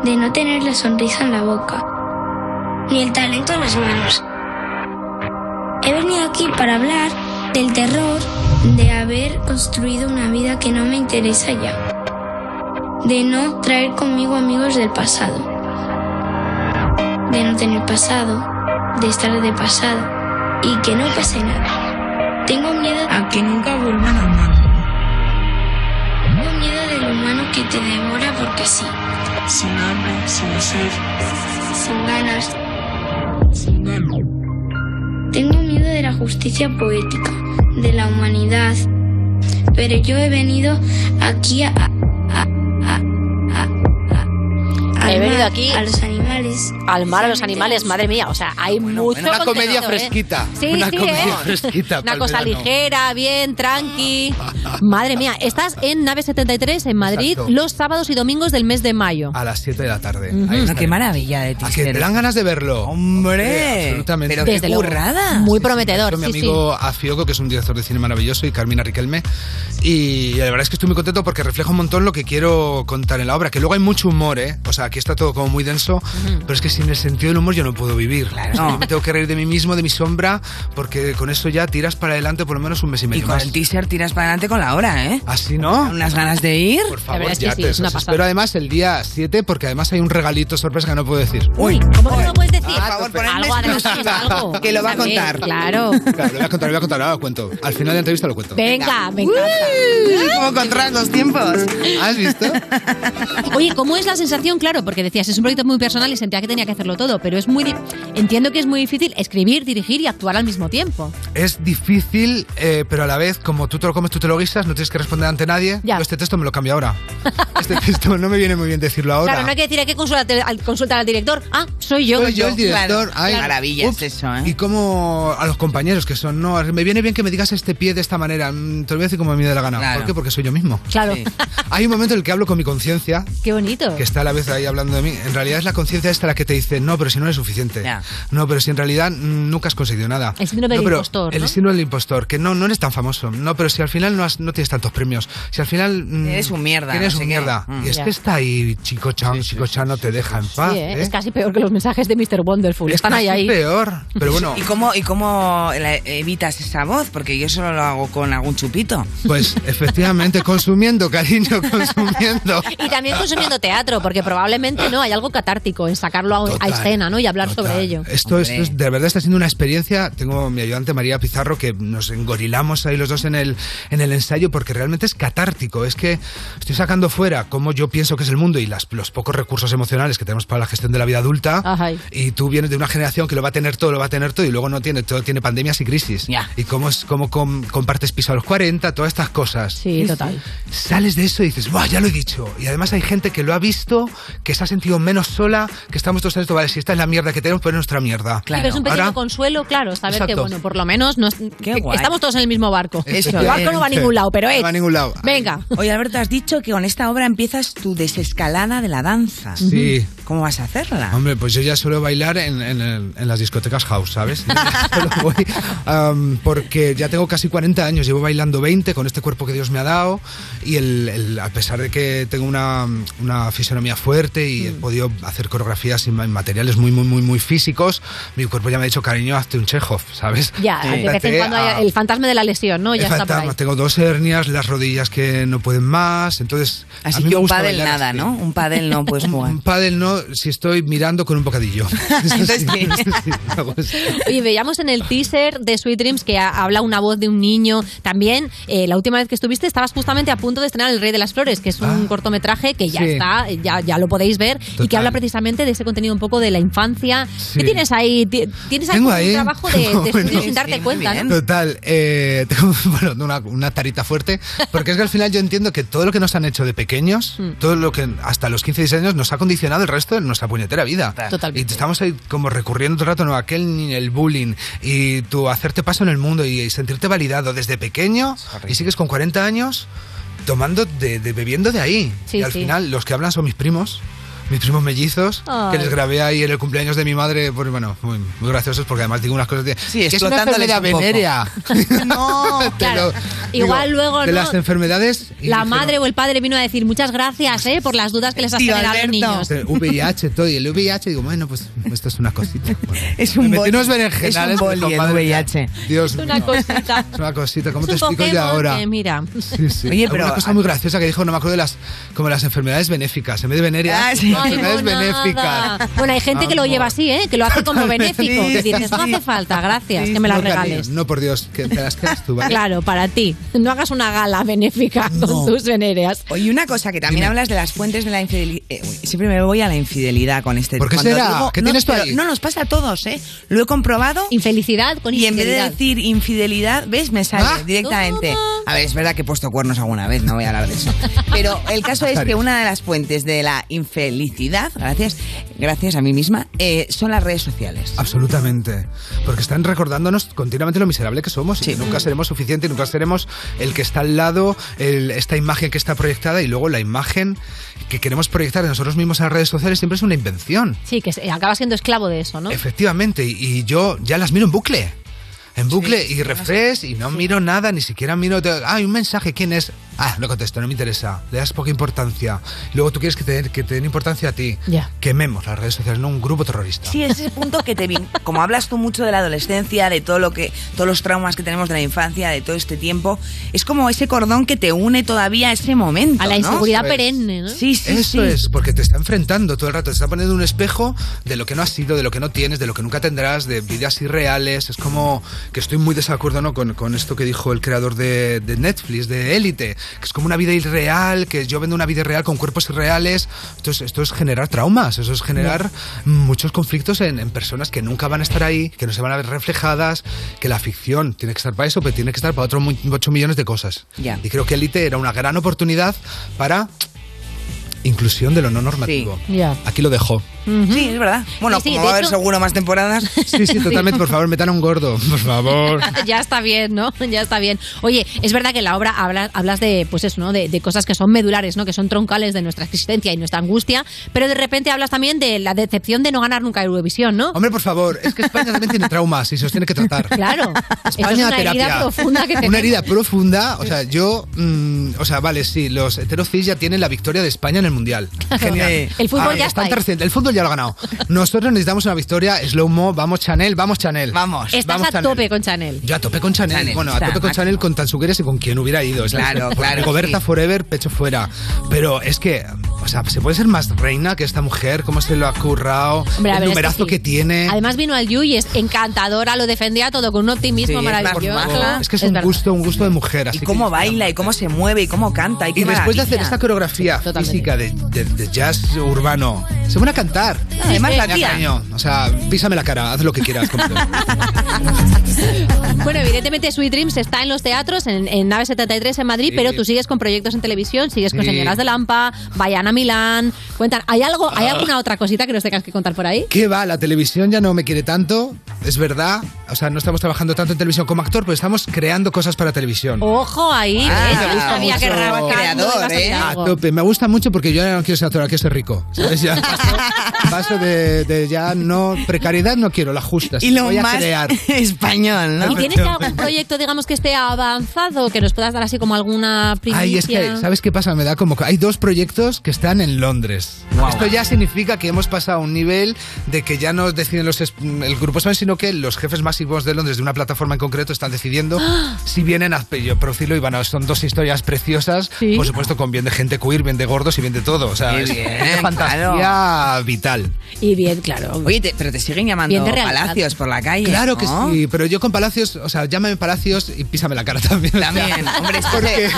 Speaker 34: de no tener la sonrisa en la boca, ni el talento en las manos. He venido aquí para hablar del terror de haber construido una vida que no me interesa ya, de no traer conmigo amigos del pasado de no tener pasado, de estar de pasado y que no pase nada. Tengo miedo a que nunca vuelva a normal. Tengo miedo del humano que te devora porque sí. Sin hambre, sin sed. Sin ganas. Sin ganas. Tengo miedo de la justicia poética, de la humanidad. Pero yo he venido aquí a... a- a- a-
Speaker 3: He
Speaker 34: al
Speaker 3: venido
Speaker 34: mar,
Speaker 3: aquí
Speaker 34: A los animales.
Speaker 3: Al mar a los animales, madre mía. O sea, hay mucho
Speaker 14: Una comedia
Speaker 3: contenido, ¿eh?
Speaker 14: fresquita.
Speaker 3: Sí,
Speaker 14: una
Speaker 3: sí,
Speaker 14: comedia
Speaker 3: ¿eh?
Speaker 14: fresquita.
Speaker 3: Una
Speaker 14: pa'l
Speaker 3: cosa
Speaker 14: verano.
Speaker 3: ligera, bien, tranqui. Madre mía, estás en Nave 73 en Madrid
Speaker 14: Exacto.
Speaker 3: los sábados y domingos del mes de mayo.
Speaker 14: A las 7 de la tarde.
Speaker 3: Ujú.
Speaker 14: Ahí
Speaker 3: No,
Speaker 14: está.
Speaker 3: qué
Speaker 33: maravilla de ti.
Speaker 14: ¿A que te dan ganas de verlo?
Speaker 33: ¡Hombre!
Speaker 14: absolutamente.
Speaker 33: Pero qué Desde luego. currada.
Speaker 3: Muy
Speaker 14: Sí, sí,
Speaker 3: prometedor,
Speaker 14: Mi
Speaker 3: sí,
Speaker 14: amigo Afioco, que es un director de cine maravilloso, y Carmina Riquelme. Y la verdad es que estoy muy contento porque refleja un montón lo que quiero contar en la obra. Que luego hay mucho humor, ¿eh? O sea, aquí está todo como muy denso, pero es que sin el sentido del humor yo no puedo vivir. O sea, yo me tengo que reír de mí mismo, de mi sombra, porque con eso ya tiras para adelante por lo menos un mes y
Speaker 33: Y
Speaker 14: medio
Speaker 33: con
Speaker 14: más.
Speaker 33: el teaser tiras para adelante con la hora, ¿eh?
Speaker 14: Así
Speaker 3: Ah.
Speaker 14: no.
Speaker 33: Unas ganas de ir.
Speaker 14: Por favor, ya te- os espero además el día 7 porque además hay un regalito sorpresa que no puedo decir.
Speaker 33: Uy,
Speaker 3: ¿Cómo que no lo puedes decir?
Speaker 34: favor,
Speaker 3: algo, además, algo.
Speaker 34: que lo va a
Speaker 3: También,
Speaker 34: contar.
Speaker 3: Claro.
Speaker 14: Claro, lo voy a contar, lo voy a contar, ahora lo cuento. Al final de la entrevista lo cuento.
Speaker 3: Venga, me encanta.
Speaker 34: ¿Cómo
Speaker 3: controlas los tiempos?
Speaker 14: ¿Has visto?
Speaker 3: Oye, ¿cómo es la sensación? Claro, porque decías, decías, es un proyecto muy personal y sentía que tenía que hacerlo todo, pero es muy di- entiendo que es muy difícil escribir, dirigir y actuar al mismo tiempo.
Speaker 14: Es difícil, eh, pero a la vez, como tú te lo comes, tú te lo guisas, no tienes que responder ante nadie. Yo este texto me lo cambio ahora. Este texto no me viene muy bien decirlo ahora.
Speaker 3: Claro, no hay que decir, hay que consultar al, consultar al director. Ah, soy yo.
Speaker 14: Soy yo el director. Ay, ups, Y como a los compañeros que son, no, me viene bien que me digas este pie de esta manera. Mm, Te lo voy a decir como me dé la gana.
Speaker 3: Claro.
Speaker 14: ¿Por qué? Porque soy yo mismo.
Speaker 3: Claro. Sí.
Speaker 14: Hay un momento en el que hablo con mi conciencia,
Speaker 3: Qué bonito.
Speaker 14: que está a la vez ahí hablando de mí. En realidad es la conciencia esta la que te dice, no, pero si no eres suficiente. No, pero si en realidad mm, nunca has conseguido nada.
Speaker 3: El síndrome del
Speaker 14: pero
Speaker 3: impostor,
Speaker 14: El
Speaker 3: ¿no?
Speaker 14: síndrome del impostor, que no, no eres tan famoso. No, pero si al final no, has- no tienes tantos premios. Si al final... mm,
Speaker 2: Eres un mierda,
Speaker 14: Eres
Speaker 2: no sé
Speaker 14: un
Speaker 2: qué.
Speaker 14: mierda.
Speaker 2: Mm.
Speaker 14: Y es
Speaker 3: Ya.
Speaker 14: que está ahí, chico chan, chico chan, no te deja en paz.
Speaker 3: Sí, ¿eh?
Speaker 14: ¿eh?
Speaker 3: Es casi peor que los mensajes de Mr. Wonderful. Están ahí ahí.
Speaker 14: peor, pero bueno.
Speaker 2: ¿Y cómo, y cómo la- evitas esa voz? Porque yo solo lo hago con algún chupito.
Speaker 14: Pues efectivamente, consumiendo, cariño, consumiendo.
Speaker 3: Y también consumiendo teatro, porque probablemente no hay algo catártico en sacarlo a, a escena, ¿no? Y hablar sobre ello.
Speaker 14: Esto, esto es, de verdad está siendo una experiencia. Tengo mi ayudante María Pizarro que nos engorilamos ahí los dos en el, en el ensayo porque realmente es catártico. Es que estoy sacando fuera cómo yo pienso que es el mundo y las, los pocos recursos emocionales que tenemos para la gestión de la vida adulta. Y tú vienes de una generación que lo va a tener todo, lo va a tener todo y luego no tiene todo, tiene pandemias y crisis. Y cómo, es, cómo com- compartes piso a los 40, todas estas cosas.
Speaker 3: Sí, total.
Speaker 14: Sales de eso y dices, ¡buah, ya lo he dicho! Y además hay gente que lo ha visto, que se ha sentido menos sola, que estamos todos en esto, vale, si esta es la mierda que tenemos, pues es nuestra mierda.
Speaker 3: Sí, pero es un pequeño
Speaker 14: Ahora,
Speaker 3: consuelo, claro, saber que,
Speaker 14: Exacto.
Speaker 3: bueno, por lo menos no es- que
Speaker 2: guay.
Speaker 3: estamos todos en el mismo barco.
Speaker 2: Eso
Speaker 3: el barco
Speaker 2: es.
Speaker 3: no va a ningún lado, pero
Speaker 2: No
Speaker 3: es.
Speaker 2: va a ningún lado.
Speaker 3: Venga.
Speaker 2: Oye, Alberto, has dicho que con esta obra empiezas tu desescalada de la danza.
Speaker 14: Sí.
Speaker 2: ¿Cómo vas a hacerla?
Speaker 14: Hombre, pues yo ya suelo bailar en, en el- en las discotecas house, ¿sabes? Yo solo voy, am, porque ya tengo casi 40 años, llevo bailando 20 con este cuerpo que Dios me ha dado y el, el- a pesar de que tengo una, una fisonomía fuerte y
Speaker 3: Mm.
Speaker 14: he podido hacer coreografías en ma- en materiales muy, muy, muy, muy físicos, mi cuerpo ya me ha dicho, cariño, hazte un Chekhov, ¿sabes?
Speaker 3: Ya, de vez en
Speaker 14: Quítate
Speaker 3: cuando
Speaker 14: a-
Speaker 2: ah.
Speaker 3: hay el fantasma de la lesión, ¿no? Ya
Speaker 14: Es
Speaker 3: está por ahí.
Speaker 14: fantasma, tengo dos hernias, las rodillas que no pueden más, entonces...
Speaker 2: Así
Speaker 14: a mí
Speaker 2: que
Speaker 14: me
Speaker 2: un
Speaker 14: gusta
Speaker 2: pádel
Speaker 14: bailar
Speaker 2: nada,
Speaker 14: así.
Speaker 2: ¿no? Un pádel no pues, puedes
Speaker 14: Un-
Speaker 2: jugar.
Speaker 14: Un pádel no, si estoy mirando con un bocadillo.
Speaker 2: Entonces, sí.
Speaker 14: Hago así.
Speaker 3: Oye, veíamos en el teaser de Sweet Dreams que ha- habla una voz de un niño. También, eh, la última vez que estuviste, estabas justamente a punto de estrenar El Rey de las Flores, que es un cortometraje que ya
Speaker 2: Ah. sí.
Speaker 3: está, ya, ya lo podéis ver, y que
Speaker 2: Total.
Speaker 3: habla precisamente de ese contenido un poco de la infancia. ¿Qué tienes ahí? Ti- ¿Tienes ahí
Speaker 14: Tengo
Speaker 3: como
Speaker 14: ahí.
Speaker 3: un trabajo de, de
Speaker 14: Bueno.
Speaker 3: estudio sin darte cuenta, no?
Speaker 14: Total, eh, tengo bueno, una, una tarita fuerte, porque es que al final yo entiendo que todo lo que nos han hecho de pequeños,
Speaker 3: Mm.
Speaker 14: todo lo que hasta los 15, 16 años nos ha condicionado el resto de nuestra puñetera vida.
Speaker 3: Totalmente.
Speaker 14: Y estamos ahí como recurriendo todo el rato, ¿no? Aquel ni el bullying y tu hacerte paso en el mundo y, sentirte validado desde pequeño y sigues con 40 años tomando, de, de- bebiendo de ahí.
Speaker 3: Sí,
Speaker 14: y al
Speaker 3: sí.
Speaker 14: final los que hablan son mis primos. Mis primos mellizos,
Speaker 3: Ay.
Speaker 14: que les grabé ahí en el cumpleaños de mi madre, pues, bueno, muy, muy graciosos porque además digo unas cosas de...
Speaker 2: Sí,
Speaker 14: que es una
Speaker 2: explotándoles
Speaker 14: enfermedad
Speaker 2: un poco.
Speaker 14: venérea.
Speaker 3: No, claro.
Speaker 14: Digo,
Speaker 3: Igual luego,
Speaker 14: De
Speaker 3: ¿no?
Speaker 14: las enfermedades... y
Speaker 3: La
Speaker 14: dije,
Speaker 3: madre o el padre vino a decir muchas gracias, ¿eh? Por las dudas que les has
Speaker 14: Tío
Speaker 3: generado
Speaker 14: Alberto.
Speaker 3: niños.
Speaker 14: Este, VIH, todo. Y el VIH, digo, bueno, pues esto es una cosita.
Speaker 2: es
Speaker 14: un
Speaker 2: boli.
Speaker 14: berenjenales.
Speaker 2: Es un boli,
Speaker 14: dijo,
Speaker 2: el
Speaker 14: madre mía.
Speaker 2: VIH.
Speaker 14: Dios
Speaker 3: Es
Speaker 14: mío.
Speaker 3: una cosita.
Speaker 14: Es una cosita. ¿Cómo
Speaker 3: Es
Speaker 14: te
Speaker 3: un
Speaker 14: explico yo
Speaker 3: Pokémon
Speaker 14: ahora?
Speaker 3: que, mira.
Speaker 14: Sí, sí.
Speaker 2: Oye,
Speaker 14: Alguna
Speaker 2: pero-
Speaker 14: cosa muy graciosa que dijo, no me acuerdo de las como las enfermedades benéficas, en vez de veneria,
Speaker 3: Ah, sí. Ay,
Speaker 14: enfermedades
Speaker 3: monada.
Speaker 14: benéficas.
Speaker 3: Bueno, hay gente que lo lleva así, ¿eh? Que lo hace como
Speaker 14: Totalmente.
Speaker 3: benéfico.
Speaker 14: Sí,
Speaker 3: Y dices,
Speaker 14: sí,
Speaker 3: no
Speaker 14: sí.
Speaker 3: hace falta, gracias,
Speaker 14: Sí,
Speaker 3: que me
Speaker 14: no,
Speaker 3: las
Speaker 14: cariño,
Speaker 3: regales.
Speaker 14: No, por Dios, que te las quedas tú, ¿vale?
Speaker 3: Claro, para ti. No hagas una gala benéfica con tus venereas.
Speaker 2: Oye, una cosa que También hablas de las fuentes de la infidelidad. siempre me voy a la infidelidad con este
Speaker 14: ¿Por qué
Speaker 2: cuando
Speaker 14: será? ¿Qué
Speaker 2: no,
Speaker 14: tienes tú
Speaker 2: pero
Speaker 14: ahí?
Speaker 2: No nos pasa a todos, ¿eh? Lo he comprobado.
Speaker 3: Infelicidad con
Speaker 2: Y en vez de infidelidad. decir infidelidad, ¿ves? Me sale
Speaker 14: Ah.
Speaker 2: directamente. A ver, es verdad que he puesto cuernos alguna vez, no voy a hablar de eso. Pero el caso es que una de las fuentes de la infelicidad, gracias, gracias a mí misma, eh, son las redes sociales.
Speaker 14: Absolutamente. Porque están recordándonos continuamente lo miserable que somos y que nunca seremos suficientes, nunca seremos el que está al lado, el- esta imagen que está proyectada y luego la imagen que queremos proyectar de nosotros mismos en las redes sociales siempre es una invención.
Speaker 3: Sí, que se- acabas siendo esclavo de eso, ¿no?
Speaker 14: Eh, Efectivamente, y- y yo ya las miro en bucle. En bucle y refresh y no miro nada, ni siquiera miro... te- Ah, hay un mensaje, ¿quién es? Ah, no contesto, no me interesa. Le das poca importancia. Y luego tú quieres que te, que te den importancia a ti.
Speaker 3: Ya.
Speaker 14: Quememos las redes sociales, no un grupo terrorista.
Speaker 2: Sí, es ese punto que te vin- como hablas tú mucho de la adolescencia, de todo lo que todos los traumas que tenemos de la infancia, de todo este tiempo, es como ese cordón que te une todavía a ese momento,
Speaker 3: A
Speaker 2: ¿no?
Speaker 3: la inseguridad perenne, ¿no?
Speaker 2: Sí, sí, sí.
Speaker 14: Eso es, porque te está enfrentando todo el rato, te está poniendo un espejo de lo que no has sido, de lo que no tienes, de lo que nunca tendrás, de vidas irreales. Es como que estoy muy desacuerdo ¿no? con, con esto que dijo el creador de, de Netflix, de Élite, que es como una vida irreal, que yo vendo una vida irreal con cuerpos irreales. Entonces, esto es generar traumas, eso es generar muchos conflictos en, en personas que nunca van a estar ahí, que no se van a ver reflejadas, que la ficción tiene que estar para eso, pero tiene que estar para otros 8 millones de cosas.
Speaker 2: Ya.
Speaker 14: Y creo que Elite era una gran oportunidad para inclusión de lo no normativo. Aquí lo dejo.
Speaker 2: Sí, es verdad. Bueno,
Speaker 3: Sí, sí,
Speaker 2: como
Speaker 3: de
Speaker 2: va a haber
Speaker 3: hecho-
Speaker 2: seguro más temporadas.
Speaker 14: Sí, sí, totalmente. Por favor, metan a un gordo. Por favor.
Speaker 3: ya está bien, ¿no? Ya está bien. Oye, es verdad que en la obra habla- hablas de, pues eso, ¿no? De, de cosas que son medulares, ¿no? Que son troncales de nuestra existencia y nuestra angustia, pero de repente hablas también de la decepción de no ganar nunca Eurovisión, ¿no?
Speaker 14: Hombre, por favor, es que España también tiene traumas y se los tiene que tratar.
Speaker 3: Claro. Esto es
Speaker 14: España
Speaker 3: una
Speaker 14: terapia.
Speaker 3: herida profunda que tenemos.
Speaker 14: Una herida profunda. O sea, yo. mm, o sea, vale, sí, los heterocis ya tienen la victoria de España en el mundial. Genial. Ah,
Speaker 3: El fútbol ya está
Speaker 14: están
Speaker 3: ahí.
Speaker 14: tercer- El fútbol ya lo ha ganado. Nosotros necesitamos una victoria slow-mo. Vamos, Chanel, vamos, Chanel. Vamos.
Speaker 3: Estás
Speaker 14: vamos,
Speaker 3: a tope con Chanel.
Speaker 14: Yo a tope con Chanel.
Speaker 2: Chanel,
Speaker 14: bueno, a
Speaker 2: está,
Speaker 14: tope con
Speaker 2: máximo.
Speaker 14: Chanel, con Tansugueres y con quien hubiera ido. Es
Speaker 2: Claro,
Speaker 14: decir,
Speaker 2: claro,
Speaker 14: Rigoberta
Speaker 2: sí.
Speaker 14: Forever, pecho fuera. Pero es que, o sea, ¿se puede ser más reina que esta mujer? ¿Cómo se lo ha currado?
Speaker 3: Hombre, a ver,
Speaker 14: el
Speaker 3: es que
Speaker 14: numerazo
Speaker 3: sí.
Speaker 14: que, tiene.
Speaker 3: Además vino al Yu y es encantadora, lo defendía todo con un optimismo
Speaker 14: Sí, es
Speaker 3: maravilloso.
Speaker 14: más maja. Es que es un
Speaker 3: verdad.
Speaker 14: gusto, un gusto de mujer. así
Speaker 2: Y
Speaker 14: que-
Speaker 2: cómo baila, y cómo se mueve, y cómo canta. Y,
Speaker 14: Y después de hacer esta coreografía física de, de- de jazz urbano, se van a cantar.
Speaker 2: Además, la
Speaker 14: Ya,
Speaker 2: tía.
Speaker 14: cariño, O sea, písame la cara, haz lo que quieras. conmigo.
Speaker 3: Bueno, evidentemente Sweet Dreams está en los teatros, en, en Nave 73 en Madrid,
Speaker 14: Sí.
Speaker 3: pero tú sigues con proyectos en televisión, sigues con
Speaker 14: Sí.
Speaker 3: Señoras de Lampa, vayan a Milán, cuentan, ¿hay algo, hay
Speaker 14: Ah.
Speaker 3: alguna otra cosita que nos tengas que contar por ahí?
Speaker 14: ¿Qué va? La televisión ya no me quiere tanto, es verdad. O sea, no estamos trabajando tanto en televisión como actor, pero estamos creando cosas para televisión.
Speaker 3: Ojo ahí, ¿ves? Yo sabía que
Speaker 14: Ah, mucho.
Speaker 3: arrancando ibas a
Speaker 2: ¿eh?
Speaker 3: decir
Speaker 14: A
Speaker 3: algo.
Speaker 14: tope. Me gusta mucho porque yo ahora no quiero ser actor, ahora quiero ser rico. ¿Sabes? Ya paso, paso de, de ya no. Precariedad no quiero, la justa.
Speaker 2: Y lo
Speaker 14: Voy a
Speaker 2: más
Speaker 14: crear.
Speaker 2: español,
Speaker 14: Ah,
Speaker 2: ¿no?
Speaker 3: ¿Y tienes ya algún proyecto, digamos, que esté avanzado, que nos puedas dar así como alguna primicia?
Speaker 14: Ay, es que, ¿sabes qué pasa? Me da como que hay dos proyectos que están en Londres.
Speaker 2: Wow.
Speaker 14: Esto ya significa que hemos pasado a un nivel de que ya no deciden los es- el grupo España, sino que los jefes masivos de Londres de una plataforma en concreto están decidiendo
Speaker 10: ¡Ah!
Speaker 14: si vienen a yo producirlo y van a- son dos historias preciosas, por supuesto con bien de gente queer, bien de gordos y bien de todo, o sea,
Speaker 2: Qué
Speaker 14: es
Speaker 2: bien,
Speaker 14: una fantasía vital.
Speaker 3: Y bien, claro.
Speaker 2: Oye, te- pero te siguen llamando
Speaker 14: Bien de realizado.
Speaker 2: palacios por la calle.
Speaker 14: Claro que
Speaker 2: ¿no?
Speaker 14: sí, pero yo con Palacios, o sea, llámame Palacios y písame la cara también. o sea,
Speaker 2: También, hombre, es que-
Speaker 14: porque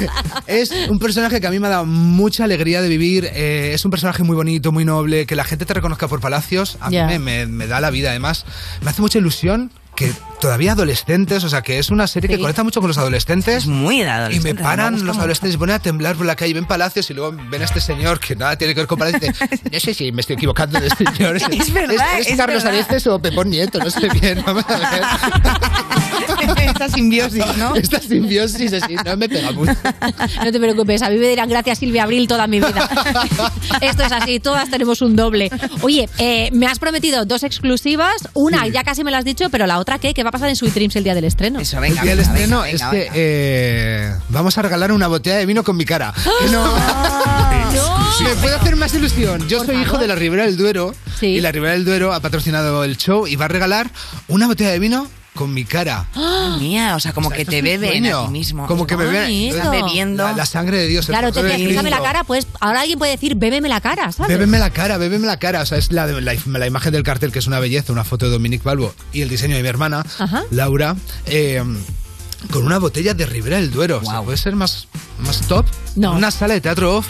Speaker 14: es un personaje que a mí me ha dado mucha alegría de vivir. eh, es un personaje muy bonito, muy noble, que la gente te reconozca por Palacios. A
Speaker 4: Ya.
Speaker 14: mí me, me- me da la vida, además. Me hace mucha ilusión que todavía adolescentes, o sea, que es una serie que
Speaker 2: Sí.
Speaker 14: conecta mucho con los adolescentes.
Speaker 2: muy de
Speaker 14: Y
Speaker 2: adolescentes,
Speaker 14: me
Speaker 2: me
Speaker 14: paran
Speaker 2: gusta
Speaker 14: los
Speaker 2: mucho.
Speaker 14: adolescentes, se ponen a temblar por la calle, ven Palacios y luego ven a este señor que nada tiene que ver con Palacios y dicen, no sé si me estoy equivocando de señor.
Speaker 2: Es verdad,
Speaker 14: ¿Es,
Speaker 2: es
Speaker 14: Carlos
Speaker 2: verdad.
Speaker 14: Areces o Pepón Nieto? No sé bien, vamos a ver.
Speaker 2: Esta simbiosis, ¿no?
Speaker 14: Esta simbiosis así, no me pega mucho.
Speaker 3: No te preocupes, a mí me dirán gracias Silvia Abril toda mi vida. Esto es así, todas tenemos un doble. Oye, eh, me has prometido dos exclusivas, una ya casi me la has dicho, pero la otra qué, ¿qué va a pasar en Sweet Dreams el día del estreno? Eso,
Speaker 14: el día del estreno es que eh, vamos a regalar una botella de vino con mi cara. Que eh, no-
Speaker 3: Ah,
Speaker 14: Me puede hacer más ilusión. Yo soy hijo de la Ribera del Duero y la Ribera del Duero ha patrocinado el show y va a regalar una botella de vino con mi cara.
Speaker 2: ¡Ah! Madre Mía, o sea, como
Speaker 14: O sea,
Speaker 2: que
Speaker 14: esto
Speaker 2: te
Speaker 14: es un
Speaker 2: beben
Speaker 14: sueño.
Speaker 2: a ti mismo.
Speaker 14: Como que me beben.
Speaker 2: Estás bebiendo.
Speaker 14: La, la sangre de Dios. el
Speaker 3: Claro, te
Speaker 14: poder de
Speaker 3: decía, fíjame la
Speaker 14: Cristo.
Speaker 3: cara, pues ahora alguien puede decir, bébeme la cara, ¿sabes?
Speaker 14: Bébeme la cara, bébeme la cara. O sea, es la, la- la imagen del cartel, que es una belleza, una foto de Dominique Balbo y el diseño de mi hermana,
Speaker 3: Ajá.
Speaker 14: Laura, eh, con una botella de Ribera del Duero. O sea, ¿Puede ser más, más top? No. Una sala de teatro off.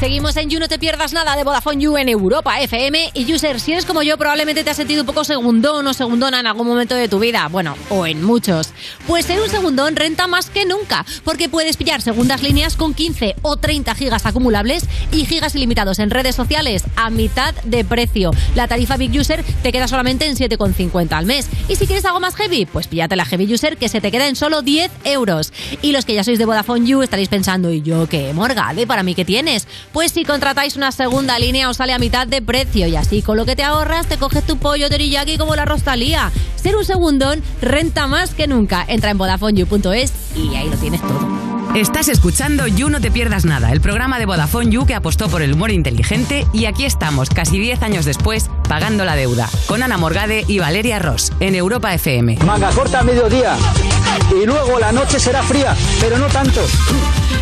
Speaker 3: Seguimos en You, no te pierdas nada de Vodafone You en Europa FM. Y User, si eres como yo, probablemente te has sentido un poco segundón o segundona en algún momento de tu vida. Bueno, o en muchos. Pues ser un segundón renta más que nunca, porque puedes pillar segundas líneas con 15 o 30 gigas acumulables y gigas ilimitados en redes sociales a mitad de precio. La tarifa Big User te queda solamente en 7,50 al mes. Y si quieres algo más heavy, pues píllate la Heavy User que se te queda en solo 10 euros. Y los que ya sois de Vodafone You estaréis pensando, ¿y yo qué, Morgade? ¿Para mí qué tienes? Pues si contratáis una segunda línea os sale a mitad de precio y así con lo que te ahorras te coges tu pollo teriyaki como la rostalía. Ser un segundón renta más que nunca. Entra en VodafoneYou.es y ahí lo tienes todo.
Speaker 23: Estás escuchando You No Te Pierdas Nada, el programa de Vodafone You que apostó por el humor inteligente y aquí estamos, casi 10 años después, pagando la deuda, con Ana Morgade y Valeria Ross, en Europa FM.
Speaker 19: Manga corta a mediodía y luego la noche será fría, pero no tanto.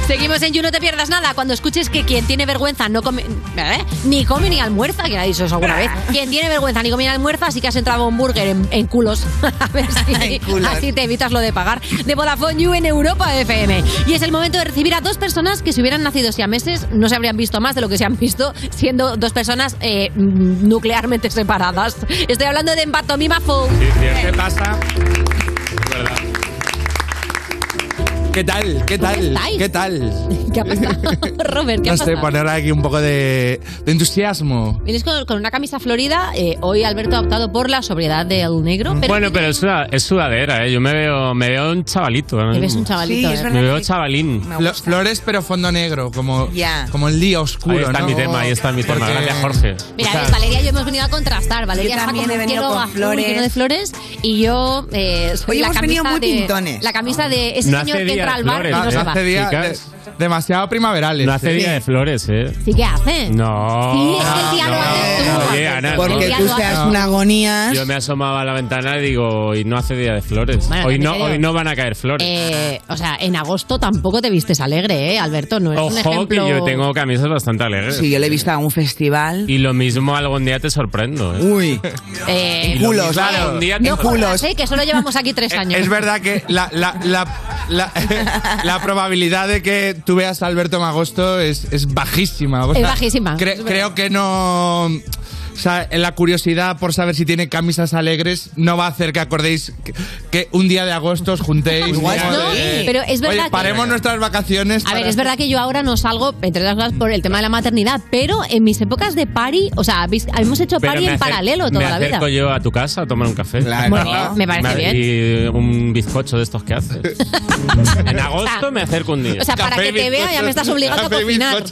Speaker 3: Seguimos en You, no te pierdas nada. Cuando escuches que quien tiene vergüenza no come, ¿eh? ni come ni almuerza, que ha dicho eso alguna vez. Quien tiene vergüenza ni come ni almuerza, así que has entrado a un burger en, en culos. A ver si, Así te evitas lo de pagar. De Vodafone You en Europa FM. Y es el momento de recibir a dos personas que si hubieran nacido siameses no se habrían visto más de lo que se han visto, siendo dos personas eh, nuclearmente separadas. Estoy hablando de Empatomima Fowl.
Speaker 29: ¿Qué pasa? ¿Qué tal? ¿Qué tal? ¿Qué tal?
Speaker 3: ¿Qué ha pasado, Robert? ¿Qué ha
Speaker 29: No sé,
Speaker 3: pasado?
Speaker 29: poner aquí un poco de, de entusiasmo.
Speaker 3: Vienes con, con una camisa florida. eh, hoy Alberto ha optado por la sobriedad del negro, pero
Speaker 30: bueno, pero es, suda- es sudadera, ¿eh? Yo me veo, me veo un chavalito. ahora
Speaker 3: Te ves
Speaker 30: mismo.
Speaker 3: un chavalito, Sí, es ¿eh? verdad
Speaker 30: Me veo
Speaker 3: que-
Speaker 30: chavalín.
Speaker 29: Flo- flores pero fondo negro, como,
Speaker 3: Ya.
Speaker 29: como el día oscuro.
Speaker 30: Ahí está
Speaker 29: ¿no?
Speaker 30: mi tema, ahí está mi tema.
Speaker 29: Porque-
Speaker 30: Gracias, Jorge.
Speaker 3: Mira,
Speaker 29: O sea,
Speaker 3: ves, Valeria y yo hemos venido a contrastar. Valeria
Speaker 2: Yo
Speaker 3: está
Speaker 2: también
Speaker 3: con
Speaker 2: he
Speaker 3: un
Speaker 2: venido
Speaker 3: cielo
Speaker 2: con
Speaker 3: azul
Speaker 2: flores.
Speaker 3: lleno de flores y yo eh, soy
Speaker 2: Hoy
Speaker 3: la
Speaker 2: hemos
Speaker 3: camisa
Speaker 2: venido muy
Speaker 3: de-
Speaker 2: pintones.
Speaker 3: La camisa de ese señor que entra al bar y no se
Speaker 29: No
Speaker 3: va.
Speaker 29: hace día de- demasiado primaverales.
Speaker 30: ¿eh? No hace día de flores, ¿eh?
Speaker 3: Sí, ¿qué hace?
Speaker 30: No.
Speaker 3: Sí, es que el día lo haces tú.
Speaker 30: Oye, Ana,
Speaker 2: Porque
Speaker 30: no.
Speaker 2: tú seas una agonía.
Speaker 30: Yo me asomaba a la ventana y digo, hoy no hace día de flores.
Speaker 3: Bueno,
Speaker 30: hoy,
Speaker 3: también
Speaker 30: no,
Speaker 3: te digo-
Speaker 30: hoy no van a caer flores.
Speaker 3: Eh, o sea, en agosto tampoco te vistes alegre, ¿eh, Alberto? No es un
Speaker 30: Ojo, que
Speaker 3: ejemplo...
Speaker 30: yo tengo camisas bastante alegres.
Speaker 2: Sí, yo le he visto a un festival.
Speaker 30: Y lo mismo algún día te sorprendo. ¿eh?
Speaker 2: Uy.
Speaker 3: Eh,
Speaker 30: En culos, claro, un día
Speaker 3: no
Speaker 30: en culos.
Speaker 3: jodas, ¿eh? que solo llevamos aquí tres años.
Speaker 29: Es verdad que la, la, la, la- la probabilidad de que tú veas a Alberto Magosto es, es bajísima. O
Speaker 3: Es
Speaker 29: sea,
Speaker 3: bajísima,
Speaker 29: cre-
Speaker 3: es verdad.
Speaker 29: creo que no. O sea, la curiosidad por saber si tiene camisas alegres no va a hacer que acordéis que, que un día de agosto os juntéis.
Speaker 3: Igual
Speaker 29: digamos,
Speaker 3: no,
Speaker 29: de-
Speaker 3: pero es verdad
Speaker 29: Oye,
Speaker 3: que-
Speaker 29: paremos nuestras vacaciones.
Speaker 3: A ver,
Speaker 29: para-
Speaker 3: es verdad que yo ahora no salgo, entre otras cosas, por el tema de la maternidad, pero en mis épocas de pari, o sea, habéis- hemos hecho
Speaker 30: Pero
Speaker 3: pari
Speaker 30: me
Speaker 3: en
Speaker 30: acer-
Speaker 3: paralelo toda la
Speaker 30: Me
Speaker 3: vida.
Speaker 30: acerco yo a tu casa a tomar un café.
Speaker 3: Muy bien, me parece bien.
Speaker 30: Y un bizcocho de estos que haces. en agosto me acerco un día.
Speaker 3: O sea, para que te vea ya me estás obligando a cocinar.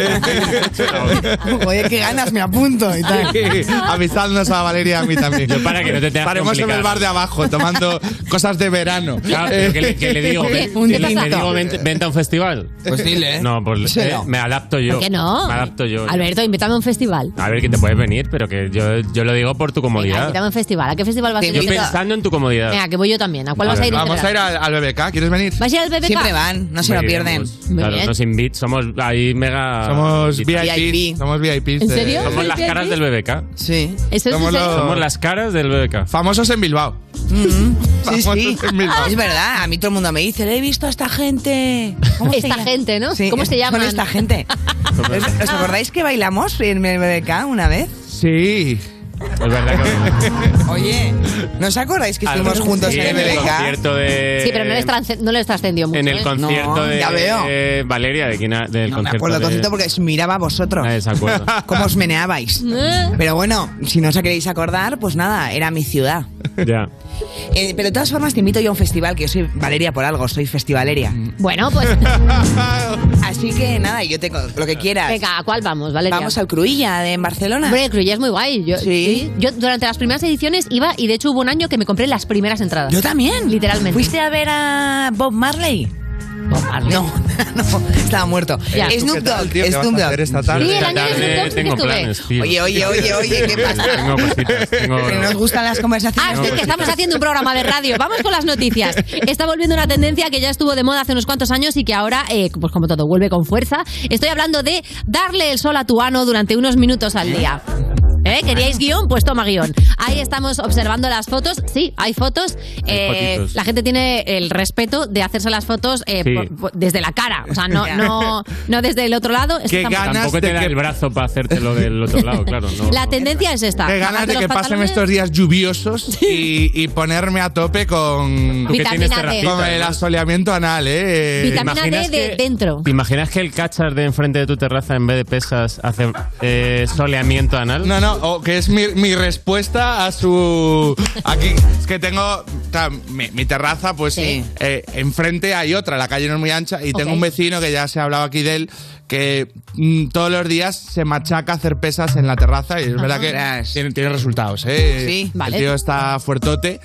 Speaker 2: Oye, qué ganas, me apunto y tal.
Speaker 29: Avisadnos a Valeria y a mí también.
Speaker 30: para que no te tengas que
Speaker 29: Paremos en
Speaker 30: complicar.
Speaker 29: el bar de abajo tomando cosas de verano.
Speaker 30: Claro, pero ¿qué le, qué le digo? Ven-
Speaker 29: Un
Speaker 30: si le, le
Speaker 29: depósito.
Speaker 30: digo, vente, vente a un festival.
Speaker 29: Pues dile, ¿eh?
Speaker 30: No, pues
Speaker 29: Sí,
Speaker 30: eh,
Speaker 29: no.
Speaker 30: me adapto yo.
Speaker 3: ¿Por qué no?
Speaker 30: Me adapto yo.
Speaker 3: Alberto, invítame a un festival. Ah,
Speaker 30: A ver, que te puedes venir, pero que yo, yo lo digo por tu comodidad.
Speaker 3: Invítame a un festival. ¿A qué festival vas a ir?
Speaker 30: yo pensando en tu comodidad.
Speaker 3: Venga, que voy yo también. ¿A cuál vas a ir?
Speaker 30: Vamos
Speaker 3: Isabel?
Speaker 30: a ir
Speaker 29: al, BBK, ¿quieres venir?
Speaker 3: ¿Vas a ir al BBK?
Speaker 2: Siempre van, no se lo pierden.
Speaker 30: Veniremos. Claro, nos invit, somos ahí mega. Somos
Speaker 2: VIP.
Speaker 29: Somos VIPs.
Speaker 3: ¿En serio?
Speaker 30: Somos las
Speaker 3: ¿Sois
Speaker 30: caras
Speaker 3: VIP?
Speaker 30: del BBK.
Speaker 2: Sí.
Speaker 3: ¿Eso es en serio?
Speaker 30: Somos las caras del BBK.
Speaker 29: Famosos en Bilbao.
Speaker 2: Sí, sí.
Speaker 29: Bilbao.
Speaker 2: Es verdad, a mí todo el mundo me dice, le he visto a esta gente.
Speaker 3: Esta gente, ¿no?
Speaker 2: ¿Cómo se llama? esta gente. ¿Os os acordáis que bailamos en el BBK una vez?
Speaker 29: Sí.
Speaker 30: Es verdad
Speaker 2: Oye, ¿no os acordáis que estuvimos juntos
Speaker 30: sí,
Speaker 2: en el
Speaker 30: en el
Speaker 2: BBK?
Speaker 30: concierto de.
Speaker 3: Sí, pero no les, trasce- no les trascendió mucho.
Speaker 30: En el
Speaker 3: ¿eh?
Speaker 30: concierto de.
Speaker 2: ya veo.
Speaker 30: de Valeria, de quién ha- del
Speaker 2: Me
Speaker 30: concierto.
Speaker 2: acuerdo del
Speaker 30: de-
Speaker 2: concierto porque os miraba a vosotros.
Speaker 30: Nadie se acuerda.
Speaker 2: Cómo os meneabais.
Speaker 3: ¿Eh?
Speaker 2: Pero bueno, si no os queréis acordar, pues nada, era mi ciudad.
Speaker 30: Ya.
Speaker 2: Eh, pero de todas formas te invito yo a un festival, que yo soy Valeria por algo, soy festivaleria.
Speaker 3: Bueno, pues.
Speaker 2: Así que nada, yo tengo lo que quieras.
Speaker 3: Venga, ¿a cuál vamos, Valeria?
Speaker 2: Vamos al Cruilla de en Barcelona.
Speaker 3: Hombre, el Cruella es muy guay. Yo, sí, Yo durante las primeras ediciones iba y de hecho hubo un año que me compré las primeras entradas.
Speaker 2: Yo también.
Speaker 3: Literalmente.
Speaker 2: ¿Fuiste a ver a Bob Marley? No, no, estaba muerto. Eh,
Speaker 29: Ya. ¿Tú
Speaker 2: Snoop
Speaker 29: qué tal,
Speaker 2: Dogg,
Speaker 29: tío? ¿Qué vas
Speaker 2: Snoop
Speaker 29: a
Speaker 2: Dogg.
Speaker 29: hacer esta tarde? Sí, el año de Snoop Dogg sí que
Speaker 30: tengo
Speaker 29: estuve.
Speaker 30: planes, tío.
Speaker 2: Oye, oye, oye, oye, ¿qué pasa?
Speaker 30: Tengo cositas, tengo...
Speaker 2: Que nos gustan las conversaciones.
Speaker 3: Ah, sí, que estamos haciendo un programa de radio. Vamos con las noticias. Está volviendo una tendencia que ya estuvo de moda hace unos cuantos años y que ahora, eh, pues como todo, vuelve con fuerza. Estoy hablando de darle el sol a tu ano durante unos minutos al día. ¿Eh? ¿Queríais guión? Pues toma guión. Ahí estamos observando las fotos. Sí, hay fotos. Eh,
Speaker 30: fotitos.
Speaker 3: la gente tiene el respeto de hacerse las fotos eh,
Speaker 30: Sí.
Speaker 3: por- por- desde la cara. O sea, no, no, no desde el otro lado. Esto está muy-
Speaker 30: Tampoco te da el brazo para hacértelo del otro lado, claro. No.
Speaker 3: La tendencia es esta.
Speaker 29: Qué ganas
Speaker 3: Bajarte
Speaker 29: de que
Speaker 3: los
Speaker 29: pasen
Speaker 3: pantalones.
Speaker 29: estos días lluviosos y, y ponerme a tope con,
Speaker 3: Tú que Vitamina tienes terracita,
Speaker 29: con el
Speaker 30: ¿no?
Speaker 29: asoleamiento anal, ¿eh?
Speaker 3: Vitamina D
Speaker 30: imaginas
Speaker 3: de
Speaker 30: que-
Speaker 3: dentro.
Speaker 30: ¿Te imaginas que el cachar de enfrente de tu terraza en vez de pesas hace eh, soleamiento anal?
Speaker 29: No, no, o que es mi, mi respuesta a su... Aquí, es que tengo... ta- mi, mi terraza, pues eh, enfrente hay otra, la calle no es muy ancha, y tengo
Speaker 7: Ok.
Speaker 29: un vecino que ya se ha hablado aquí de él, que mm, todos los días se machaca a hacer pesas en la terraza, y es verdad que tiene, tiene resultados, ¿eh?
Speaker 2: Sí,
Speaker 29: El
Speaker 2: vale.
Speaker 29: tío está fuertote.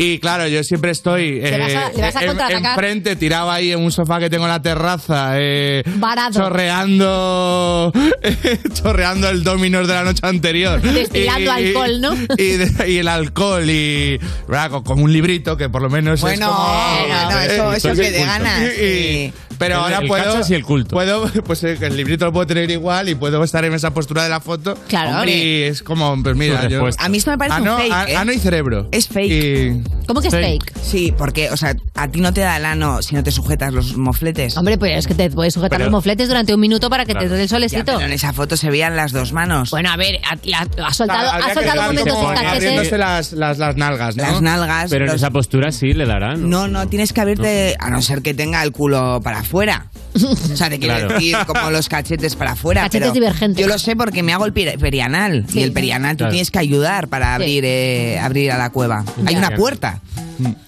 Speaker 29: Y claro, yo siempre estoy
Speaker 3: Le vas a- le vas a
Speaker 29: en-
Speaker 3: contraatacar.
Speaker 29: enfrente, tirado ahí en un sofá que tengo en la terraza, eh,
Speaker 3: Varado.
Speaker 29: chorreando chorreando el dominos de la noche anterior.
Speaker 3: Destilando
Speaker 29: Y-
Speaker 3: alcohol, ¿no?
Speaker 29: Y, de- y el alcohol, y ¿verdad? Con, con un librito que por lo menos es
Speaker 2: Bueno,
Speaker 29: como...
Speaker 2: bueno,
Speaker 29: eh,
Speaker 2: eso- eso
Speaker 29: pues
Speaker 2: que
Speaker 29: el
Speaker 2: de
Speaker 29: culto.
Speaker 2: ganas,
Speaker 29: Y- y- pero
Speaker 30: El-
Speaker 29: ahora
Speaker 30: el
Speaker 29: puedo...
Speaker 30: cachas y el culto.
Speaker 29: Puedo, pues eh, que el librito lo puedo tener igual y puedo estar en esa postura de la foto.
Speaker 2: Claro,
Speaker 29: Y
Speaker 2: hombre.
Speaker 29: es como, pues mira,
Speaker 30: Tu
Speaker 29: yo...
Speaker 30: respuesta.
Speaker 2: A mí esto me parece
Speaker 29: Ah, no,
Speaker 2: un fake.
Speaker 29: ah,
Speaker 2: ¿eh?
Speaker 29: ah, no, y cerebro.
Speaker 2: Es fake.
Speaker 3: ¿Cómo que es Fake.
Speaker 2: Sí, porque, o sea, a ti no te da el ano si no te sujetas los mofletes.
Speaker 3: Hombre, pues es que te puedes sujetar
Speaker 2: Pero-
Speaker 3: los mofletes durante un minuto para que te dé
Speaker 2: Ya,
Speaker 3: el solecito.
Speaker 2: pero en esa foto se veían las dos manos.
Speaker 3: Bueno, a ver, ha, la- ha soltado,
Speaker 2: Habría
Speaker 3: ha
Speaker 2: que
Speaker 3: soltado
Speaker 2: dejarlo
Speaker 3: momentos
Speaker 2: como
Speaker 3: estaques, ¿eh?
Speaker 2: abriéndose
Speaker 29: las, las, las nalgas, ¿no?
Speaker 2: Las nalgas.
Speaker 30: Pero en
Speaker 2: los-
Speaker 30: esa postura sí le darán.
Speaker 2: No, no, tienes que abrirte, a no ser que tenga el culo para afuera. O sea, te quiero
Speaker 30: Claro.
Speaker 2: decir, como los cachetes para afuera.
Speaker 3: Cachetes
Speaker 2: pero
Speaker 3: divergentes.
Speaker 2: Yo lo sé porque me hago el peri- perianal.
Speaker 3: Sí.
Speaker 2: Y el perianal
Speaker 3: Claro.
Speaker 2: tú tienes que ayudar para
Speaker 3: Sí.
Speaker 2: abrir, eh, abrir a la cueva. Hay
Speaker 3: Ya.
Speaker 2: una puerta.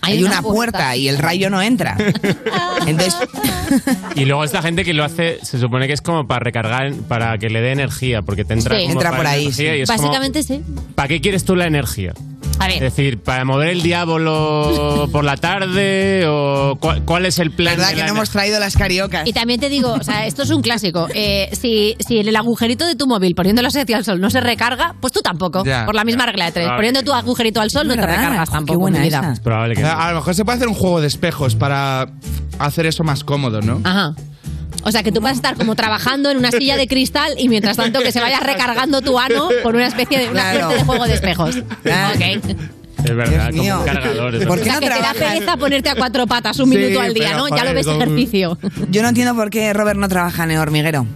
Speaker 2: Hay, una, puerta. y el rayo no entra. Entonces,
Speaker 30: Y luego esta gente que lo hace, se supone que es como para recargar, para que le dé energía, porque te entra,
Speaker 3: Sí.
Speaker 30: como para energía y es como,
Speaker 3: Básicamente sí.
Speaker 30: ¿Para qué quieres tú la energía?
Speaker 3: A ver.
Speaker 30: Es decir, ¿para mover el diablo por la tarde? ¿O cuál, cuál es el plan?
Speaker 2: ¿verdad
Speaker 30: de
Speaker 2: que
Speaker 30: la
Speaker 2: no
Speaker 30: ener-
Speaker 2: hemos traído las cariocas?
Speaker 3: Y también te digo, o sea, esto es un clásico. Eh, si, si en el agujerito de tu móvil poniéndolo hacia el sol no se recarga, pues tú tampoco.
Speaker 29: Ya,
Speaker 3: por la misma
Speaker 29: ya.
Speaker 3: regla de tres.
Speaker 29: Claro.
Speaker 3: Poniendo tu agujerito al sol no te
Speaker 2: Ah,
Speaker 3: recargas tampoco. mi vida.
Speaker 29: Es a, a lo mejor se puede hacer un juego de espejos para hacer eso más cómodo, ¿no?
Speaker 3: Ajá. O sea, que tú vas a estar como trabajando en una silla de cristal y mientras tanto que se vaya recargando tu ano con una especie de, una
Speaker 2: Claro.
Speaker 3: suerte de juego de espejos. Ok.
Speaker 30: Es verdad, como un cargador.
Speaker 3: o
Speaker 30: es
Speaker 3: sea,
Speaker 30: verdad.
Speaker 3: que te da pereza pues, ponerte a cuatro patas un
Speaker 2: Sí,
Speaker 3: minuto al día,
Speaker 2: pero,
Speaker 3: ¿no? ya lo
Speaker 2: joder,
Speaker 3: ves
Speaker 2: con-
Speaker 3: ejercicio.
Speaker 2: Yo no entiendo por qué Robert no trabaja en el hormiguero.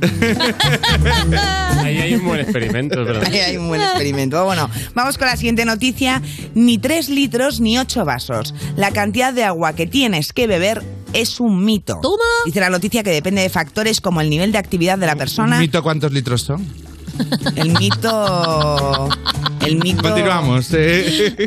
Speaker 30: Ahí hay un buen experimento, es verdad.
Speaker 2: Ahí hay un buen experimento. Bueno, vamos con la siguiente noticia. Ni 3 litros ni 8 vasos. La cantidad de agua que tienes que beber es un mito. Dice la noticia que depende de factores como el nivel de actividad de la persona.
Speaker 29: ¿Mito cuántos litros son?
Speaker 2: El mito. El mito.
Speaker 29: Continuamos. eh.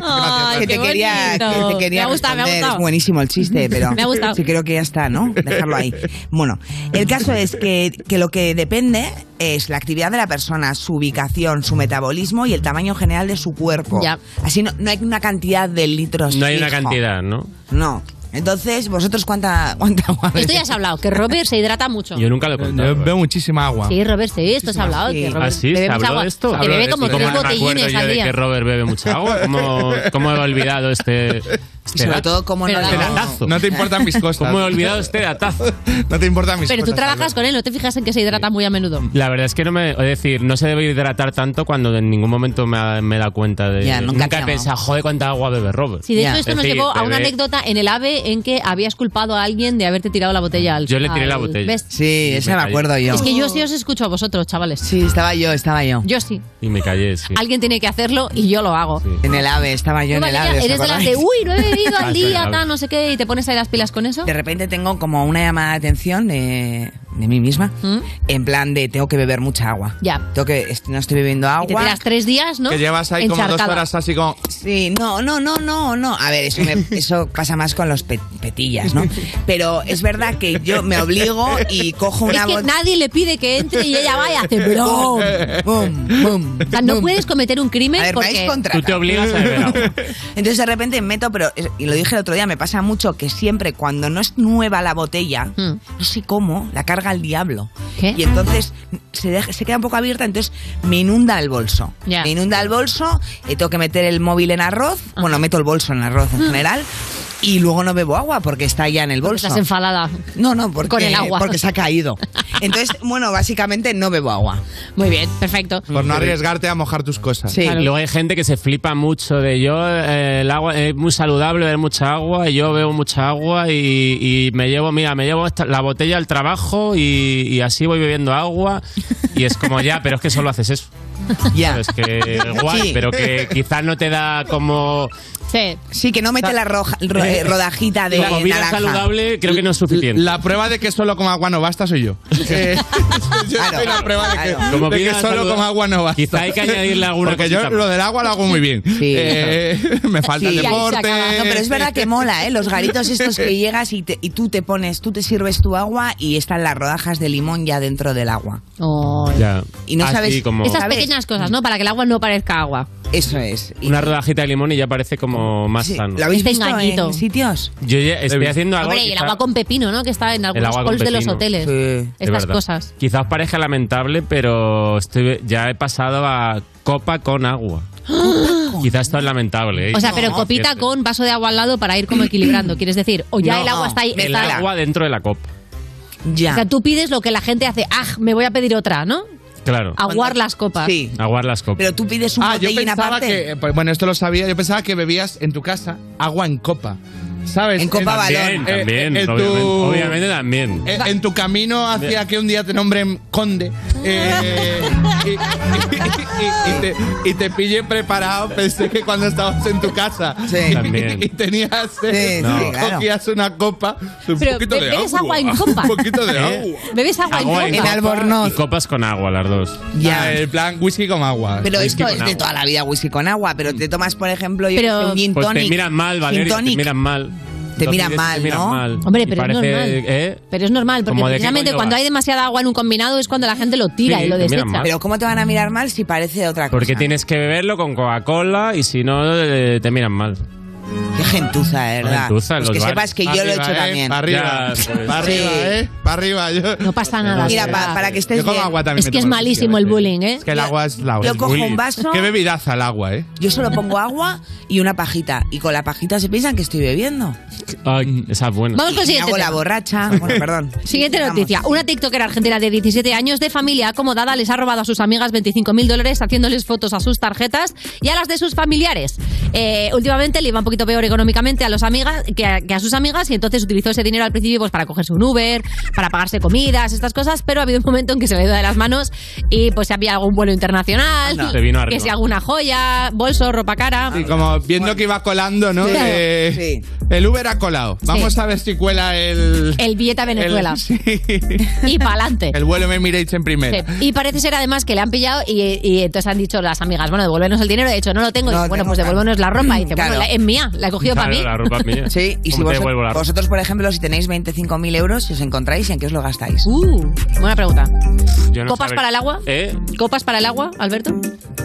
Speaker 2: que, te quería, que te quería
Speaker 3: Me ha gustado, me ha
Speaker 2: responder.
Speaker 3: gustado.
Speaker 2: Es buenísimo el chiste, pero
Speaker 3: Me ha gustado.
Speaker 2: sí creo que ya está, ¿no? Dejarlo ahí. Bueno, el caso es que, que lo que depende es la actividad de la persona, su ubicación, su metabolismo y el tamaño general de su cuerpo. Así no, no hay una cantidad de litros.
Speaker 30: No hay una
Speaker 2: fijo.
Speaker 30: cantidad, ¿no?
Speaker 2: No. Entonces, ¿vosotros cuánta, cuánta agua
Speaker 3: Esto ya se ha hablado, que Robert se hidrata mucho.
Speaker 30: Yo nunca lo he contado. ¿eh?
Speaker 29: Yo veo Eh, muchísima agua.
Speaker 3: Sí, Robert, sí, esto se ha hablado. que Robert
Speaker 30: ¿Ah, sí?
Speaker 3: bebe
Speaker 30: ¿Se
Speaker 3: mucha
Speaker 30: habló
Speaker 3: agua.
Speaker 30: de esto?
Speaker 3: Que bebe como
Speaker 30: ¿Cómo
Speaker 3: tres
Speaker 30: no me acuerdo
Speaker 3: botellines
Speaker 30: yo
Speaker 3: al
Speaker 30: de que
Speaker 3: día.
Speaker 30: Robert bebe mucha agua? ¿Cómo, cómo he olvidado este, este
Speaker 2: Y sobre
Speaker 30: dato?
Speaker 2: todo, ¿cómo no,
Speaker 30: Este datazo.
Speaker 29: No te importan mis cosas.
Speaker 30: ¿Cómo he olvidado este datazo?
Speaker 29: No te importan mis
Speaker 3: Pero tú
Speaker 29: cosas.
Speaker 3: trabajas con él, no te fijas en que se hidrata muy a menudo.
Speaker 30: La verdad es que no me. Es decir, no se debe hidratar tanto cuando en ningún momento me, ha- me da cuenta de.
Speaker 3: Ya, nunca
Speaker 30: he
Speaker 3: te
Speaker 30: pensado, joder, cuánta agua bebe Robert.
Speaker 3: Sí, de hecho, esto
Speaker 30: Es
Speaker 3: nos
Speaker 30: decir,
Speaker 3: llevó a una
Speaker 30: bebe-
Speaker 3: anécdota en el AVE en que habías culpado a alguien de haberte tirado la botella al
Speaker 30: Yo le tiré la
Speaker 3: al-
Speaker 30: botella.
Speaker 3: ¿ves?
Speaker 2: Sí, esa me acuerdo yo.
Speaker 3: Es que yo sí os escucho a vosotros, chavales.
Speaker 2: Sí, estaba yo, estaba yo.
Speaker 3: Yo sí.
Speaker 30: Y me callé, sí.
Speaker 3: Alguien tiene que hacerlo y yo lo hago.
Speaker 2: En el AVE, estaba yo en
Speaker 3: Tú,
Speaker 2: el
Speaker 3: Valeria,
Speaker 2: AVE. ¿os
Speaker 3: eres de las de,
Speaker 2: acordáis?
Speaker 3: uy, no he bebido
Speaker 2: Ah,
Speaker 3: al
Speaker 2: soy del
Speaker 3: día,
Speaker 2: AVE.
Speaker 3: tal, no sé qué, y te pones ahí las pilas con eso.
Speaker 2: De repente tengo como una llamada de atención de de mí misma, en plan de tengo que beber mucha agua.
Speaker 3: ¿Mm? Ya.
Speaker 2: Tengo que, est- no estoy bebiendo agua.
Speaker 3: Te tiras tres días, ¿no? Encharcada.
Speaker 2: así como... Sí, no, no, no, no, no. A ver, eso, me- eso pasa más con los pe- petillas, ¿no? Pero es verdad que yo me obligo y cojo una
Speaker 3: es que
Speaker 2: bot-
Speaker 3: nadie le pide que entre y ella va y hace brum,
Speaker 2: bum, bum.
Speaker 3: O sea, no puedes cometer un crimen
Speaker 2: A ver,
Speaker 3: porque...
Speaker 2: vais contra. Entonces de repente meto, pero, y lo dije el otro día, me pasa mucho que siempre cuando no es nueva la botella,
Speaker 3: Hmm.
Speaker 2: no sé cómo, la carga el diablo. Y entonces se, deja- se queda un poco abierta, entonces me inunda el bolso.
Speaker 7: Ya.
Speaker 2: Me inunda el bolso, eh, tengo que meter el móvil en arroz,
Speaker 3: Ah.
Speaker 2: bueno, meto el bolso en arroz en general. Y luego no bebo agua porque está ya en el bolso.
Speaker 3: Estás enfadada.
Speaker 2: No, no, porque,
Speaker 3: Con el agua.
Speaker 2: Eh, porque se ha caído. Entonces, bueno, básicamente no bebo agua.
Speaker 3: Muy bien, perfecto.
Speaker 29: Por no arriesgarte a mojar tus cosas.
Speaker 30: Y Luego hay gente que se flipa mucho de yo, eh, el agua es muy saludable beber mucha agua, y yo bebo mucha agua y, y me llevo, mira, me llevo esta- la botella al trabajo y, y así voy bebiendo agua y es como ya, pero es que solo haces eso.
Speaker 2: Ya.
Speaker 30: Es que guay,
Speaker 2: Sí.
Speaker 30: pero que quizás no te da como...
Speaker 3: Sí.
Speaker 2: que no mete la roja- ro- eh, rodajita de naranja.
Speaker 29: creo que no es suficiente. La prueba de que solo con agua no basta soy yo. Eh, yo soy la prueba de que, de que
Speaker 30: vida
Speaker 29: solo
Speaker 30: saludable,
Speaker 29: con agua no basta.
Speaker 30: Quizá hay que añadirle alguna
Speaker 29: Porque yo
Speaker 30: cosita
Speaker 29: lo
Speaker 30: más.
Speaker 29: del agua lo hago muy bien. Eh, me falta
Speaker 2: Sí.
Speaker 29: el deporte.
Speaker 2: No, pero es verdad que mola, ¿eh? Los garitos estos que llegas y, te- y tú te pones, tú te sirves tu agua y están las rodajas de limón ya dentro del agua.
Speaker 3: Oh.
Speaker 30: Ya.
Speaker 2: Y no
Speaker 30: Así
Speaker 2: sabes-
Speaker 30: como-
Speaker 3: Esas pequeñas cosas, ¿no? Para que el agua no parezca agua.
Speaker 2: Eso es.
Speaker 30: Una rodajita de limón y ya parece como más sano.
Speaker 3: Este engañito.
Speaker 2: sitios?
Speaker 30: Yo ya estoy haciendo algo...
Speaker 3: Hombre, y el
Speaker 30: quizá-
Speaker 3: agua con pepino, ¿no? Que está en
Speaker 30: El
Speaker 3: algunos
Speaker 30: agua con
Speaker 3: halls de los
Speaker 30: pepino.
Speaker 3: hoteles.
Speaker 30: Es
Speaker 3: Estas
Speaker 30: verdad.
Speaker 3: cosas.
Speaker 30: Quizás parezca lamentable, pero estoy, ya he pasado a copa con agua. Quizás esto es lamentable. ¿eh?
Speaker 3: O sea, pero
Speaker 30: No,
Speaker 3: copita
Speaker 30: fíjate.
Speaker 3: con vaso de agua al lado para ir como equilibrando, quieres decir. O ya
Speaker 30: No,
Speaker 3: el agua está ahí.
Speaker 30: El
Speaker 3: está-
Speaker 30: agua dentro de la copa.
Speaker 3: O sea, tú pides lo que la gente hace. Ah, me voy a pedir otra, ¿no?
Speaker 30: Claro.
Speaker 3: Aguar las copas.
Speaker 29: Sí.
Speaker 30: Aguar las copas.
Speaker 2: Pero tú pides un
Speaker 29: Ah, yo
Speaker 2: botellín
Speaker 29: pensaba
Speaker 2: aparte.
Speaker 29: que- eh, pues, bueno, esto lo sabía. Yo pensaba que bebías en tu casa agua en copa. ¿Sabes?
Speaker 2: En copa
Speaker 30: También,
Speaker 29: Eh,
Speaker 30: también,
Speaker 29: en tu-
Speaker 30: obviamente, obviamente también.
Speaker 29: eh, en tu camino hacia que un día te nombren conde eh, y, y- y- y te, y te pille preparado, pensé que cuando estabas en tu casa y,
Speaker 30: También.
Speaker 29: y tenías eh,
Speaker 30: Sí, sí,
Speaker 29: y
Speaker 30: claro.
Speaker 29: cogías una copa, un
Speaker 3: Pero
Speaker 29: poquito de
Speaker 3: bebes
Speaker 29: agua,
Speaker 3: agua en copa.
Speaker 29: un poquito de
Speaker 30: ¿Eh?
Speaker 29: agua.
Speaker 3: Bebes agua, en copa.
Speaker 30: Y copas con agua, las dos.
Speaker 2: Ya.
Speaker 29: Ah, En plan, whisky con agua.
Speaker 2: Pero
Speaker 30: Whisky
Speaker 2: esto
Speaker 30: con
Speaker 2: es de
Speaker 30: agua.
Speaker 2: toda la vida whisky con agua, pero te tomas, por ejemplo, yo que sé, un gin
Speaker 30: Pues
Speaker 2: tonic.
Speaker 30: te miran mal,
Speaker 2: Gin
Speaker 30: Valeria, te
Speaker 2: tonic.
Speaker 30: miran mal.
Speaker 2: Te
Speaker 30: Los
Speaker 2: miran
Speaker 30: ingleses
Speaker 2: mal,
Speaker 30: te miran
Speaker 2: ¿no?
Speaker 30: mal.
Speaker 3: Hombre,
Speaker 30: Y
Speaker 3: pero es
Speaker 30: parece,
Speaker 3: normal.
Speaker 30: ¿eh?
Speaker 3: Pero es normal, porque
Speaker 30: Como de qué
Speaker 3: precisamente
Speaker 30: coño
Speaker 3: cuando
Speaker 30: vas.
Speaker 3: hay demasiada agua en un combinado es cuando la gente lo tira
Speaker 30: Sí,
Speaker 3: y lo
Speaker 30: te miran
Speaker 3: desecha.
Speaker 30: mal.
Speaker 2: Pero ¿cómo te van a mirar mal si parece de otra cosa?
Speaker 30: Porque tienes que beberlo con Coca-Cola y si no, eh, te miran mal.
Speaker 2: Qué gentuza, de
Speaker 30: verdad.
Speaker 2: Pues que sepas que yo lo he hecho también.
Speaker 29: Para arriba,
Speaker 30: Ya, eh, pues.
Speaker 29: para arriba,
Speaker 2: Sí.
Speaker 29: ¿eh? Para arriba. Yo,
Speaker 3: No pasa nada.
Speaker 29: sé.
Speaker 2: Mira, pa- para que estés
Speaker 29: Yo como
Speaker 2: bien.
Speaker 29: agua también
Speaker 2: Es
Speaker 29: me
Speaker 2: que es
Speaker 29: tomo,
Speaker 2: malísimo
Speaker 3: el bullying, ¿eh?
Speaker 29: Es que el agua es la
Speaker 2: Yo
Speaker 29: es
Speaker 2: cojo
Speaker 29: bullying.
Speaker 2: un vaso-
Speaker 29: Qué bebidaza el agua, ¿eh?
Speaker 2: Yo solo pongo agua y una pajita. Y con la pajita se piensan que estoy bebiendo.
Speaker 30: Ay, esa es buena.
Speaker 3: Vamos con el
Speaker 2: Y me
Speaker 3: siguiente
Speaker 2: hago la
Speaker 3: tema. Ah,
Speaker 2: borracha. Bueno, perdón.
Speaker 3: Siguiente noticia. Una TikToker argentina de 17 años de familia acomodada les ha robado a sus amigas 25 mil dólares haciéndoles fotos a sus tarjetas y a las de sus familiares. Eh, últimamente le iba un poquito peor económicamente a los amigas que a, que a sus amigas y entonces utilizó ese dinero al principio pues, para cogerse un Uber, para pagarse comidas, estas cosas, pero ha habido un momento en que se le ha ido de las manos y pues si había algún vuelo internacional,
Speaker 29: Anda. Se vino
Speaker 3: que
Speaker 29: arriba.
Speaker 3: si alguna joya, bolso, ropa cara.
Speaker 29: Y como viendo que iba colando, ¿no?
Speaker 3: Sí.
Speaker 29: Eh, El Uber ha colado. Vamos a ver si cuela el.
Speaker 3: El billete a Venezuela.
Speaker 29: El, sí,
Speaker 3: Y para adelante.
Speaker 29: el vuelo me miréis en primera.
Speaker 3: Sí. Y parece ser además que le han pillado y, y entonces han dicho las amigas, bueno, devuélvenos el dinero. De hecho, no lo tengo. Dice, bueno, pues devuélvenos la ropa. Y dice,
Speaker 2: Claro.
Speaker 3: bueno, la- es mía, la he cogido para mí.
Speaker 2: Sí, y si
Speaker 3: ¿Cómo te
Speaker 2: vosot-
Speaker 3: devuelvo la ropa?
Speaker 2: vosotros, por ejemplo, si tenéis 25.000 euros, si os encontráis, ¿en qué os lo gastáis?
Speaker 3: Uh, buena pregunta.
Speaker 30: Yo no
Speaker 3: ¿Copas
Speaker 30: sabría-
Speaker 3: para el agua?
Speaker 30: ¿Eh?
Speaker 3: ¿Copas para el agua, Alberto?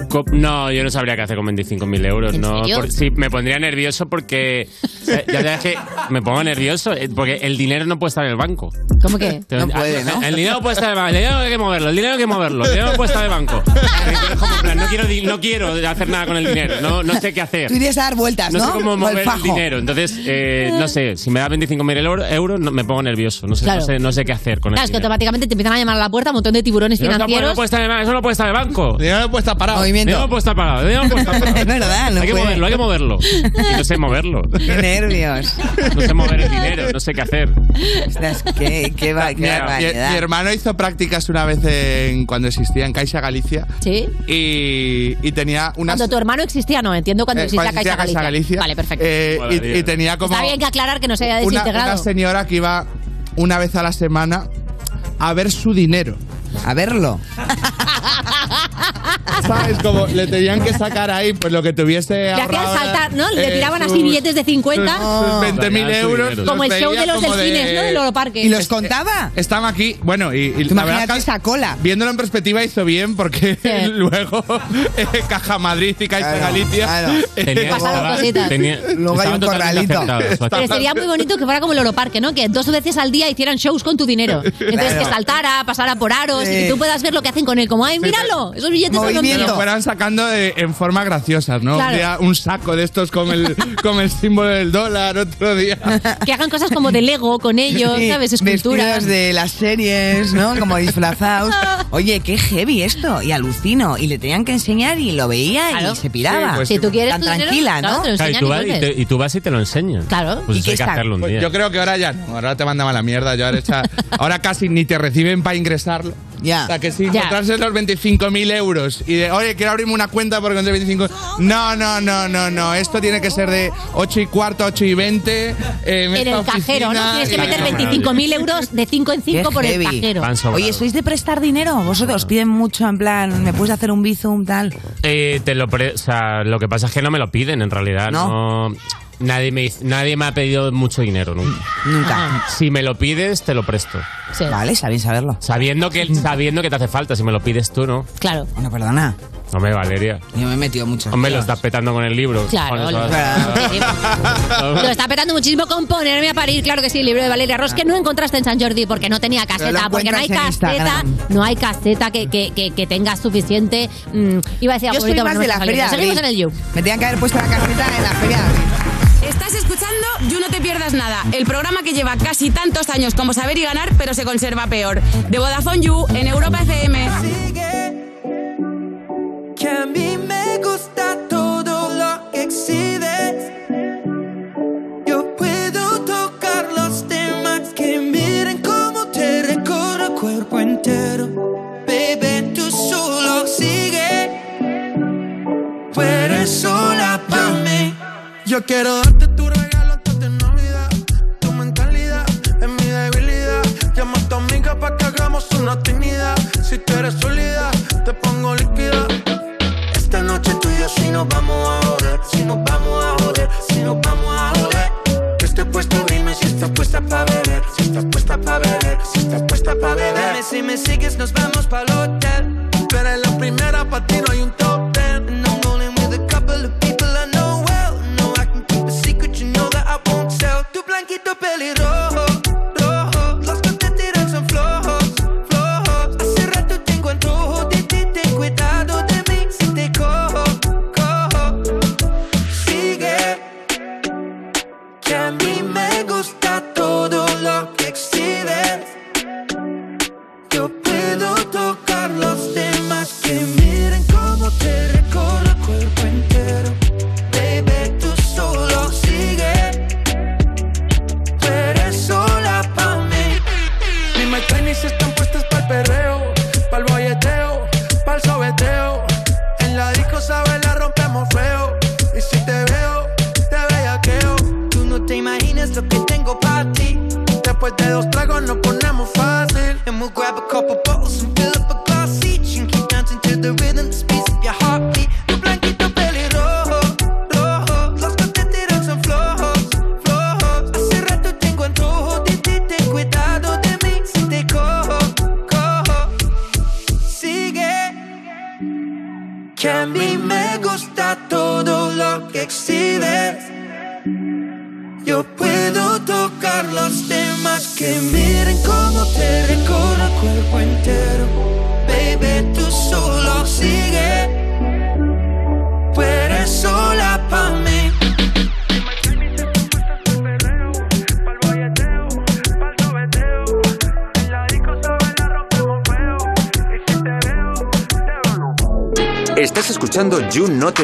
Speaker 30: Co- No, yo no sabría qué hacer con 25.000 euros. no,
Speaker 3: serio?
Speaker 30: Por- sí, me pondría nervioso porque. eh, Ya sabes que me pongo nervioso eh, porque el dinero no puede estar en el banco.
Speaker 3: ¿Cómo que?
Speaker 30: No puede, ¿no? El dinero puede estar en el banco. El dinero hay que moverlo. El dinero hay que moverlo. El dinero puede estar en el banco. Entonces, como en plan, No quiero, di- no quiero hacer nada con el dinero. No, no sé qué hacer.
Speaker 2: Tú irías a dar vueltas, ¿no?
Speaker 30: No sé cómo
Speaker 2: Como el
Speaker 30: mover el
Speaker 2: fajo.
Speaker 30: dinero. Entonces, eh, no sé, si me da 25.000 euro- euros, no- me pongo nervioso. No sé,
Speaker 3: Claro.
Speaker 30: no, sé, no sé qué hacer con
Speaker 3: Claro,
Speaker 30: el
Speaker 3: es que
Speaker 30: dinero.
Speaker 3: automáticamente te empiezan a llamar a la puerta un montón de tiburones
Speaker 30: Dinero no puede- no
Speaker 3: financieros.
Speaker 30: puede estar en el banco, Eso no puede estar en el banco.
Speaker 29: Dinero no puede estar parado.
Speaker 2: Movimiento.
Speaker 30: Dinero no puede estar parado. Dinero no puede estar parado. hay que moverlo, hay que moverlo. Y no sé moverlo.
Speaker 2: Qué nervios.
Speaker 30: No sé mover el dinero, no sé qué hacer.
Speaker 2: Ostras, qué, qué, va- qué
Speaker 29: Mira, mi,
Speaker 2: barbaridad.
Speaker 29: mi hermano hizo prácticas una vez en, cuando existía en Caixa Galicia.
Speaker 3: Sí.
Speaker 29: Y, y tenía unas.
Speaker 3: Cuando tu hermano existía, no, entiendo cuando
Speaker 29: Eh,
Speaker 3: existía
Speaker 29: cuando
Speaker 3: Caixa
Speaker 29: existía
Speaker 3: Galicia.
Speaker 29: Caixa Galicia.
Speaker 3: Vale, perfecto.
Speaker 29: eh, y, y tenía como.
Speaker 3: Está bien que aclarar que no se haya
Speaker 29: una, una
Speaker 3: desintegrado.
Speaker 29: señora que iba una vez a la semana a ver su dinero.
Speaker 2: A verlo.
Speaker 29: ¿Sabes? Como le tenían que sacar ahí pues lo que tuviese
Speaker 3: Le hacían
Speaker 29: ahorrado,
Speaker 3: saltar, ¿no? Le
Speaker 29: eh,
Speaker 3: tiraban así
Speaker 29: sus-
Speaker 3: billetes de 50.
Speaker 29: sus 20.000 euros.
Speaker 3: Como el
Speaker 29: los
Speaker 3: show de
Speaker 29: veía
Speaker 3: los
Speaker 29: como
Speaker 3: delfines, ¿no? Del Oroparque. ¿Y los contaba?
Speaker 29: Estaba aquí, bueno, y, y la verdad esa cola. Viéndolo en perspectiva hizo bien porque luego eh, Caja Madrid y Caixa Galicia eh,
Speaker 30: Tenía-
Speaker 3: Pasaron
Speaker 30: estaba-
Speaker 3: cositas.
Speaker 30: tenía-
Speaker 29: Luego hay
Speaker 30: estaban
Speaker 29: un
Speaker 30: totalmente
Speaker 29: corralito.
Speaker 30: afectados.
Speaker 3: Pero sería muy bonito que fuera como el Oroparque, ¿no? Que dos veces al día hicieran shows con tu dinero. Entonces
Speaker 29: Claro.
Speaker 3: que saltara, pasara por aros
Speaker 29: Sí.
Speaker 3: y que tú puedas ver lo que hacen con él. Como, ¡ay, míralo! Esos billetes son
Speaker 29: Que lo
Speaker 3: míos.
Speaker 29: fueran sacando de- en forma graciosa, ¿no?
Speaker 3: Claro.
Speaker 29: Un día un saco de estos con el, con el símbolo del dólar, otro día.
Speaker 3: Que hagan cosas como de Lego con ellos,
Speaker 2: Sí,
Speaker 3: ¿sabes? Esculturas.
Speaker 2: vestidos de las series, ¿no? Como disfrazados. Oye, qué heavy esto. Y alucino. Y le tenían que enseñar y lo veía y se piraba.
Speaker 30: Sí, pues Si sí. tú
Speaker 3: quieres
Speaker 2: Tan
Speaker 3: tu dinero,
Speaker 2: tranquila,
Speaker 3: claro,
Speaker 2: ¿no?
Speaker 3: te lo
Speaker 30: Claro, y, tú vas, y, te- y tú vas y te lo enseñan.
Speaker 3: Claro.
Speaker 30: Pues eso hay que hacerlo un
Speaker 29: Pues
Speaker 30: día.
Speaker 29: yo creo que ahora ya no, ahora te mandan a la mierda. Yo ahora, está- ahora casi ni te reciben para ingresarlo.
Speaker 2: Ya.
Speaker 29: O sea, que si encontrarse los 25.000 euros y de, oye, quiero abrirme una cuenta porque encontré 25. No, no, no, no, no. Esto tiene que ser de 8 y cuarto, 8 y 20. eh, en
Speaker 3: En
Speaker 29: esta
Speaker 3: el cajero, ¿no?
Speaker 29: oficina
Speaker 3: Tienes que
Speaker 29: y-
Speaker 3: meter 25.000 euros de 5 en 5 por el cajero.
Speaker 2: Oye, ¿sois de prestar dinero? Vosotros piden mucho, en plan, ¿me puedes hacer un bizum, tal?
Speaker 30: Eh, te lo, pre- o sea, lo que pasa es que no me lo piden en realidad. No. nadie, me, dice- nadie me ha pedido mucho dinero nunca. Ah.
Speaker 2: Nunca.
Speaker 30: Si me lo pides, te lo presto.
Speaker 3: Sí.
Speaker 2: Vale, está bien saberlo.
Speaker 30: Sabiendo que, sabiendo que te hace falta, si me lo pides tú, ¿no?
Speaker 3: Claro.
Speaker 2: Bueno, perdona.
Speaker 30: Hombre, Valeria.
Speaker 2: Yo me he metido mucho.
Speaker 30: Hombre, lo estás petando con el libro.
Speaker 3: Claro,
Speaker 30: Con eso
Speaker 3: lo-
Speaker 30: vas-
Speaker 3: Lo está petando muchísimo con ponerme a parir, claro que sí, el libro de Valeria Ross, que no encontraste en San Jordi porque no tenía
Speaker 2: Pero
Speaker 3: caseta,
Speaker 2: lo
Speaker 3: porque no hay
Speaker 2: encuentras en
Speaker 3: caseta,
Speaker 2: Instagram.
Speaker 3: no hay caseta que, que, que, que tenga suficiente. mm, iba a decir
Speaker 2: Yo soy
Speaker 3: algoritmo,
Speaker 2: más
Speaker 3: pero
Speaker 2: de
Speaker 3: no me
Speaker 2: la
Speaker 3: sale.
Speaker 2: feria de
Speaker 3: Seguimos en
Speaker 2: abril.
Speaker 3: el You.
Speaker 2: Me tenían que haber puesto la caseta en la feria.
Speaker 35: Estás escuchando You No Te Pierdas Nada, el programa que lleva casi tantos años como saber y ganar, pero se conserva peor. De Vodafone You en Europa FM.
Speaker 10: Que a mí me gusta todo lo que exhibes. Yo puedo tocar los temas que miren cómo te recorro el cuerpo entero. Baby, tú solo sigue. Tú eres sola para mí. Yo quiero darte tu regalo antes de Navidad. Tu mentalidad es mi debilidad. Llama a tu amiga para que hagamos una timidad. Si tú eres sólida, te pongo líquida. Esta noche tú y yo si nos vamos a joder, si nos vamos a joder, si nos vamos a joder. Yo estoy puesto, dime si estás puesta para beber, si estás puesta para beber, si estás puesta para beber. Dime si me sigues, nos vamos para el hotel. Tú eres la primera, para ti no hay un top ten. And I'm rolling with a couple of people I know well. No, I can keep a secret, you know that I won't tell. Tu blanquito pelirrojo, rojo, los que te tiran son flojos, flojos. Hace rato tengo antojo de ti, ten cuidado de mí si te cojo, cojo. Sigue, que a mí me gusta todo lo que exhibes. Yo puedo tocar los temas que miren cómo te recorro el cuerpo entero. Baby, tú solo sigue. Tú eres sola pa' mí.
Speaker 7: Ni mis tenis están puestas para el perreo, para el bolleteo, para el sobeteo.
Speaker 10: En la disco, sabes, la rompemos feo. Y si te veo, te bellaqueo. Tú no te imaginas lo que tengo para ti. Después de dos tragos nos ponemos fácil. And we'll grab a couple bottles and fill up a glass each. And keep dancing to the rhythm that speeds up your heartbeat. Tu blanquito pelirrojo, rojo. Los que te tiran son flojos, flojos. Hace rato tengo antojo de ti. Ten cuidado de mí si te cojo, cojo. Sigue. Que a mí me gusta todo lo que exhibes. Yo puedo tocar los temas que miren cómo te recorro el cuerpo entero. Baby, tú solo sigue. Tú eres sola para mí.
Speaker 12: Estás escuchando You No Te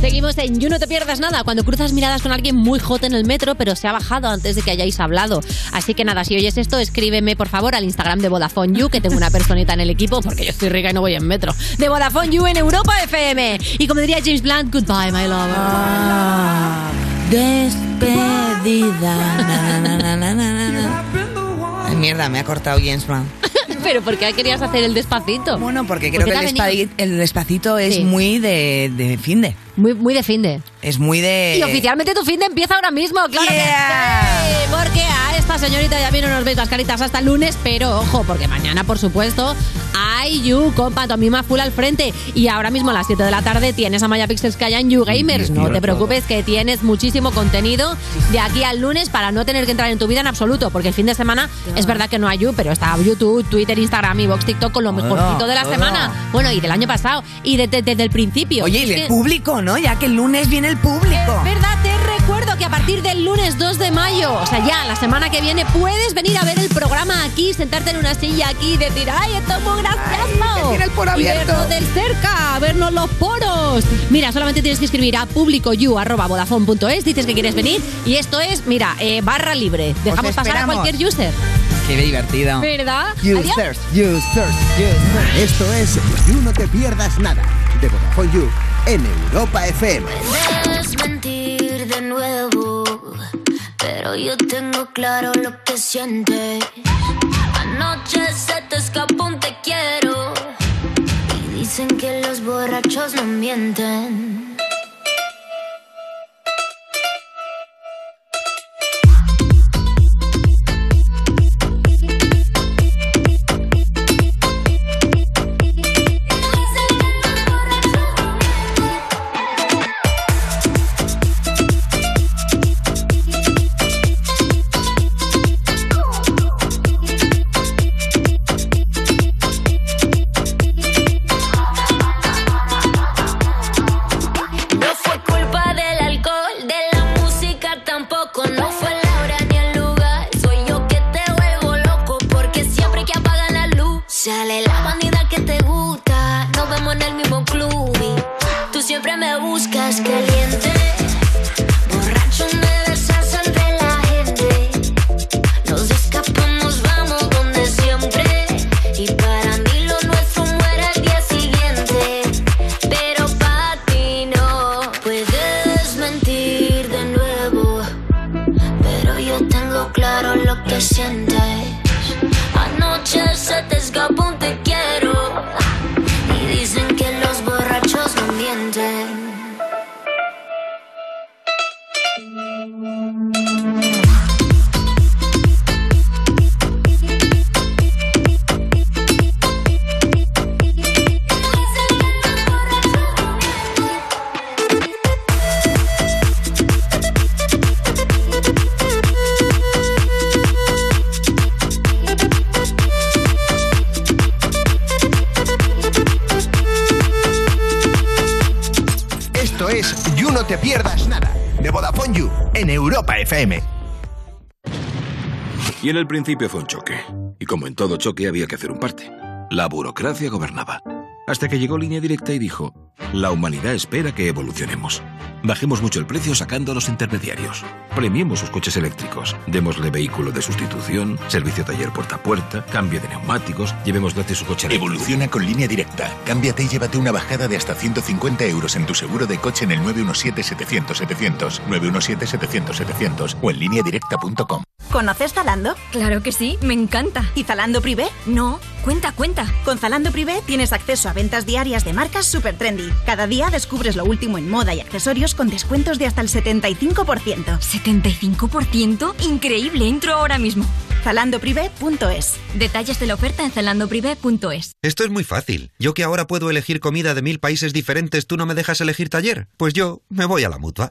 Speaker 3: Seguimos en You No Te Pierdas Nada, cuando cruzas miradas con alguien muy hot en el metro, pero se ha bajado antes de que hayáis hablado. Así que nada, si oyes esto, escríbeme por favor al Instagram de Vodafone You, que tengo una personita en el equipo, porque yo estoy rica y no voy en metro. De Vodafone You en Europa FM. Y como diría James Blunt, goodbye, my love.
Speaker 2: Despedida. Na, na, na, na, na, na, na. Ay, mierda, me ha cortado James Brown.
Speaker 3: pero ¿por qué querías hacer el despacito?
Speaker 2: Bueno, Porque creo que el, despa- el despacito es
Speaker 3: Sí.
Speaker 2: muy de, de finde.
Speaker 3: Muy, muy de finde.
Speaker 2: Es muy de...
Speaker 3: Y oficialmente tu fin de empieza ahora mismo, claro que sí, Porque a esta señorita ya bien no nos veis las caritas hasta el lunes, pero ojo, porque mañana, por supuesto, hay You con Pantomima Full al frente. Y ahora mismo a las 7 de la tarde tienes a Maya Pixels que hay en You Gamers. No te preocupes que tienes muchísimo contenido de aquí al lunes para no tener que entrar en tu vida en absoluto, porque el fin de semana es verdad que no hay You, pero está YouTube, Twitter, Instagram, y Vox, TikTok con lo mejorcito de la
Speaker 2: hola.
Speaker 3: semana. Bueno, y del año pasado, y de- de- desde el principio.
Speaker 2: Oye, y
Speaker 3: Es
Speaker 2: del
Speaker 3: que-
Speaker 2: público, ¿no? Ya que el lunes viene el público.
Speaker 3: verdad, te recuerdo que a partir del lunes 2 de mayo, o sea, ya la semana que viene, puedes venir a ver el programa aquí, sentarte en una silla aquí y decir, ¡ay, esto es muy gracioso!
Speaker 2: tiene el poro
Speaker 3: Y
Speaker 2: abierto.
Speaker 3: verlo de cerca, vernos los poros. Mira, solamente tienes que escribir a publicoyu.vodafone.es, dices que quieres venir y esto es, mira, eh, barra libre. Dejamos pasar a
Speaker 2: esperamos.
Speaker 3: cualquier user.
Speaker 2: Qué divertido.
Speaker 3: ¿Verdad? Adiós.
Speaker 4: Users, users, users. Esto es You No Te Pierdas Nada de Vodafone You en Europa FM.
Speaker 36: Puedes mentir de nuevo, pero yo tengo claro lo que sientes. Anoche se te escapó un te quiero y dicen que los borrachos no mienten. No fue culpa del alcohol, de la música tampoco. No fue la hora ni el lugar. Soy yo que te vuelvo loco. Porque siempre que apagan la luz, sale la bandida que te gusta. Nos vemos en el mismo club. y tú siempre me buscas caliente. Borracho me besas ante la gente. Nos escapamos, vamos donde siempre. Y para mí lo nuestro muere al día siguiente. Pero para ti no puedes mentir de nuevo. Pero yo tengo claro lo que sientes. Anoche se te escapó un te quiero. Y dicen que los borrachos no mienten.
Speaker 4: Esto es You No Te Pierdas Nada de Vodafone You en Europa FM.
Speaker 12: Y en el principio fue un choque. Y como en todo choque había que hacer un parte. La burocracia gobernaba. Hasta que llegó Línea Directa y dijo, la humanidad espera que evolucionemos. Bajemos mucho el precio sacando a los intermediarios. Premiemos sus coches eléctricos. Démosle vehículo de sustitución, servicio taller puerta a puerta, cambio de neumáticos, llevemos gratis su coche eléctrico.
Speaker 13: Evoluciona con línea directa. Cámbiate y llévate una bajada de hasta 150 euros en tu seguro de coche en el 917-700-700, 917-700-700 o en lineadirecta.com.
Speaker 15: ¿Conoces Zalando? Claro que sí, me encanta. ¿Y Zalando Privé? No, cuenta, cuenta. Con Zalando Privé tienes acceso a ventas diarias de marcas super trendy. Cada día descubres lo último en moda y accesorios con descuentos de hasta el 75%. ¿75%? Increíble, entro ahora mismo. ZalandoPrivé.es. Detalles de la oferta en ZalandoPrivé.es.
Speaker 5: Esto es muy fácil. Yo que ahora puedo elegir comida de mil países diferentes, ¿tú no me dejas elegir taller? Pues yo me voy a la mutua.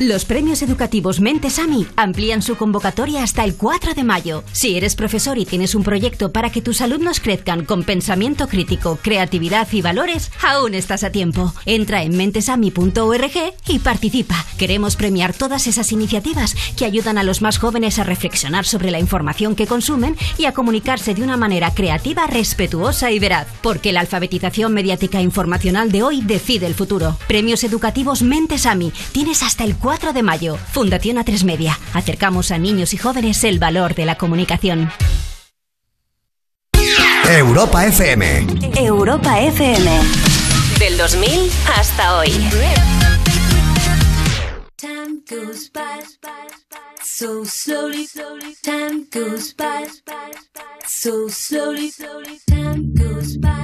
Speaker 15: Los premios educativos Mentes AMI amplían su convocatoria hasta el 4 de mayo. Si eres profesor y tienes un proyecto para que tus alumnos crezcan con pensamiento crítico, creatividad y valores, aún estás a tiempo. Entra en mentesami.org y participa. Queremos premiar todas esas iniciativas que ayudan a los más jóvenes a reflexionar sobre la información que consumen y a comunicarse de una manera creativa, respetuosa y veraz. Porque la alfabetización mediática e informacional de hoy decide el futuro. Premios educativos Mentes AMI. Tienes hasta el 4 de mayo. Fundación A3 Media. Acercamos a niños y jóvenes el valor de la comunicación.
Speaker 37: Europa FM.
Speaker 15: Europa FM.
Speaker 9: Del 2000 hasta hoy.
Speaker 6: Time goes by so slowly. Time goes by so slowly. Time goes by.